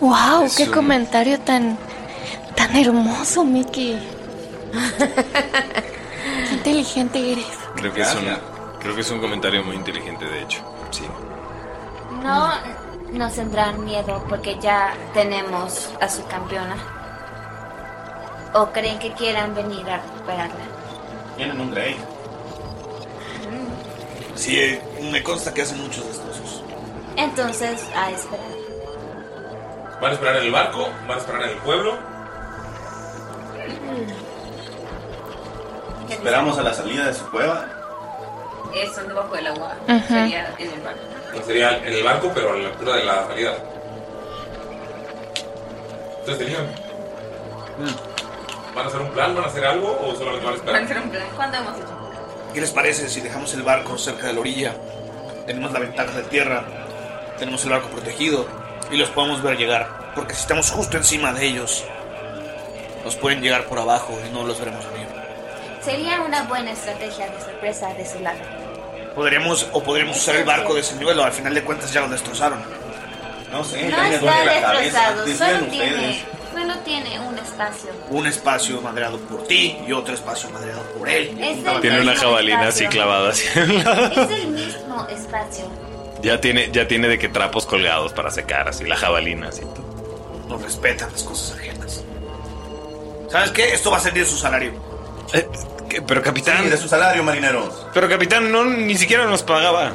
[SPEAKER 11] ¡Wow! ¡Qué
[SPEAKER 5] un-
[SPEAKER 11] comentario tan. tan hermoso, Mickey! ¡Qué inteligente eres!
[SPEAKER 4] Creo que, es un, creo que es un comentario muy inteligente, de hecho. Sí.
[SPEAKER 8] No nos tendrán miedo porque ya tenemos a su campeona. ¿O creen que quieran venir a recuperarla?
[SPEAKER 5] Tienen un Grey.
[SPEAKER 3] Sí, eh, me consta que hacen muchos destrozos.
[SPEAKER 8] Entonces, a esperar.
[SPEAKER 1] Van a esperar en el barco, van a esperar en el pueblo.
[SPEAKER 5] Esperamos a la salida de su cueva.
[SPEAKER 2] Eso debajo del agua.
[SPEAKER 1] Ajá.
[SPEAKER 2] Sería en el barco.
[SPEAKER 1] No sería en el barco, pero a la altura de la salida. Entonces, tenían.
[SPEAKER 3] Ah.
[SPEAKER 1] ¿Van a hacer un plan? ¿Van a hacer algo? ¿O solamente van a
[SPEAKER 2] Van a
[SPEAKER 1] esperar?
[SPEAKER 2] hacer un plan. ¿Cuándo hemos hecho?
[SPEAKER 3] ¿Qué les parece si dejamos el barco cerca de la orilla? Tenemos la ventana de tierra, tenemos el barco protegido y los podemos ver llegar. Porque si estamos justo encima de ellos, nos pueden llegar por abajo y no los veremos venir.
[SPEAKER 8] Sería una buena estrategia de sorpresa de su lado.
[SPEAKER 3] Podríamos o podríamos usar el barco de señuelo, al final de cuentas ya lo destrozaron.
[SPEAKER 5] No sé,
[SPEAKER 8] No está destrozado, solo tiene, solo tiene un espacio.
[SPEAKER 3] Un espacio madreado por ti y otro espacio madreado por él.
[SPEAKER 8] Es el Tiene una mismo
[SPEAKER 4] jabalina así clavada hacia un lado.
[SPEAKER 8] Es el mismo espacio.
[SPEAKER 4] Ya tiene, ya tiene de que trapos colgados para secar, así la jabalina, así.
[SPEAKER 3] No respetan las cosas ajenas. ¿Sabes qué? Esto va a ser de su salario.
[SPEAKER 4] Eh, Pero capitán.
[SPEAKER 5] de su salario, marineros.
[SPEAKER 4] Pero capitán, no, ni siquiera nos pagaba.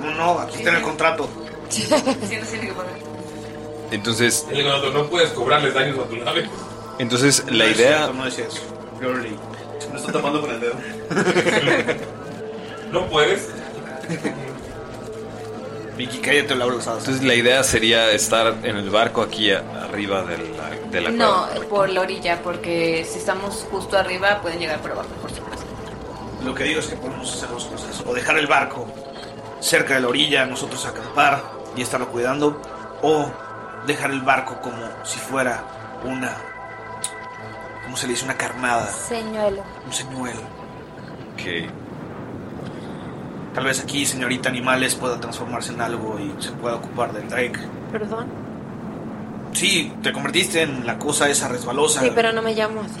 [SPEAKER 3] ¿Cómo no? Aquí está en el contrato.
[SPEAKER 2] Sí, no tiene que poner.
[SPEAKER 4] Entonces,
[SPEAKER 1] El gato, no puedes cobrarles daños a tu nave.
[SPEAKER 4] entonces la idea.
[SPEAKER 3] No decía eso. Yo lo leí.
[SPEAKER 5] Me está tapando con el dedo.
[SPEAKER 1] no puedes.
[SPEAKER 3] Vicky, cállate la usada.
[SPEAKER 4] Entonces la idea sería estar en el barco aquí a- arriba de la, de la
[SPEAKER 2] No,
[SPEAKER 4] cueva.
[SPEAKER 2] por la orilla, porque si estamos justo arriba pueden llegar por abajo, por supuesto.
[SPEAKER 3] Lo que digo es que podemos hacer dos cosas. O dejar el barco cerca de la orilla, nosotros acampar y estarlo cuidando. O dejar el barco como si fuera una... ¿Cómo se le dice? Una carnada.
[SPEAKER 8] Señuelo.
[SPEAKER 3] Un señuelo.
[SPEAKER 4] Ok.
[SPEAKER 3] Tal vez aquí, señorita animales, pueda transformarse en algo y se pueda ocupar del Drake.
[SPEAKER 6] Perdón.
[SPEAKER 3] Sí, te convertiste en la cosa esa resbalosa.
[SPEAKER 6] Sí, pero no me llamo así.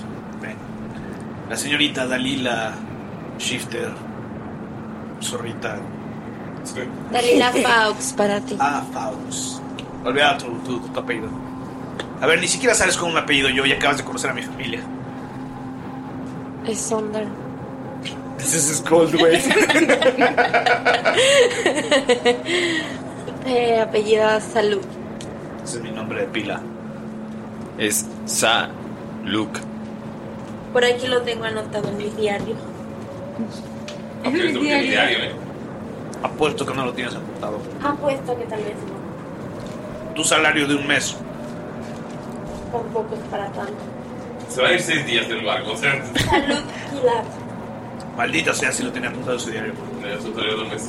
[SPEAKER 3] La señorita Dalila Shifter. Zorrita.
[SPEAKER 6] Dalila Faux para ti.
[SPEAKER 3] Ah, Faust. Olvida tu, tu- tu apellido. A ver, ni siquiera sabes cómo me apellido yo y acabas de conocer a mi familia.
[SPEAKER 6] Es Sonder.
[SPEAKER 3] This is cold, güey.
[SPEAKER 6] Eh, apellida Salud.
[SPEAKER 3] Ese es mi nombre de pila.
[SPEAKER 4] Es Sa Luke.
[SPEAKER 6] Por aquí lo tengo anotado en mi diario.
[SPEAKER 1] eh.
[SPEAKER 3] Apuesto que no lo tienes apuntado.
[SPEAKER 6] Apuesto que tal vez no.
[SPEAKER 3] Tu salario de un mes.
[SPEAKER 6] Tampoco es para tanto.
[SPEAKER 1] Se van a ir seis días del barco. O sea,
[SPEAKER 6] Salud y la
[SPEAKER 3] Maldita sea si lo tenía apuntado en su diario.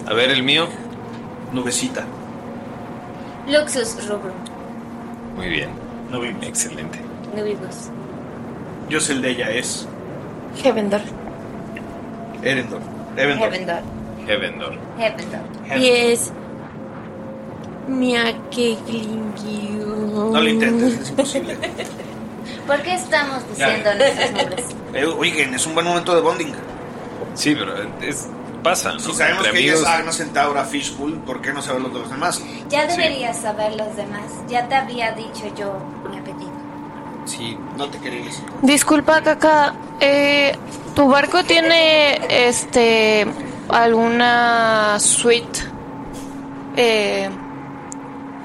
[SPEAKER 4] A ver, el mío.
[SPEAKER 3] Nubecita.
[SPEAKER 8] Luxus rubrum.
[SPEAKER 4] Muy bien.
[SPEAKER 3] No
[SPEAKER 4] Excelente.
[SPEAKER 8] Nubibus.
[SPEAKER 3] Yo sé el de ella, es
[SPEAKER 6] Hevendor.
[SPEAKER 3] Erendor. Evendor.
[SPEAKER 6] Hevendor.
[SPEAKER 4] Evendor.
[SPEAKER 6] Y es. Miakeglingiu.
[SPEAKER 3] No lo intentes, es imposible.
[SPEAKER 8] ¿Por qué estamos diciendo nuestros nombres?
[SPEAKER 3] Eh, oigan, es un buen momento de bonding.
[SPEAKER 4] Sí, pero es, pasa, ¿no?
[SPEAKER 3] Si sabemos
[SPEAKER 4] Entre
[SPEAKER 3] que ella es
[SPEAKER 4] amigos.
[SPEAKER 3] Agnes Centaura Fishpool, ¿por qué no sabemos los demás?
[SPEAKER 8] Ya deberías saber los demás. Ya te había dicho yo mi apellido.
[SPEAKER 3] Sí, no te quería decir.
[SPEAKER 11] Disculpa, Caca. eh, ¿Tu barco tiene este alguna suite? Eh,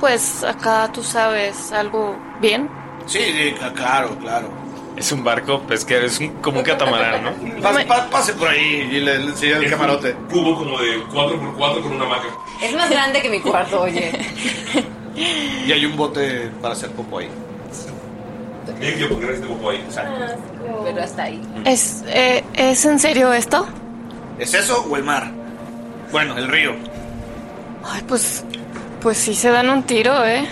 [SPEAKER 11] pues acá tú sabes algo bien.
[SPEAKER 3] Sí, sí, ca- claro, claro.
[SPEAKER 4] Es un barco pesquero, es un- como un catamarán, ¿no?
[SPEAKER 3] Pas- pa- pase por ahí y le, le enseña el camarote.
[SPEAKER 1] Cubo como de 4x4 con una hamaca.
[SPEAKER 2] Es más grande que mi cuarto, oye.
[SPEAKER 3] Y hay un bote para hacer popo ahí.
[SPEAKER 1] Bien que poner este popo ahí.
[SPEAKER 2] Pero hasta ahí.
[SPEAKER 11] ¿Es, eh, ¿es en serio esto?
[SPEAKER 3] ¿Es eso o el mar? Bueno, el río.
[SPEAKER 11] Ay, pues, pues sí se dan un tiro, ¿eh?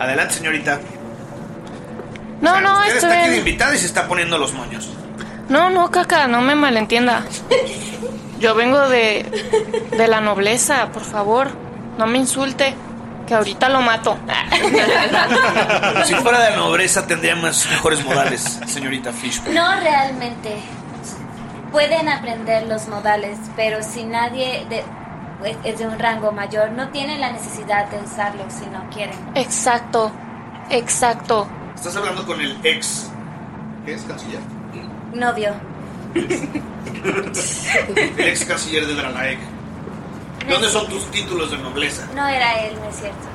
[SPEAKER 3] Adelante, señorita.
[SPEAKER 11] No, no,
[SPEAKER 3] Usted
[SPEAKER 11] estoy
[SPEAKER 3] está aquí de
[SPEAKER 11] bien.
[SPEAKER 3] invitada y se está poniendo los moños.
[SPEAKER 11] No, no, Caca, no me malentienda. Yo vengo de, de la nobleza, por favor. No me insulte, que ahorita lo mato.
[SPEAKER 3] Si fuera de nobleza tendría más mejores modales, señorita Fishpool.
[SPEAKER 8] No realmente. Pueden aprender los modales, pero si nadie de- pues, es de un rango mayor, no tienen la necesidad de usarlos si no quieren.
[SPEAKER 11] Exacto, exacto.
[SPEAKER 3] Estás hablando con el ex ¿Qué es canciller?
[SPEAKER 8] Novio.
[SPEAKER 3] El ex canciller de Dralaek. E ¿Dónde son tus títulos de nobleza?
[SPEAKER 8] No era él, no es cierto.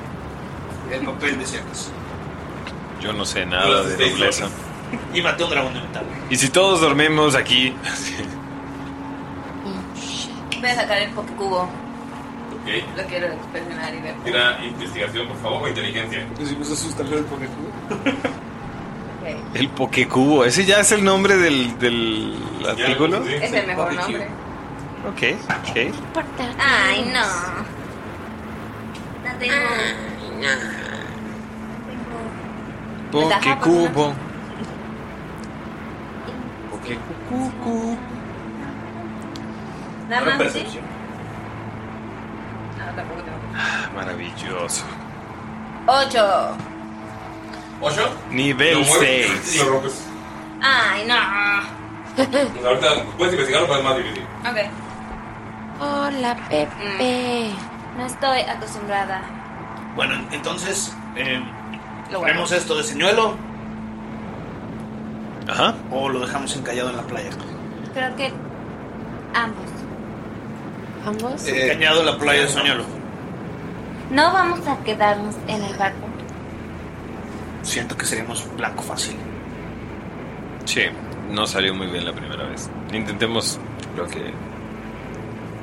[SPEAKER 3] El papel de ciertas.
[SPEAKER 4] Yo no sé nada
[SPEAKER 3] Pues,
[SPEAKER 4] de nobleza.
[SPEAKER 3] Y maté a un dragón de metal.
[SPEAKER 4] Y si todos dormimos aquí.
[SPEAKER 2] Voy a sacar el pop cubo.
[SPEAKER 1] Ok.
[SPEAKER 2] Lo quiero expresionar y ver.
[SPEAKER 1] Tira investigación, por favor, o inteligencia.
[SPEAKER 12] Si nos asustan el pobre
[SPEAKER 4] El Pokecubo. ¿Ese ya es el nombre del, del artículo?
[SPEAKER 2] Es el mejor nombre.
[SPEAKER 4] Ok, ok.
[SPEAKER 8] Ay, no. No tengo.
[SPEAKER 4] Pokecubo.
[SPEAKER 2] Nada más, ¿sí?
[SPEAKER 4] Percepción.
[SPEAKER 2] No, tampoco tengo.
[SPEAKER 4] Maravilloso.
[SPEAKER 2] Ocho.
[SPEAKER 1] ¿Ocho?
[SPEAKER 4] Nivel
[SPEAKER 1] Lo mueves
[SPEAKER 4] 6.
[SPEAKER 1] y lo rompes.
[SPEAKER 2] Ay, no.
[SPEAKER 1] Pues ahorita puedes investigarlo, pero es más difícil.
[SPEAKER 2] Ok.
[SPEAKER 8] Hola, Pepe. Mm. No estoy acostumbrada.
[SPEAKER 3] Bueno, entonces. Eh, ¿Ponemos esto de señuelo?
[SPEAKER 4] Ajá.
[SPEAKER 3] ¿O lo dejamos encallado en la playa?
[SPEAKER 8] Creo que ambos. ¿Ambos?
[SPEAKER 11] Eh,
[SPEAKER 3] Encallado en la playa de señuelo.
[SPEAKER 8] No vamos a quedarnos en el barco.
[SPEAKER 3] Siento que seríamos blanco fácil.
[SPEAKER 4] Sí, no salió muy bien la primera vez. Intentemos lo que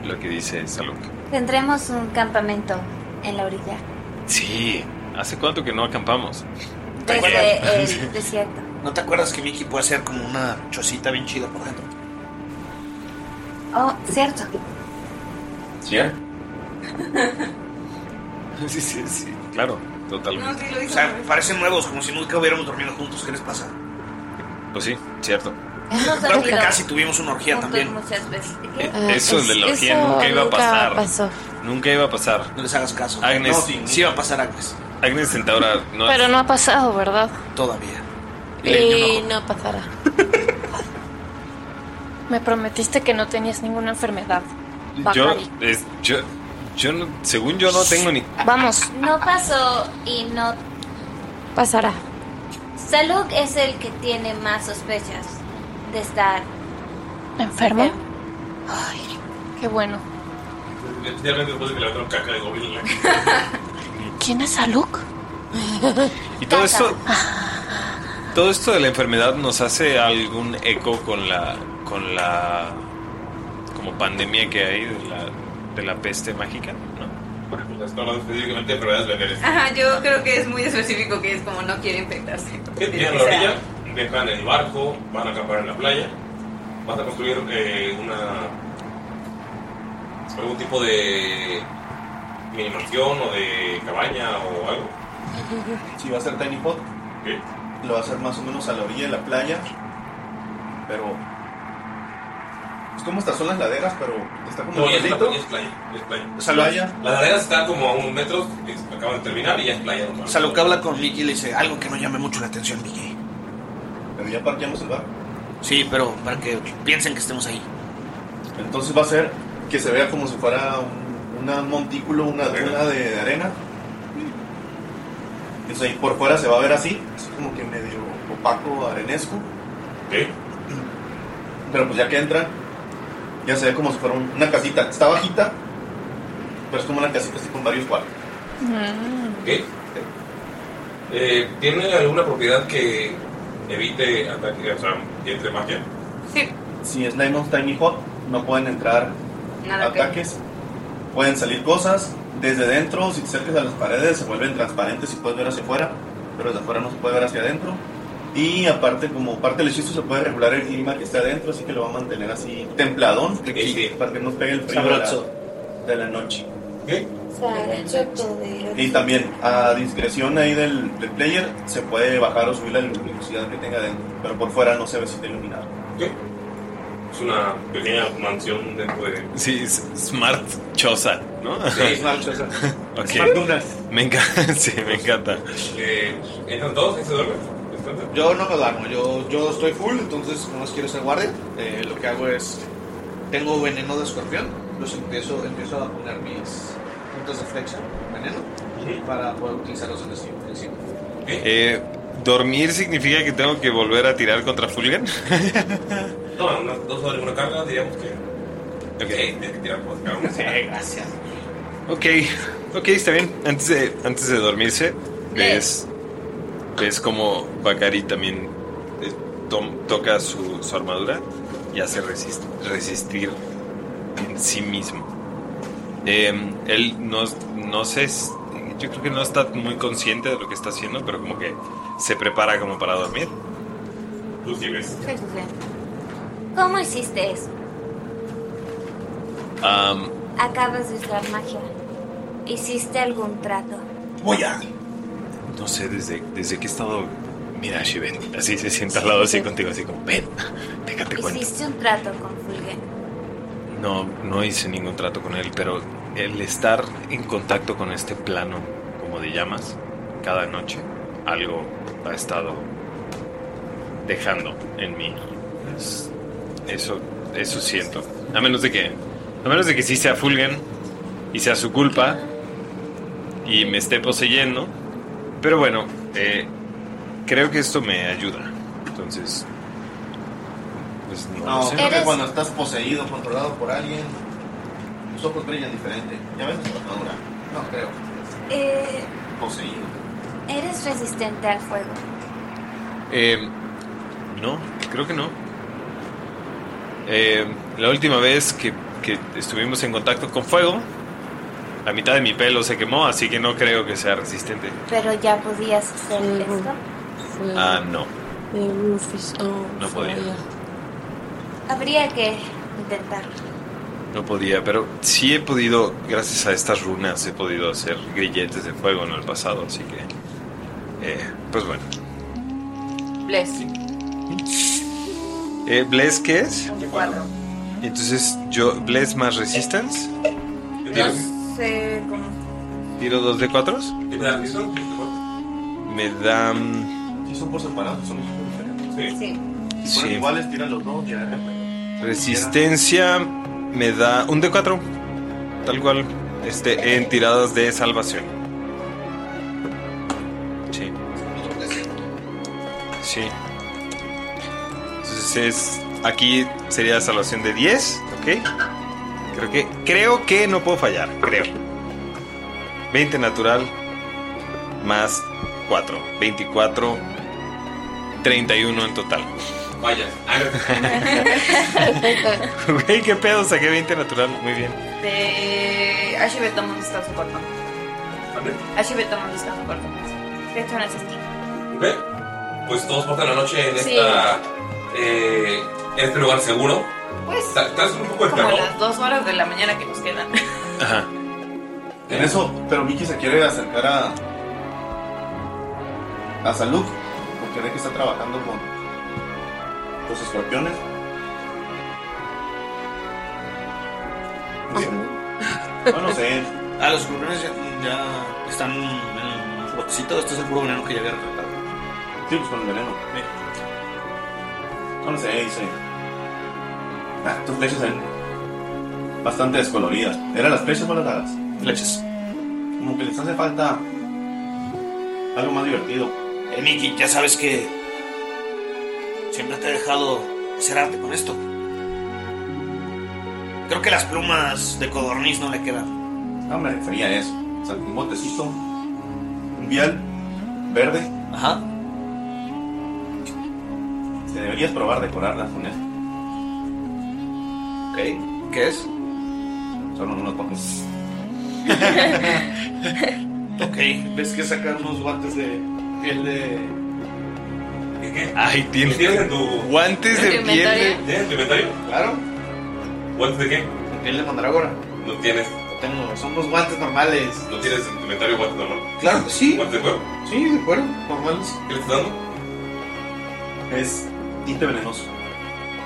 [SPEAKER 4] lo que dice Saluk.
[SPEAKER 8] Tendremos un campamento en la orilla.
[SPEAKER 4] Sí, ¿hace cuánto que no acampamos?
[SPEAKER 8] Desde el desierto.
[SPEAKER 3] ¿No te acuerdas que Mickey puede hacer como una chocita bien chida por dentro?
[SPEAKER 8] Oh, cierto.
[SPEAKER 4] ¿Sí? Sí, sí, sí, claro, totalmente.
[SPEAKER 3] O sea, parecen nuevos, como si nunca hubiéramos dormido juntos. ¿Qué les pasa?
[SPEAKER 4] Pues sí, cierto.
[SPEAKER 3] Creo que casi tuvimos una orgía
[SPEAKER 2] Juntos
[SPEAKER 3] también. Eh.
[SPEAKER 2] muchas veces.
[SPEAKER 4] Eh, Ah, Eso de la orgía nunca iba a pasar. Nunca iba a pasar.
[SPEAKER 3] No les hagas caso.
[SPEAKER 4] Agnes,
[SPEAKER 3] No, sí, sí va a pasar Agnes.
[SPEAKER 4] Agnes Centaura no
[SPEAKER 11] Pero no ha pasado, ¿verdad?
[SPEAKER 3] Todavía.
[SPEAKER 11] Y no pasará. Me prometiste que no tenías ninguna enfermedad.
[SPEAKER 4] yo,
[SPEAKER 11] Bacari.
[SPEAKER 4] es- yo, yo no- según yo no tengo ni
[SPEAKER 11] Vamos.
[SPEAKER 8] No pasó y no.
[SPEAKER 11] Pasará.
[SPEAKER 8] Saluk es el que tiene más sospechas de estar.
[SPEAKER 11] ¿Enfermo? Eh, Qué bueno.
[SPEAKER 1] Especialmente después de que le aventaron caca de goblin en la
[SPEAKER 11] ¿Quién es Aluk?
[SPEAKER 4] Y todo esto, todo esto de la enfermedad nos hace algún eco con la, con la, como pandemia que hay de la, de la peste mágica, ¿no?
[SPEAKER 1] Está hablando Pues específicamente de enfermedades venéreas.
[SPEAKER 2] Ajá, yo creo que es muy específico que es como no quiere infectarse.
[SPEAKER 1] ¿Qué tiran a la orilla? Dejan el barco, van a acampar en la playa, van a construir eh, una algún tipo de mini mansión o de cabaña o algo.
[SPEAKER 5] Si va a ser Tiny Pot, lo va a hacer más o menos a la orilla de la playa. Pero. Es como estas son las laderas, pero está como
[SPEAKER 1] No, ya está,
[SPEAKER 5] delito.
[SPEAKER 1] ya es playa, ya es playa.
[SPEAKER 5] O sea, lo haya.
[SPEAKER 1] La ladera está como a unos metros, es- acaban de terminar y ya es playa. normal.
[SPEAKER 3] O sea, lo que habla con Mickey le dice algo que no llame mucho la atención, Mickey.
[SPEAKER 5] Pero ya parqueamos el barco.
[SPEAKER 3] Sí, pero para que piensen que estemos ahí.
[SPEAKER 5] Entonces va a ser que se vea como si fuera un, un montículo, una duna de, de arena. Y, o sea, y por fuera se va a ver así, así como que medio opaco, arenesco. Pero pues ya que entran, ya se ve como si fuera un- una casita. Está bajita, pero es como una casita así con varios cuartos.
[SPEAKER 1] Ok. Eh, ¿Tiene alguna propiedad que evite ataque, o sea, que entre magia?
[SPEAKER 2] Sí.
[SPEAKER 5] Si es Nine Tiny Hot, no pueden entrar
[SPEAKER 2] Nada que.
[SPEAKER 5] ataques. Pueden salir cosas desde dentro, si te acercas a las paredes se vuelven transparentes y puedes ver hacia afuera, pero desde afuera no se puede ver hacia adentro. Y aparte, como parte del hechizo, se puede regular el clima que está adentro, así que lo va a mantener así templadón para que no pegue el frío de la,
[SPEAKER 3] Sabroso.
[SPEAKER 5] de la noche. Y
[SPEAKER 6] Y
[SPEAKER 5] también, a discreción ahí del, del player, se puede bajar o subir la luminosidad que tenga adentro, pero por fuera no se ve si está iluminado.
[SPEAKER 1] Es una pequeña mansión dentro de...
[SPEAKER 4] Sí, es smart choza, ¿no?
[SPEAKER 1] Sí, smart choza.
[SPEAKER 4] Ok.
[SPEAKER 1] Smart dunas.
[SPEAKER 4] Me encanta, sí, me encanta.
[SPEAKER 1] Eh, ¿Entran todos? ¿Se duermen?
[SPEAKER 3] Yo no me duermo, yo, yo estoy full, entonces no más quiero ser guardia. Eh, lo que hago es, tengo veneno de escorpión, los empiezo, empiezo a poner mis puntos de flecha, veneno, para poder utilizarlos en el siguiente.
[SPEAKER 4] Eh, ¿Dormir significa que tengo que volver a tirar contra Fulgen?
[SPEAKER 1] Toma, una- dos sobre una carga, diríamos que. Ok, tienes que tirar por cada una. Sí, gracias.
[SPEAKER 4] Ok, ok, está bien. Antes de, antes de dormirse, ves, ves como Bakari también eh, tom- toca su, su armadura y hace resist- resistir en sí mismo. Eh, él no, no sé, s- yo creo que no está muy consciente de lo que está haciendo, pero como que se prepara como para dormir. Tú sí ves.
[SPEAKER 8] ¿Cómo hiciste eso?
[SPEAKER 4] Am,
[SPEAKER 8] Acabas de usar magia. ¿Hiciste algún trato?
[SPEAKER 13] Voy a.
[SPEAKER 4] No sé, desde, desde que he estado. Mira, Shiven, así se sienta al lado así contigo, así como, ven, déjate cuento.
[SPEAKER 8] ¿Hiciste un trato con Fulgen?
[SPEAKER 4] No, no hice ningún trato con él, pero el estar en contacto con este plano, como de llamas, cada noche, algo ha estado dejando en mí. Es- eso, eso siento. A menos de que, a menos de que sí sea Fulgen y sea su culpa y me esté poseyendo. Pero bueno, eh, creo que esto me ayuda. Entonces, pues no, lo
[SPEAKER 5] No,
[SPEAKER 4] sé.
[SPEAKER 5] creo que cuando estás poseído, controlado por alguien, tus ojos brillan diferente. Ya ves nuestra armadura. No creo.
[SPEAKER 8] Eh,
[SPEAKER 5] Poseído.
[SPEAKER 8] ¿Eres resistente al fuego?
[SPEAKER 4] Eh, no, creo que no. Eh, la última vez que, que estuvimos en contacto con fuego, la mitad de mi pelo se quemó, así que no creo que sea resistente.
[SPEAKER 8] Pero ya podías hacer esto.
[SPEAKER 4] Ah, no, no podía.
[SPEAKER 8] Habría que intentarlo.
[SPEAKER 4] No podía, pero sí he podido, gracias a estas runas, he podido hacer grilletes de fuego en el pasado, así que... eh, pues bueno.
[SPEAKER 2] Bless.
[SPEAKER 4] Eh, ¿Bless qué es?
[SPEAKER 2] 24.
[SPEAKER 4] Entonces yo, ¿Bless más Resistance? Tiro,
[SPEAKER 2] No sé cómo.
[SPEAKER 4] tiro dos de cuatros. Me dan...
[SPEAKER 5] Sí, son por separado, son diferentes.
[SPEAKER 2] Sí.
[SPEAKER 5] Si fueran
[SPEAKER 4] Sí.
[SPEAKER 5] iguales, tiran los dos, ya.
[SPEAKER 4] Resistencia me da un D4, tal cual, este, en tiradas de salvación. Sí. Sí. Entonces es, aquí sería salvación de 10, ¿ok? Creo que, creo que no puedo fallar, creo. 20 natural más 4, 24, 31 en total.
[SPEAKER 1] Vaya.
[SPEAKER 4] Güey, qué pedo, saqué 20 natural, muy bien.
[SPEAKER 2] De. Ashibe toma un descanso corto. Ashibe toma un descanso corto. De hecho, no es así.
[SPEAKER 1] Ok, pues todos pasan la noche en
[SPEAKER 2] Sí.
[SPEAKER 1] esta. eh, en este lugar seguro.
[SPEAKER 2] Pues.
[SPEAKER 1] Ta- Tal vez un poco el
[SPEAKER 2] Como
[SPEAKER 1] calor.
[SPEAKER 2] las dos horas de la mañana que nos quedan.
[SPEAKER 4] Ajá.
[SPEAKER 5] En eso, pero Mickey se quiere acercar a. a Salud, porque ve que está trabajando con los escorpiones.
[SPEAKER 3] No, no sé. Ah, los escorpiones ya, ya están en un botecito. Este es el puro veneno que ya había retratado.
[SPEAKER 5] Sí, pues con el veneno. No, no sé, dice. Ah, tus flechas eran bastante descoloridas. ¿Eran las flechas o las dagas? Flechas. Como que les hace falta algo más divertido.
[SPEAKER 14] Eh, Miki, ya sabes que siempre te he dejado hacer arte con esto. Creo que las plumas de codorniz no le quedan.
[SPEAKER 5] No me refería a eso. O sea, un botecito, un vial verde. Ajá. Te deberías probar decorarlas con esto. Ok. ¿Qué es? Son unos pocos.
[SPEAKER 14] Ok.
[SPEAKER 3] ¿Ves que sacan unos guantes de piel de.
[SPEAKER 4] Ay, tienes guantes
[SPEAKER 1] de
[SPEAKER 4] de
[SPEAKER 1] ¿En tu piel
[SPEAKER 4] piel
[SPEAKER 1] de- inventario? ¿Tienes tu inventario?
[SPEAKER 3] Claro.
[SPEAKER 1] ¿Guantes de qué?
[SPEAKER 3] Piel de mandragora.
[SPEAKER 1] No tienes.
[SPEAKER 3] Tengo, son unos guantes normales.
[SPEAKER 1] No tienes en tu inventario guantes normal.
[SPEAKER 3] Claro que sí.
[SPEAKER 1] ¿Guantes de cuero?
[SPEAKER 3] Sí, de acuerdo, normales.
[SPEAKER 1] ¿Qué le estás dando?
[SPEAKER 5] Es tinte venenoso.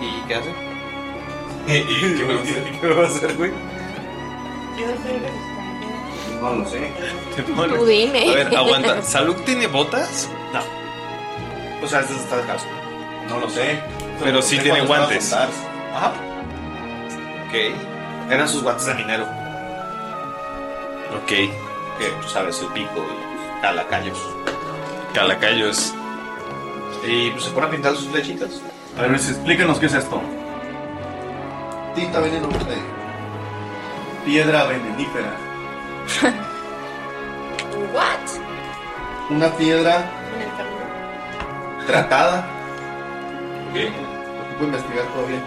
[SPEAKER 3] ¿Y qué hace?
[SPEAKER 1] ¿Y qué me lo tiene?
[SPEAKER 3] ¿Qué va a hacer, güey?
[SPEAKER 5] No lo sé.
[SPEAKER 15] Tú dime.
[SPEAKER 4] A ver, aguanta. ¿Salud tiene botas?
[SPEAKER 3] No. O sea, este está descalzo.
[SPEAKER 5] No lo sé.
[SPEAKER 4] Pero sí
[SPEAKER 5] No sé
[SPEAKER 4] tiene
[SPEAKER 5] cuándo
[SPEAKER 4] guantes.
[SPEAKER 5] estaba sentarse.
[SPEAKER 3] Ajá. Ok. Eran sus guantes de minero.
[SPEAKER 4] Ok. Que
[SPEAKER 3] pues, sabes, el pico y calacayos.
[SPEAKER 4] Calacayos.
[SPEAKER 3] Y pues, se pone a pintar sus flechitas.
[SPEAKER 5] A ver, explíquenos qué es esto.
[SPEAKER 3] Tinta venenosa.
[SPEAKER 5] Piedra venenífera.
[SPEAKER 6] What?
[SPEAKER 5] Una piedra
[SPEAKER 6] Un enfermo.
[SPEAKER 5] tratada.
[SPEAKER 1] Ok.
[SPEAKER 5] Puedo investigar todavía.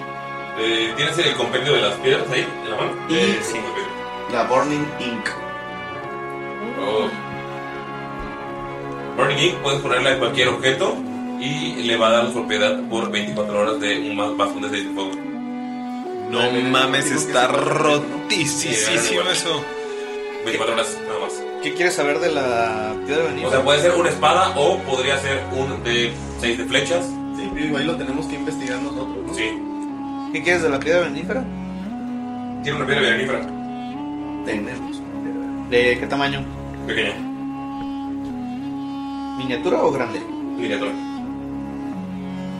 [SPEAKER 1] Eh, ¿Tienes el compendio de las piedras ahí en la mano? Eh, sí.
[SPEAKER 5] La Burning Ink.
[SPEAKER 1] Oh. Burning Ink puedes ponerla en cualquier objeto y le va a dar su propiedad por 24 horas de un ma- bastón de 6 de fuego.
[SPEAKER 16] No mames, está rotísimo eso.
[SPEAKER 1] 24 horas, nada más.
[SPEAKER 3] ¿Qué quieres saber de la piedra venenosa?
[SPEAKER 1] O sea, puede ser una espada o podría ser un de 6 de flechas.
[SPEAKER 5] Sí, digo, ahí lo tenemos que investigar nosotros. ¿no?
[SPEAKER 1] Sí.
[SPEAKER 3] ¿Qué quieres de la piedra venífera?
[SPEAKER 1] Tiene una piedra venífera.
[SPEAKER 3] Tenemos. ¿De qué tamaño?
[SPEAKER 1] Pequeña.
[SPEAKER 3] ¿Miniatura o grande?
[SPEAKER 1] Miniatura.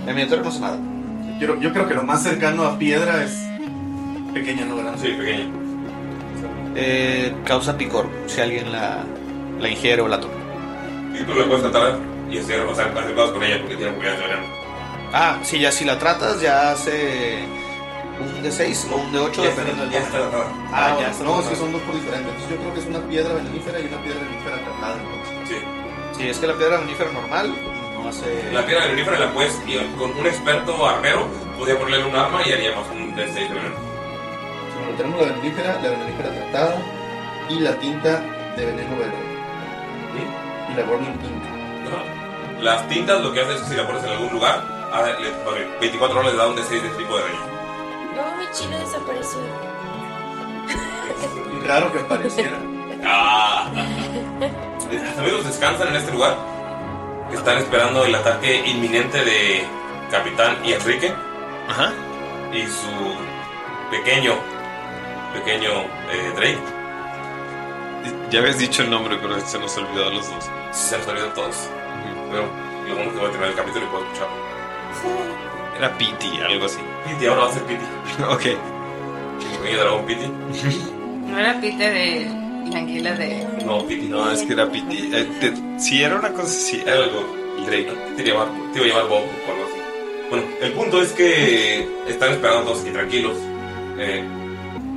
[SPEAKER 3] La miniatura no es nada.
[SPEAKER 5] Yo, yo creo que lo más cercano a piedra es pequeña, no grande.
[SPEAKER 1] Sí, pequeña.
[SPEAKER 3] Eh, causa picor si alguien la, la ingiere o la toca.
[SPEAKER 1] Y tú la puedes tratar y hacer, o sea, hacer cosas con ella porque tiene propiedades de verano.
[SPEAKER 3] Ah, si ya si la tratas, ya hace un de 6 o un de 8,
[SPEAKER 1] Ya
[SPEAKER 3] dependiendo del
[SPEAKER 1] está- ya
[SPEAKER 3] tamaño.
[SPEAKER 1] está tratada.
[SPEAKER 3] Ah,
[SPEAKER 5] Ah,
[SPEAKER 3] ya está.
[SPEAKER 5] no, es
[SPEAKER 3] tratada.
[SPEAKER 5] que son dos por diferentes. Entonces, Yo creo que es una piedra venenífera y una piedra venenífera tratada. entonces.
[SPEAKER 1] Sí.
[SPEAKER 3] Sí, es que la piedra venífera normal no hace.
[SPEAKER 1] La piedra venífera la puedes, pues, y con un experto armero, podría ponerle un arma y haría más un de 6 de verano.
[SPEAKER 5] Sí, bueno, tenemos la venenífera, la venenífera tratada y la tinta de veneno verde. Y la Burning Ink.
[SPEAKER 1] Las tintas lo que hacen es que si la pones en algún lugar, a ver, le- ok, 24 horas le da un D6 de tipo de daño.
[SPEAKER 6] No, mi chino desapareció.
[SPEAKER 5] Raro que apareciera.
[SPEAKER 1] Ah. Los amigos descansan en este lugar. Están esperando el ataque inminente de Capitán y Enrique. Ajá. Y su pequeño, pequeño eh, Drake.
[SPEAKER 16] Ya habías dicho el nombre, pero se nos olvidó a los dos.
[SPEAKER 1] Se nos olvidó a todos. Pero lo bueno es que voy a terminar el capítulo y puedo escucharlo.
[SPEAKER 16] Era Pity, algo así.
[SPEAKER 1] Pity, ahora va a ser Pity.
[SPEAKER 16] ok.
[SPEAKER 1] El pequeño dragón Pity.
[SPEAKER 2] No era Pite de la anguila de.
[SPEAKER 1] No, Pity.
[SPEAKER 16] No, es que era Pity. Eh, te- si era una cosa, sí, era algo. El Drake.
[SPEAKER 1] Te iba a llamar, te iba a llamar Bob o algo así. Bueno, el punto es que están esperando todos aquí tranquilos. Eh,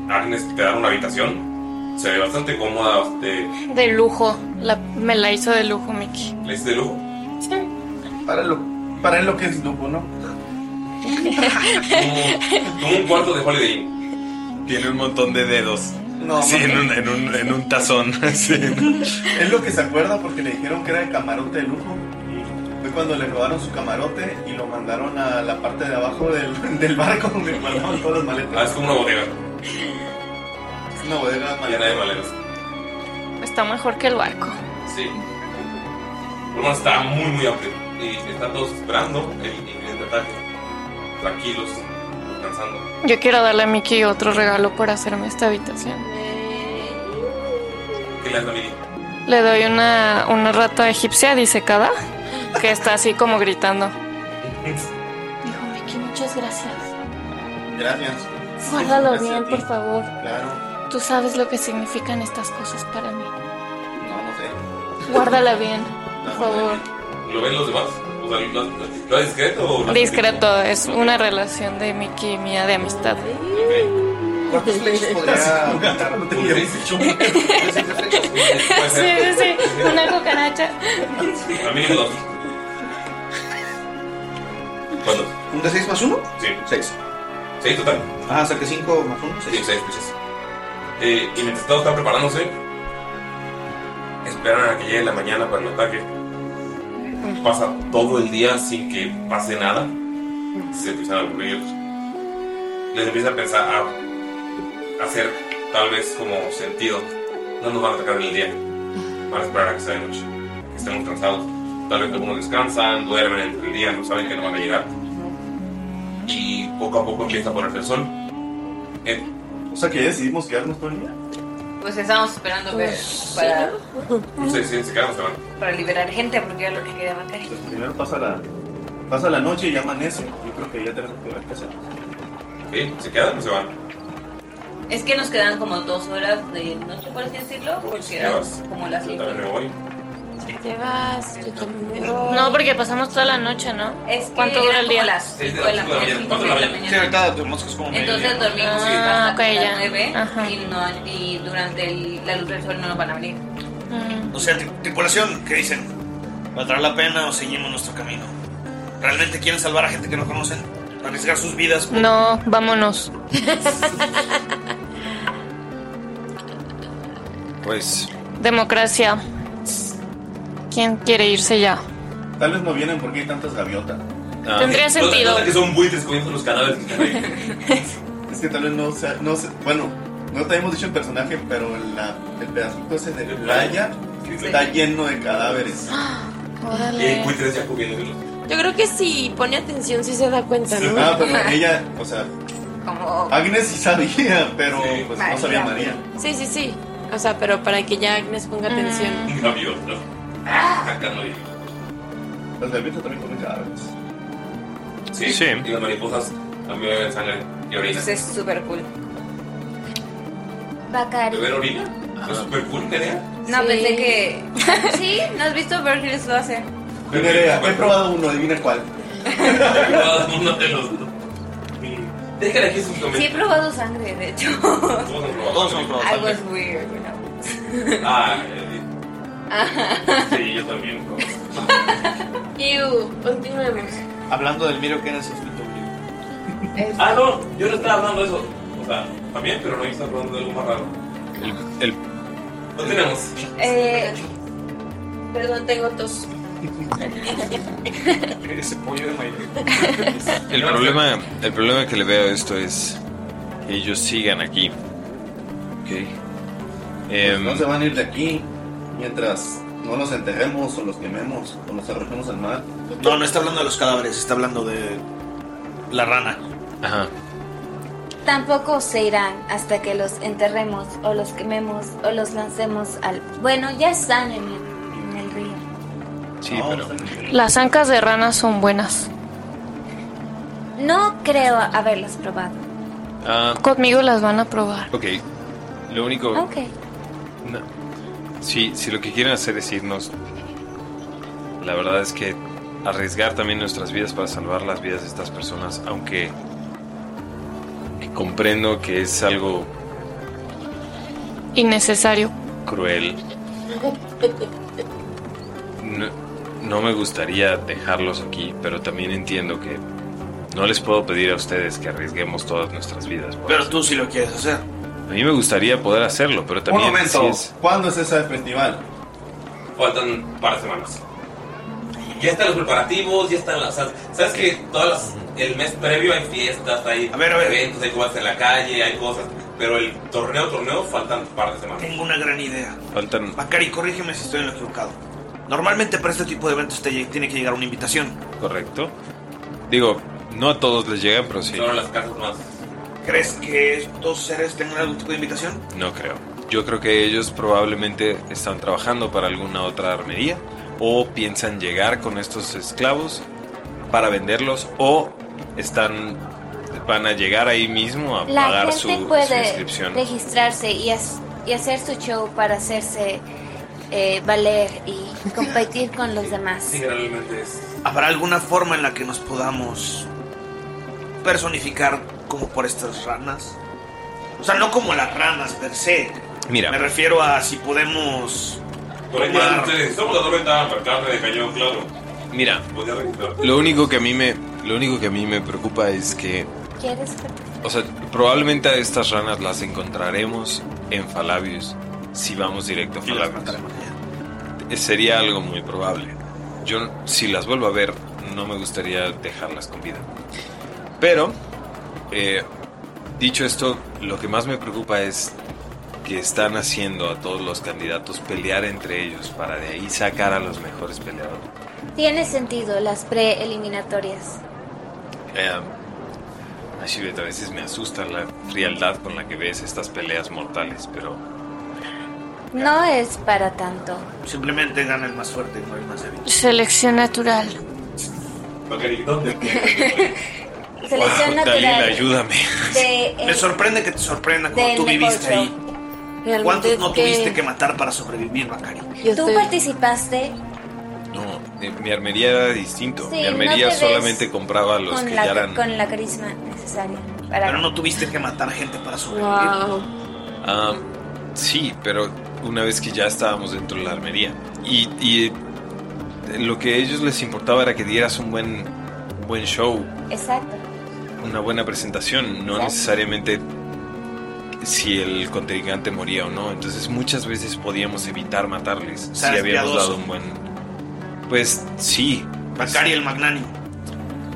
[SPEAKER 1] Agnes te da una habitación. Se ve bastante cómoda. Este,
[SPEAKER 11] De lujo. La- me la hizo de lujo, Mickey.
[SPEAKER 1] le hice de lujo.
[SPEAKER 5] Para lo, para lo que es lupo, ¿no?
[SPEAKER 1] Como un cuarto de Holiday Inn.
[SPEAKER 16] Tiene un montón de dedos.
[SPEAKER 5] No,
[SPEAKER 16] sí, en un,
[SPEAKER 5] mames.
[SPEAKER 16] en un, en un tazón. sí.
[SPEAKER 5] Es lo que se acuerda porque le dijeron que era el camarote de lujo. Fue cuando le robaron su camarote y lo mandaron a la parte de abajo del, del barco donde guardaban todas las maletas.
[SPEAKER 1] Ah, es como una bodega.
[SPEAKER 5] Es una bodega
[SPEAKER 1] Llena de maletas.
[SPEAKER 11] Está mejor que el barco.
[SPEAKER 1] Sí. Bueno, está muy, muy amplio. Y están todos esperando el inminente ataque. Tranquilos, descansando.
[SPEAKER 11] Yo quiero darle a Mickey otro regalo por hacerme esta habitación.
[SPEAKER 1] ¿Qué le das a Mini?
[SPEAKER 11] Le doy una, una rata egipcia disecada que está así como gritando.
[SPEAKER 6] Dijo Mickey, muchas gracias.
[SPEAKER 5] Gracias.
[SPEAKER 11] Guárdalo
[SPEAKER 5] Gracias a
[SPEAKER 11] bien,
[SPEAKER 5] ti.
[SPEAKER 11] por favor.
[SPEAKER 5] Claro,
[SPEAKER 11] Tú sabes lo que significan estas cosas para mí.
[SPEAKER 5] no, no sé.
[SPEAKER 11] Guárdala bien, por favor.
[SPEAKER 1] ¿Lo ven los demás? O sea, ¿lo, lo- lo es discreto o lo hace
[SPEAKER 11] Discreto, es una relación de Mickey y mía de amistad.
[SPEAKER 3] ¿Cuántas flechas podría
[SPEAKER 11] Sí, sí, sí, una cucaracha.
[SPEAKER 1] A mí dos. ¿Cuántos?
[SPEAKER 3] ¿Un de 6 más 1?
[SPEAKER 1] Sí.
[SPEAKER 3] 6.
[SPEAKER 1] 6 total.
[SPEAKER 3] Ah, o sea que 5 más 1,
[SPEAKER 1] Sí, seis flechas. Eh, y mientras todos están preparándose, esperan a que llegue la mañana para el ataque. Pasa todo el día sin que pase nada. Se empiezan a aburrir. Les empieza a pensar a hacer tal vez como sentido. No nos van a atacar en el día. Van a esperar a que sea de noche. a que estemos cansados. Tal vez algunos descansan, duermen entre el día, no saben que no van a llegar. Y poco a poco empieza a ponerse el sol. Eh,
[SPEAKER 5] O sea que ya decidimos quedarnos todo el día.
[SPEAKER 2] Pues estábamos esperando ver
[SPEAKER 5] Pues,
[SPEAKER 2] para,
[SPEAKER 1] No sé si se quedan o se van.
[SPEAKER 2] para liberar gente porque era lo que quedaban caer.
[SPEAKER 5] Primero pasa la, pasa la noche y ya amanece. Yo creo que ya tenemos que ver qué hacer.
[SPEAKER 1] Sí, se quedan o se van.
[SPEAKER 2] Es que nos quedan como dos horas de noche, por así decirlo, porque eran
[SPEAKER 1] Llevas.
[SPEAKER 2] como las
[SPEAKER 1] Pues, Yo
[SPEAKER 2] cinco.
[SPEAKER 1] también me voy.
[SPEAKER 6] Te vas, yo también me voy.
[SPEAKER 11] No, porque pasamos toda la noche, ¿no?
[SPEAKER 2] Es que
[SPEAKER 11] ¿Cuánto dura
[SPEAKER 2] eran
[SPEAKER 11] el día?
[SPEAKER 2] como las
[SPEAKER 17] Es de
[SPEAKER 2] cinco de
[SPEAKER 17] las
[SPEAKER 2] la
[SPEAKER 17] cinco de la
[SPEAKER 2] mañana,
[SPEAKER 17] mañana.
[SPEAKER 2] pues, cinco de la
[SPEAKER 17] Sí,
[SPEAKER 2] mañana.
[SPEAKER 17] ahorita dormimos que es como media.
[SPEAKER 2] Entonces dormimos
[SPEAKER 11] Ah,
[SPEAKER 2] hasta
[SPEAKER 11] ok,
[SPEAKER 2] las
[SPEAKER 11] ya.
[SPEAKER 2] nueve
[SPEAKER 11] Ajá.
[SPEAKER 2] y, no- y durante el- la luz del sol no nos van a abrir. Mm.
[SPEAKER 3] O sea, tri- tripulación, ¿qué dicen? ¿Valdrá la pena o seguimos nuestro camino? ¿Realmente quieren salvar a gente que no conocen? ¿Arriesgar sus vidas? por-
[SPEAKER 11] No, vámonos.
[SPEAKER 4] Pues
[SPEAKER 11] Democracia. ¿Quién quiere irse ya?
[SPEAKER 5] Tal vez no vienen porque hay tantas gaviotas. Ah,
[SPEAKER 11] Tendría sentido.
[SPEAKER 5] que son buitres comiendo los cadáveres Es que tal vez no sea, no sé, bueno, no te hemos dicho el personaje, pero la, el pedacito ese de playa está lleno de cadáveres.
[SPEAKER 6] Órale.
[SPEAKER 5] buitres ya cubriéndolo.
[SPEAKER 6] Ah, Yo creo que si pone atención, sí se da cuenta, ¿no?
[SPEAKER 5] Ah, pero ella, o sea,
[SPEAKER 6] Como-
[SPEAKER 5] Agnes sí sabía, pero pues no sabía
[SPEAKER 6] María. Mm.
[SPEAKER 5] María.
[SPEAKER 6] Sí, sí, sí. O sea, pero para que ya Agnes ponga atención.
[SPEAKER 5] Un gaviota. Ah. Los gaviotas también comen cadáveres.
[SPEAKER 1] Sí, Y las mariposas también beben sangre y orina.
[SPEAKER 2] Entonces es súper cool.
[SPEAKER 8] Bacari.
[SPEAKER 1] Beber orina.
[SPEAKER 2] ah.
[SPEAKER 1] Es súper cool, Nerea.
[SPEAKER 2] No, pensé que... sí, ¿no has visto Beverly Hills lo hace?
[SPEAKER 5] Nerea, he probado uno, adivina cuál.
[SPEAKER 1] He probado uno de los dos. Déjale aquí sus
[SPEAKER 2] Sí pues. he
[SPEAKER 1] comentarios.
[SPEAKER 2] probado sangre, de hecho.
[SPEAKER 1] Todos son probados.
[SPEAKER 2] I was weird, you know.
[SPEAKER 1] Ah, eh,
[SPEAKER 6] Ajá.
[SPEAKER 1] sí, yo también.
[SPEAKER 6] Iu, continuemos.
[SPEAKER 17] Hablando del Miro que en el
[SPEAKER 1] Ah, no, yo no estaba hablando de eso. O sea, también, pero no yo estaba hablando de algo más raro.
[SPEAKER 4] el
[SPEAKER 1] No tenemos.
[SPEAKER 6] Eh, perdón, tengo tos.
[SPEAKER 1] Ese pollo de maíz.
[SPEAKER 4] El problema, el problema que le veo a esto es que ellos sigan aquí. Ok. Em,
[SPEAKER 5] Pues No se van a ir de aquí mientras no los enterremos o los quememos o los arrojemos al mar.
[SPEAKER 3] No, no está hablando de los cadáveres, está hablando de la rana.
[SPEAKER 4] Ajá.
[SPEAKER 8] Tampoco se irán hasta que los enterremos o los quememos o los lancemos al... Bueno, ya están en el, en el río.
[SPEAKER 4] sí, pero.
[SPEAKER 11] Las ancas de ranas son buenas.
[SPEAKER 8] No creo haberlos probado.
[SPEAKER 4] Ah,
[SPEAKER 11] Conmigo las van a probar.
[SPEAKER 4] ok. Lo único.
[SPEAKER 15] Ah,
[SPEAKER 8] Ok.
[SPEAKER 4] no. Si, si lo que quieren hacer es irnos, la verdad es que arriesgar también nuestras vidas para salvar las vidas de estas personas, aunque comprendo que es algo
[SPEAKER 11] Innecesario.
[SPEAKER 4] cruel, no, no me gustaría dejarlos aquí, pero también entiendo que no les puedo pedir a ustedes que arriesguemos todas nuestras vidas.
[SPEAKER 3] Pero tú sí lo quieres hacer.
[SPEAKER 4] A mí me gustaría poder hacerlo, pero también
[SPEAKER 5] Un
[SPEAKER 4] sí
[SPEAKER 5] momento,
[SPEAKER 4] es-
[SPEAKER 5] ¿cuándo es ese festival?
[SPEAKER 1] Faltan un par de semanas. Ya están los preparativos, ya están las. ¿Sabes que todas las- el mes previo hay fiestas, hay eventos, hay cosas en la calle, hay cosas. Pero el torneo, torneo, faltan un par de semanas.
[SPEAKER 3] Tengo una gran idea.
[SPEAKER 4] Faltan.
[SPEAKER 3] Bacari, corrígeme si estoy en lo equivocado. Normalmente para este tipo de eventos te lle- tiene que llegar una invitación.
[SPEAKER 4] Correcto. Digo, no a todos les llegan, pero sí.
[SPEAKER 1] Solo las casas más.
[SPEAKER 3] ¿Crees que estos seres tengan algún tipo de invitación?
[SPEAKER 4] No creo. Yo creo que ellos probablemente están trabajando para alguna otra armería o piensan llegar con estos esclavos para venderlos o están van a llegar ahí mismo a
[SPEAKER 8] La
[SPEAKER 4] pagar su,
[SPEAKER 8] gente
[SPEAKER 4] su
[SPEAKER 8] puede
[SPEAKER 4] inscripción.
[SPEAKER 8] registrarse y, as- y hacer su show para hacerse eh, valer y competir con los demás.
[SPEAKER 1] realmente es.
[SPEAKER 3] ¿Habrá alguna forma en la que nos podamos personificar como por estas ranas? O sea, no como las ranas per se.
[SPEAKER 4] Mira.
[SPEAKER 3] Me refiero a si podemos.
[SPEAKER 1] Por ahí
[SPEAKER 3] tomar-
[SPEAKER 1] ya ustedes, somos la tormenta, pero carne de cañón, claro.
[SPEAKER 4] Mira,
[SPEAKER 1] Podría registrar.
[SPEAKER 4] lo único que a mí me lo único que a mí me preocupa es que
[SPEAKER 8] ¿Quieres?
[SPEAKER 4] O sea, probablemente a estas ranas las encontraremos en Falabius si vamos directo a Falabius. Eh, Sería algo muy probable. Yo, n- si las vuelvo a ver, no me gustaría dejarlas con vida. Pero, eh, dicho esto, lo que más me preocupa es que están haciendo a todos los candidatos pelear entre ellos para de ahí sacar a los mejores peleadores.
[SPEAKER 8] Tiene sentido las preeliminatorias.
[SPEAKER 4] Eh, Ashibet, a veces me asusta la frialdad con la que ves estas peleas mortales, pero
[SPEAKER 8] No es para tanto.
[SPEAKER 3] Simplemente gana el más fuerte, no el más débil.
[SPEAKER 11] Selección natural.
[SPEAKER 1] Bacari, ¿dónde?
[SPEAKER 8] Selección natural. eh,
[SPEAKER 4] ayúdame.
[SPEAKER 8] de-
[SPEAKER 3] Me sorprende que te sorprenda como
[SPEAKER 8] del
[SPEAKER 3] tú
[SPEAKER 8] mejor
[SPEAKER 3] viviste
[SPEAKER 8] show.
[SPEAKER 3] ahí.
[SPEAKER 8] Realmente
[SPEAKER 3] ¿Cuántos
[SPEAKER 8] es
[SPEAKER 3] no
[SPEAKER 8] que-
[SPEAKER 3] tuviste que matar para sobrevivir, Macari?
[SPEAKER 8] Tú participaste
[SPEAKER 4] No, eh, mi armería era distinto.
[SPEAKER 8] Sí,
[SPEAKER 4] mi
[SPEAKER 8] no
[SPEAKER 4] armería
[SPEAKER 8] te ves
[SPEAKER 4] solamente compraba los
[SPEAKER 8] con
[SPEAKER 4] que
[SPEAKER 8] la,
[SPEAKER 4] ya eran.
[SPEAKER 8] con la carisma necesaria para...
[SPEAKER 3] Pero no tuviste que matar gente para sobrevivir.
[SPEAKER 8] Wow.
[SPEAKER 4] Ah, sí, pero una vez que ya estábamos dentro de la armería. Y, y, eh, lo que a ellos les importaba era que dieras un buen, un buen show,
[SPEAKER 8] Exacto.
[SPEAKER 4] una buena presentación, no necesariamente si el contrincante moría o no. Entonces muchas veces podíamos evitar matarles si
[SPEAKER 3] eres
[SPEAKER 4] habíamos
[SPEAKER 3] piadoso.
[SPEAKER 4] dado un buen... Pues sí.
[SPEAKER 3] Macari el magnánimo.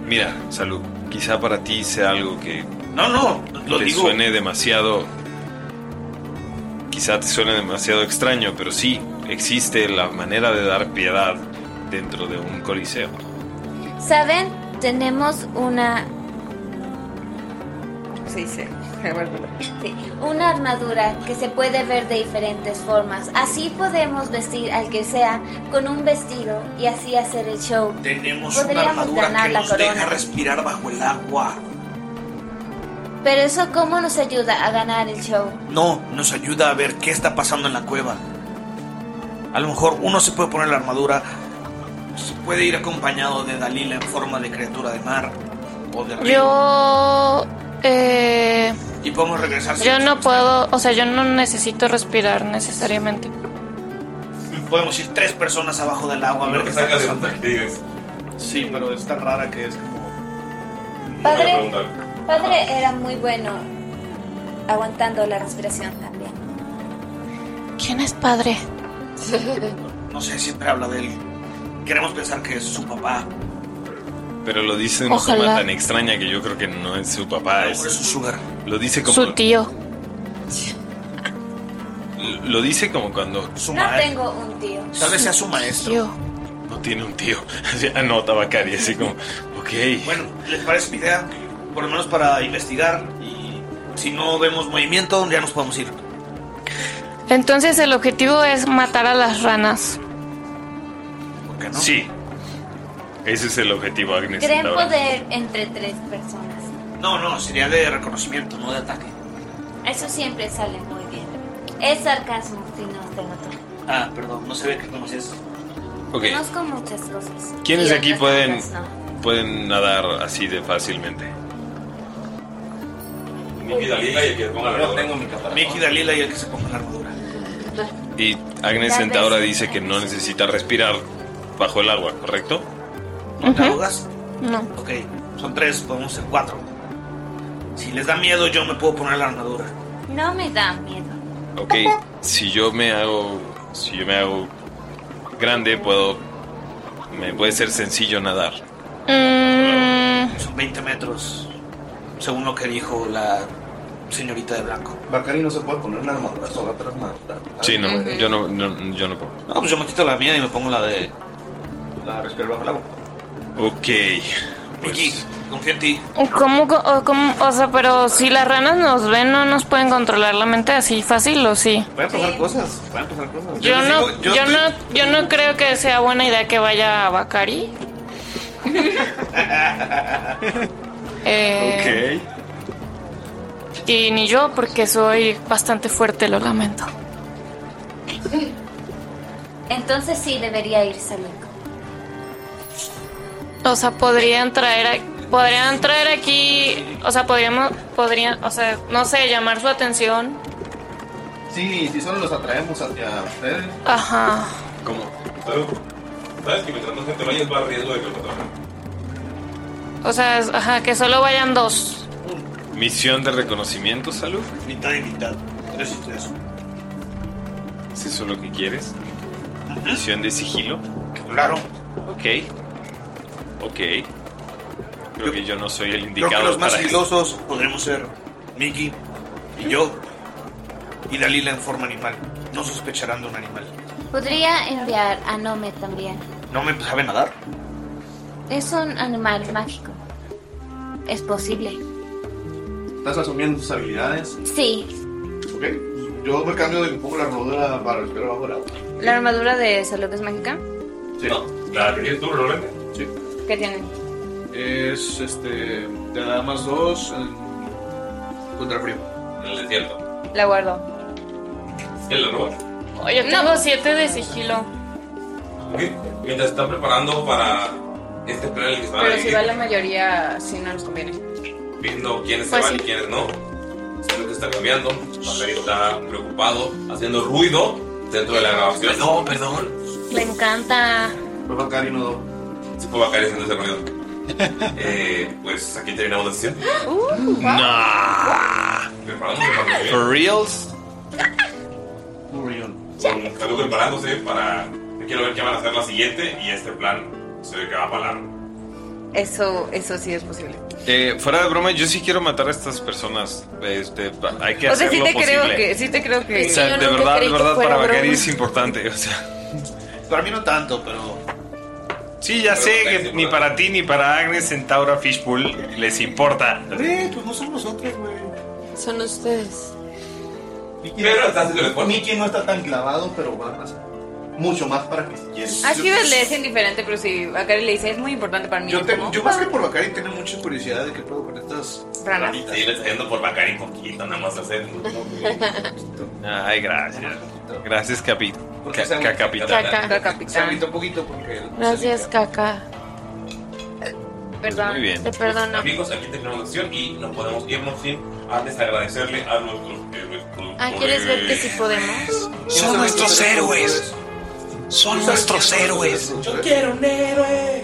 [SPEAKER 4] Mira, salud. Quizá para ti sea algo que
[SPEAKER 3] No, no, lo
[SPEAKER 4] te
[SPEAKER 3] digo.
[SPEAKER 4] suene demasiado. Quizá te suene demasiado extraño, pero sí, existe la manera de dar piedad dentro de un coliseo.
[SPEAKER 8] ¿Saben? Tenemos una
[SPEAKER 2] Sí, sí.
[SPEAKER 8] Sí, una armadura que se puede ver de diferentes formas. Así podemos vestir al que sea con un vestido y así hacer el show.
[SPEAKER 3] Tenemos
[SPEAKER 8] Podríamos
[SPEAKER 3] una armadura
[SPEAKER 8] ganar
[SPEAKER 3] que
[SPEAKER 8] la
[SPEAKER 3] nos
[SPEAKER 8] corona.
[SPEAKER 3] deja respirar bajo el agua.
[SPEAKER 8] Pero eso cómo nos ayuda a ganar el show.
[SPEAKER 3] No, nos ayuda a ver qué está pasando en la cueva. A lo mejor uno se puede poner la armadura, se puede ir acompañado de Dalila en forma de criatura de mar o de río.
[SPEAKER 11] Yo. eh,
[SPEAKER 3] Y podemos regresar. sin-
[SPEAKER 11] yo no puedo. O sea, yo no necesito respirar necesariamente.
[SPEAKER 3] Podemos ir tres personas abajo del agua a ver qué está pasando. Sí, pero está rara que es
[SPEAKER 8] Padre, padre era muy bueno aguantando la respiración también.
[SPEAKER 11] ¿Quién es padre?
[SPEAKER 3] No sé, siempre habla de él. Queremos pensar que es su papá.
[SPEAKER 4] Pero lo dice de una
[SPEAKER 11] Ojalá.
[SPEAKER 4] forma tan extraña que yo creo que no es su papá. Es,
[SPEAKER 3] su sugar.
[SPEAKER 4] Lo dice como.
[SPEAKER 11] Su tío.
[SPEAKER 4] Lo dice como cuando.
[SPEAKER 8] no
[SPEAKER 3] eh.
[SPEAKER 8] tengo un tío.
[SPEAKER 3] su maestro.
[SPEAKER 4] No tiene un tío. Así Anota Bacari, así como. Ok.
[SPEAKER 3] Bueno, ¿les parece mi idea? Por lo menos para investigar y si no vemos movimiento ya nos podemos ir.
[SPEAKER 11] Entonces el objetivo es matar a las ranas.
[SPEAKER 4] Sí. Ese es el objetivo, Agnes.
[SPEAKER 8] Creen
[SPEAKER 4] la verdad.
[SPEAKER 8] poder entre tres personas.
[SPEAKER 3] No, no, sería de reconocimiento, no de ataque.
[SPEAKER 8] Eso siempre sale muy bien. Es sarcasmo si no te noto.
[SPEAKER 3] Ah, perdón, no se ve que conoces.
[SPEAKER 4] Ok.
[SPEAKER 8] Conozco muchas cosas.
[SPEAKER 4] ¿Quiénes
[SPEAKER 8] Y
[SPEAKER 4] de aquí
[SPEAKER 8] otras
[SPEAKER 4] pueden,
[SPEAKER 8] cosas no.
[SPEAKER 4] pueden nadar así de fácilmente?
[SPEAKER 1] Miki Dalila y el que se ponga la armadura. tengo mi
[SPEAKER 3] Miki Dalila y el que se ponga la armadura.
[SPEAKER 4] Y Agnes
[SPEAKER 3] Tal
[SPEAKER 4] Centaura
[SPEAKER 3] vez.
[SPEAKER 4] dice que no necesita respirar bajo el agua, ¿correcto?
[SPEAKER 3] ¿No te ahogas?
[SPEAKER 11] No.
[SPEAKER 3] Ok, son tres, podemos ser cuatro. Si les da miedo, yo me puedo poner la armadura.
[SPEAKER 8] No me da miedo.
[SPEAKER 4] Ok, si yo me hago, si yo me hago grande, puedo, me puede ser sencillo nadar.
[SPEAKER 11] Mm,
[SPEAKER 3] Son 20 metros, según lo que dijo la señorita de blanco.
[SPEAKER 5] Bacari no se puede poner una armadura sola tras armadura.
[SPEAKER 4] Sí, no,
[SPEAKER 5] Ujú.
[SPEAKER 4] yo no, no- yo no puedo.
[SPEAKER 3] No, pues yo me quito la mía y me pongo la de... La respirar bajo el agua.
[SPEAKER 4] Ok. pues.
[SPEAKER 3] Miki, confío en ti.
[SPEAKER 11] Eh, ¿Cómo, co- o, cómo- o sea, pero si las ranas nos ven, ¿no nos pueden controlar la mente así fácil o sí?
[SPEAKER 3] Pueden pasar cosas, pueden pasar cosas.
[SPEAKER 11] Yo
[SPEAKER 3] les
[SPEAKER 11] no,
[SPEAKER 3] digo,
[SPEAKER 11] yo, no, yo no creo que sea buena idea que vaya a Bakari. Eh, Y ni yo, porque soy bastante fuerte, lo lamento.
[SPEAKER 8] Entonces sí debería irse loco.
[SPEAKER 11] O sea, podrían traer, a- podrían traer aquí, o sea, podríamos, podrían, o sea, no sé, llamar su atención.
[SPEAKER 5] Sí, si solo los atraemos hacia ustedes.
[SPEAKER 11] Ajá.
[SPEAKER 4] ¿Cómo?
[SPEAKER 1] ¿Sabes que mientras más gente vayas va riesgo de que lo atrapen?
[SPEAKER 11] O sea, es- ajá, que solo vayan dos.
[SPEAKER 4] Misión de reconocimiento, salud.
[SPEAKER 3] Mitad y mitad. Tres y tres.
[SPEAKER 4] ¿Es eso lo que quieres? Misión de sigilo.
[SPEAKER 3] Claro.
[SPEAKER 4] Ok. Ok. Creo que yo no soy el
[SPEAKER 3] Creo que
[SPEAKER 4] indicado
[SPEAKER 3] los más
[SPEAKER 4] para
[SPEAKER 3] filosos podremos ser Miki y yo. Y Dalila en forma animal. No sospecharán de un animal.
[SPEAKER 8] Podría enviar a Nome también.
[SPEAKER 3] No me sabe nadar.
[SPEAKER 8] Es un animal mágico. Es posible.
[SPEAKER 5] Estás asumiendo tus habilidades.
[SPEAKER 8] Sí.
[SPEAKER 5] Ok. Yo me cambio de que pongo la armadura para respirar bajo el agua.
[SPEAKER 2] La armadura de Salud es mágica.
[SPEAKER 5] Sí.
[SPEAKER 1] La que tienes tú, Rolando.
[SPEAKER 5] Sí.
[SPEAKER 2] ¿Qué tiene?
[SPEAKER 18] Es este. Te da más dos en- contra el frío.
[SPEAKER 1] En el desierto.
[SPEAKER 2] La guardo.
[SPEAKER 1] ¿El arroba?
[SPEAKER 11] Oh, Yo tengo siete de sigilo.
[SPEAKER 1] Ok. Mientras están preparando para este plan en el que se van a
[SPEAKER 19] Pero si
[SPEAKER 1] dividir,
[SPEAKER 19] va la mayoría, si no nos conviene.
[SPEAKER 1] viendo quiénes
[SPEAKER 19] Pues
[SPEAKER 1] se van y quiénes no. Es lo que está cambiando. Papel está preocupado, haciendo ruido dentro de la grabación. No, perdón.
[SPEAKER 11] Le encanta.
[SPEAKER 1] Fue Bacari no. Sí, fue Bacari haciendo ese ruido. eh, pues aquí terminamos la sesión. Nah. Preparándose para
[SPEAKER 16] For reals?
[SPEAKER 1] Salud preparándose para. Quiero ver qué van a hacer la siguiente y este plan se ve que va para largo.
[SPEAKER 19] Eso, eso sí es posible.
[SPEAKER 16] Eh, fuera de broma, yo sí quiero matar a estas personas. Este, pa- hay que
[SPEAKER 19] O sea,
[SPEAKER 16] hacer
[SPEAKER 19] sí
[SPEAKER 16] lo
[SPEAKER 19] te creo
[SPEAKER 16] posible.
[SPEAKER 19] que, sí te creo que.
[SPEAKER 16] O sea, de verdad, de verdad, para Bacari es importante. O sea,
[SPEAKER 3] Para mí no tanto, pero.
[SPEAKER 16] sí, ya sé que ni para ti ni para Agnes Centaura Fishpool les importa.
[SPEAKER 3] Güey, pues no somos nosotros, güey.
[SPEAKER 6] Son ustedes.
[SPEAKER 1] Pero estás
[SPEAKER 5] Mickey no está tan clavado, pero va más. Mucho más para que si quieres.
[SPEAKER 19] A Gibbs le es indiferente, pero si a Karen le dice es muy importante para mí.
[SPEAKER 3] Yo,
[SPEAKER 19] es
[SPEAKER 3] te-
[SPEAKER 19] como,
[SPEAKER 3] yo más que por Bacari tengo mucha curiosidad de qué puedo con estas.
[SPEAKER 19] Ranas.
[SPEAKER 1] Sí, le está yendo por Bacari poquito, nada más hacer.
[SPEAKER 16] Ay, gracias. Gracias, Capi. Ca-
[SPEAKER 3] sean-
[SPEAKER 16] ca- capitán.
[SPEAKER 19] Caca.
[SPEAKER 3] Se agitó un poquito porque.
[SPEAKER 6] Gracias, caca.
[SPEAKER 1] Muy bien.
[SPEAKER 6] Te perdono.
[SPEAKER 1] Amigos, aquí terminamos la acción y no podemos irnos sin antes agradecerle a nuestros héroes.
[SPEAKER 5] Pues,
[SPEAKER 6] Ah, ¿quieres ver que si podemos?
[SPEAKER 1] Son nuestros héroes.
[SPEAKER 10] Son nuestros héroes.
[SPEAKER 6] Yo quiero un héroe.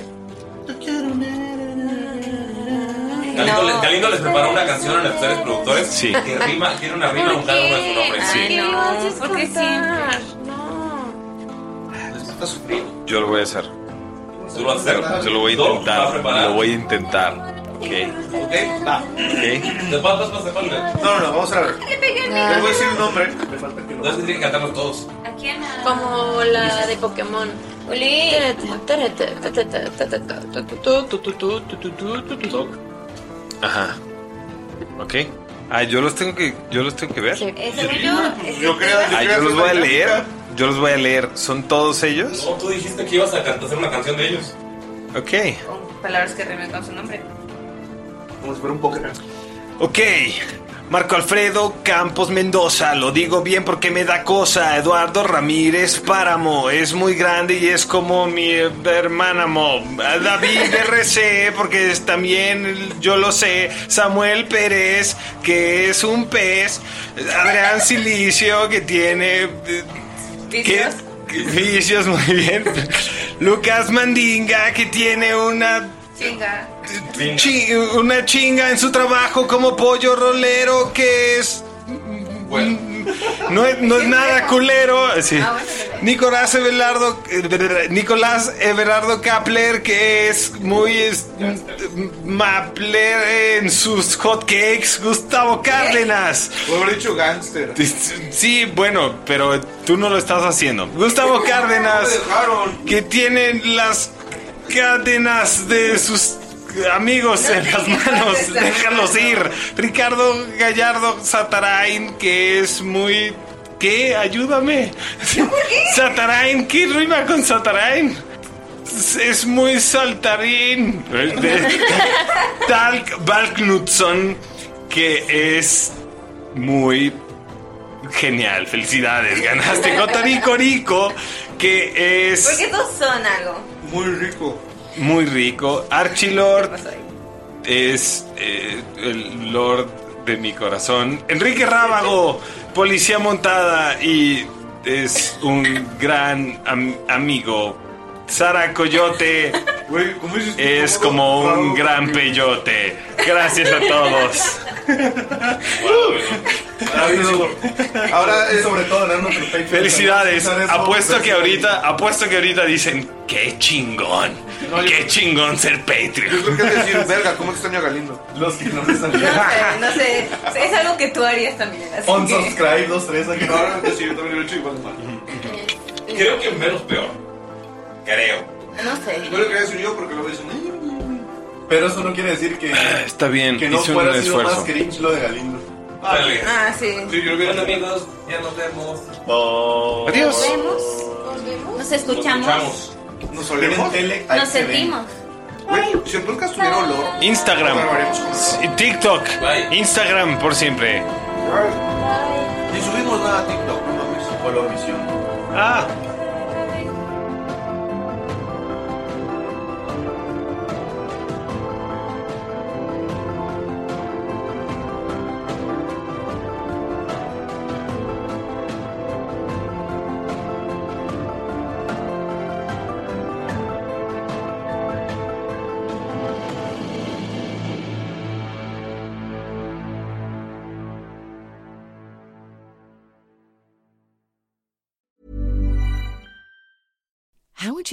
[SPEAKER 1] Galindo, le- Galindo les preparó una canción a nuestros productores
[SPEAKER 16] Sí.
[SPEAKER 1] que rima, tiene una rima a un lado de su nombre.
[SPEAKER 19] Ay, no, porque siempre.
[SPEAKER 16] Yo lo voy a hacer.
[SPEAKER 1] ¿Tú lo vas a hacer?
[SPEAKER 16] Yo lo voy a
[SPEAKER 1] ¿Tú? ¿Vas a
[SPEAKER 16] intentar.
[SPEAKER 1] preparar?
[SPEAKER 16] Lo voy a intentar. Ok.
[SPEAKER 1] Ok, va.
[SPEAKER 16] Ok.
[SPEAKER 1] ¿Te faltas más de falta?
[SPEAKER 3] No, no, no, vamos a ver.
[SPEAKER 6] Le pegué
[SPEAKER 3] Les voy a decir un nombre. Entonces
[SPEAKER 1] tienen que cantarlos todos.
[SPEAKER 6] Como la de Pokémon.
[SPEAKER 16] Ajá. Ok. Ah, yo los tengo que, yo los tengo que ver.
[SPEAKER 1] Yo creo-
[SPEAKER 16] Ah, yo los voy a leer. Yo los voy a leer. ¿Son todos ellos?
[SPEAKER 1] No, Oh, tú dijiste que ibas a cantar hacer una canción de ellos.
[SPEAKER 16] Ok.
[SPEAKER 19] Palabras que rimen con su nombre.
[SPEAKER 3] Vamos a ver un Pokémon.
[SPEAKER 16] Ok. Marco Alfredo Campos Mendoza, lo digo bien porque me da cosa. Eduardo Ramírez Páramo, es muy grande y es como mi eh, hermanamo. A David RC, porque es también el- yo lo sé. Samuel Pérez, que es un pez. Adrián Silicio, que tiene. eh, ¿Qué? Vicios, muy bien. Lucas Mandinga, que tiene una
[SPEAKER 19] Chinga.
[SPEAKER 16] Chi- una chinga en su trabajo como pollo rolero que es. No es, no es nada culero. sí. Nicolás Everardo, Nicolás Everardo Kapler, que es muy es- mapler en sus hotcakes. Gustavo Cárdenas.
[SPEAKER 3] Hubiera dicho gangster.
[SPEAKER 16] Sí, bueno, pero tú no lo estás haciendo. Gustavo Cárdenas, que tiene las cadenas de sus amigos en las manos. Déjalos ir. Ricardo Gallardo Satarain, que es muy... ¿Qué? Ayúdame. Satarain, ¿qué rima con Satarain? Es muy saltarín. Talk Valknutson, que es muy genial. Felicidades, ganaste. Cotarico Rico, que es
[SPEAKER 2] Porque todos son algo.
[SPEAKER 3] muy rico.
[SPEAKER 16] Muy rico. Archilord es eh, el lord de mi corazón. Enrique Rábago, policía montada y es un gran am- amigo. Sara Coyote es como un gran peyote. Gracias a todos.
[SPEAKER 3] Ahora es sobre todo ganar nuestro Patreon.
[SPEAKER 16] Felicidades.
[SPEAKER 3] Hacer eso,
[SPEAKER 16] Apuesto
[SPEAKER 3] pues,
[SPEAKER 16] que ahorita, apuesto que ahorita dicen, qué chingón. Qué chingón ser Patreon.
[SPEAKER 3] ¿Qué decir? Verga, ¿cómo extraño a Galindo?
[SPEAKER 5] Los que no les
[SPEAKER 19] No sé, no sé. Es algo que tú harías también. Así que...
[SPEAKER 5] Unsubscribe, dos, tres. Aquí.
[SPEAKER 3] Ahora sí, yo también lo he hecho igual de mal.
[SPEAKER 1] Creo que menos peor. Creo.
[SPEAKER 19] No sé.
[SPEAKER 3] Yo lo quería decir yo porque luego dicen, "Ay,
[SPEAKER 5] Pero eso no quiere decir que.
[SPEAKER 16] Está bien,
[SPEAKER 5] Que no
[SPEAKER 16] hice un
[SPEAKER 5] fuera sido
[SPEAKER 16] esfuerzo.
[SPEAKER 5] más cringe lo de Galindo.
[SPEAKER 1] Vale.
[SPEAKER 19] Ah, sí.
[SPEAKER 1] Bueno, amigos, ya nos vemos.
[SPEAKER 16] Adiós.
[SPEAKER 2] Nos vemos. Nos escuchamos.
[SPEAKER 3] Nos olemos.
[SPEAKER 2] Nos sentimos.
[SPEAKER 3] Güey, si el podcast tuviera olor.
[SPEAKER 16] Instagram, y TikTok, Instagram por siempre.
[SPEAKER 3] Ni subimos nada a TikTok, no mames.
[SPEAKER 5] color visión.
[SPEAKER 4] Ah.
[SPEAKER 20] How would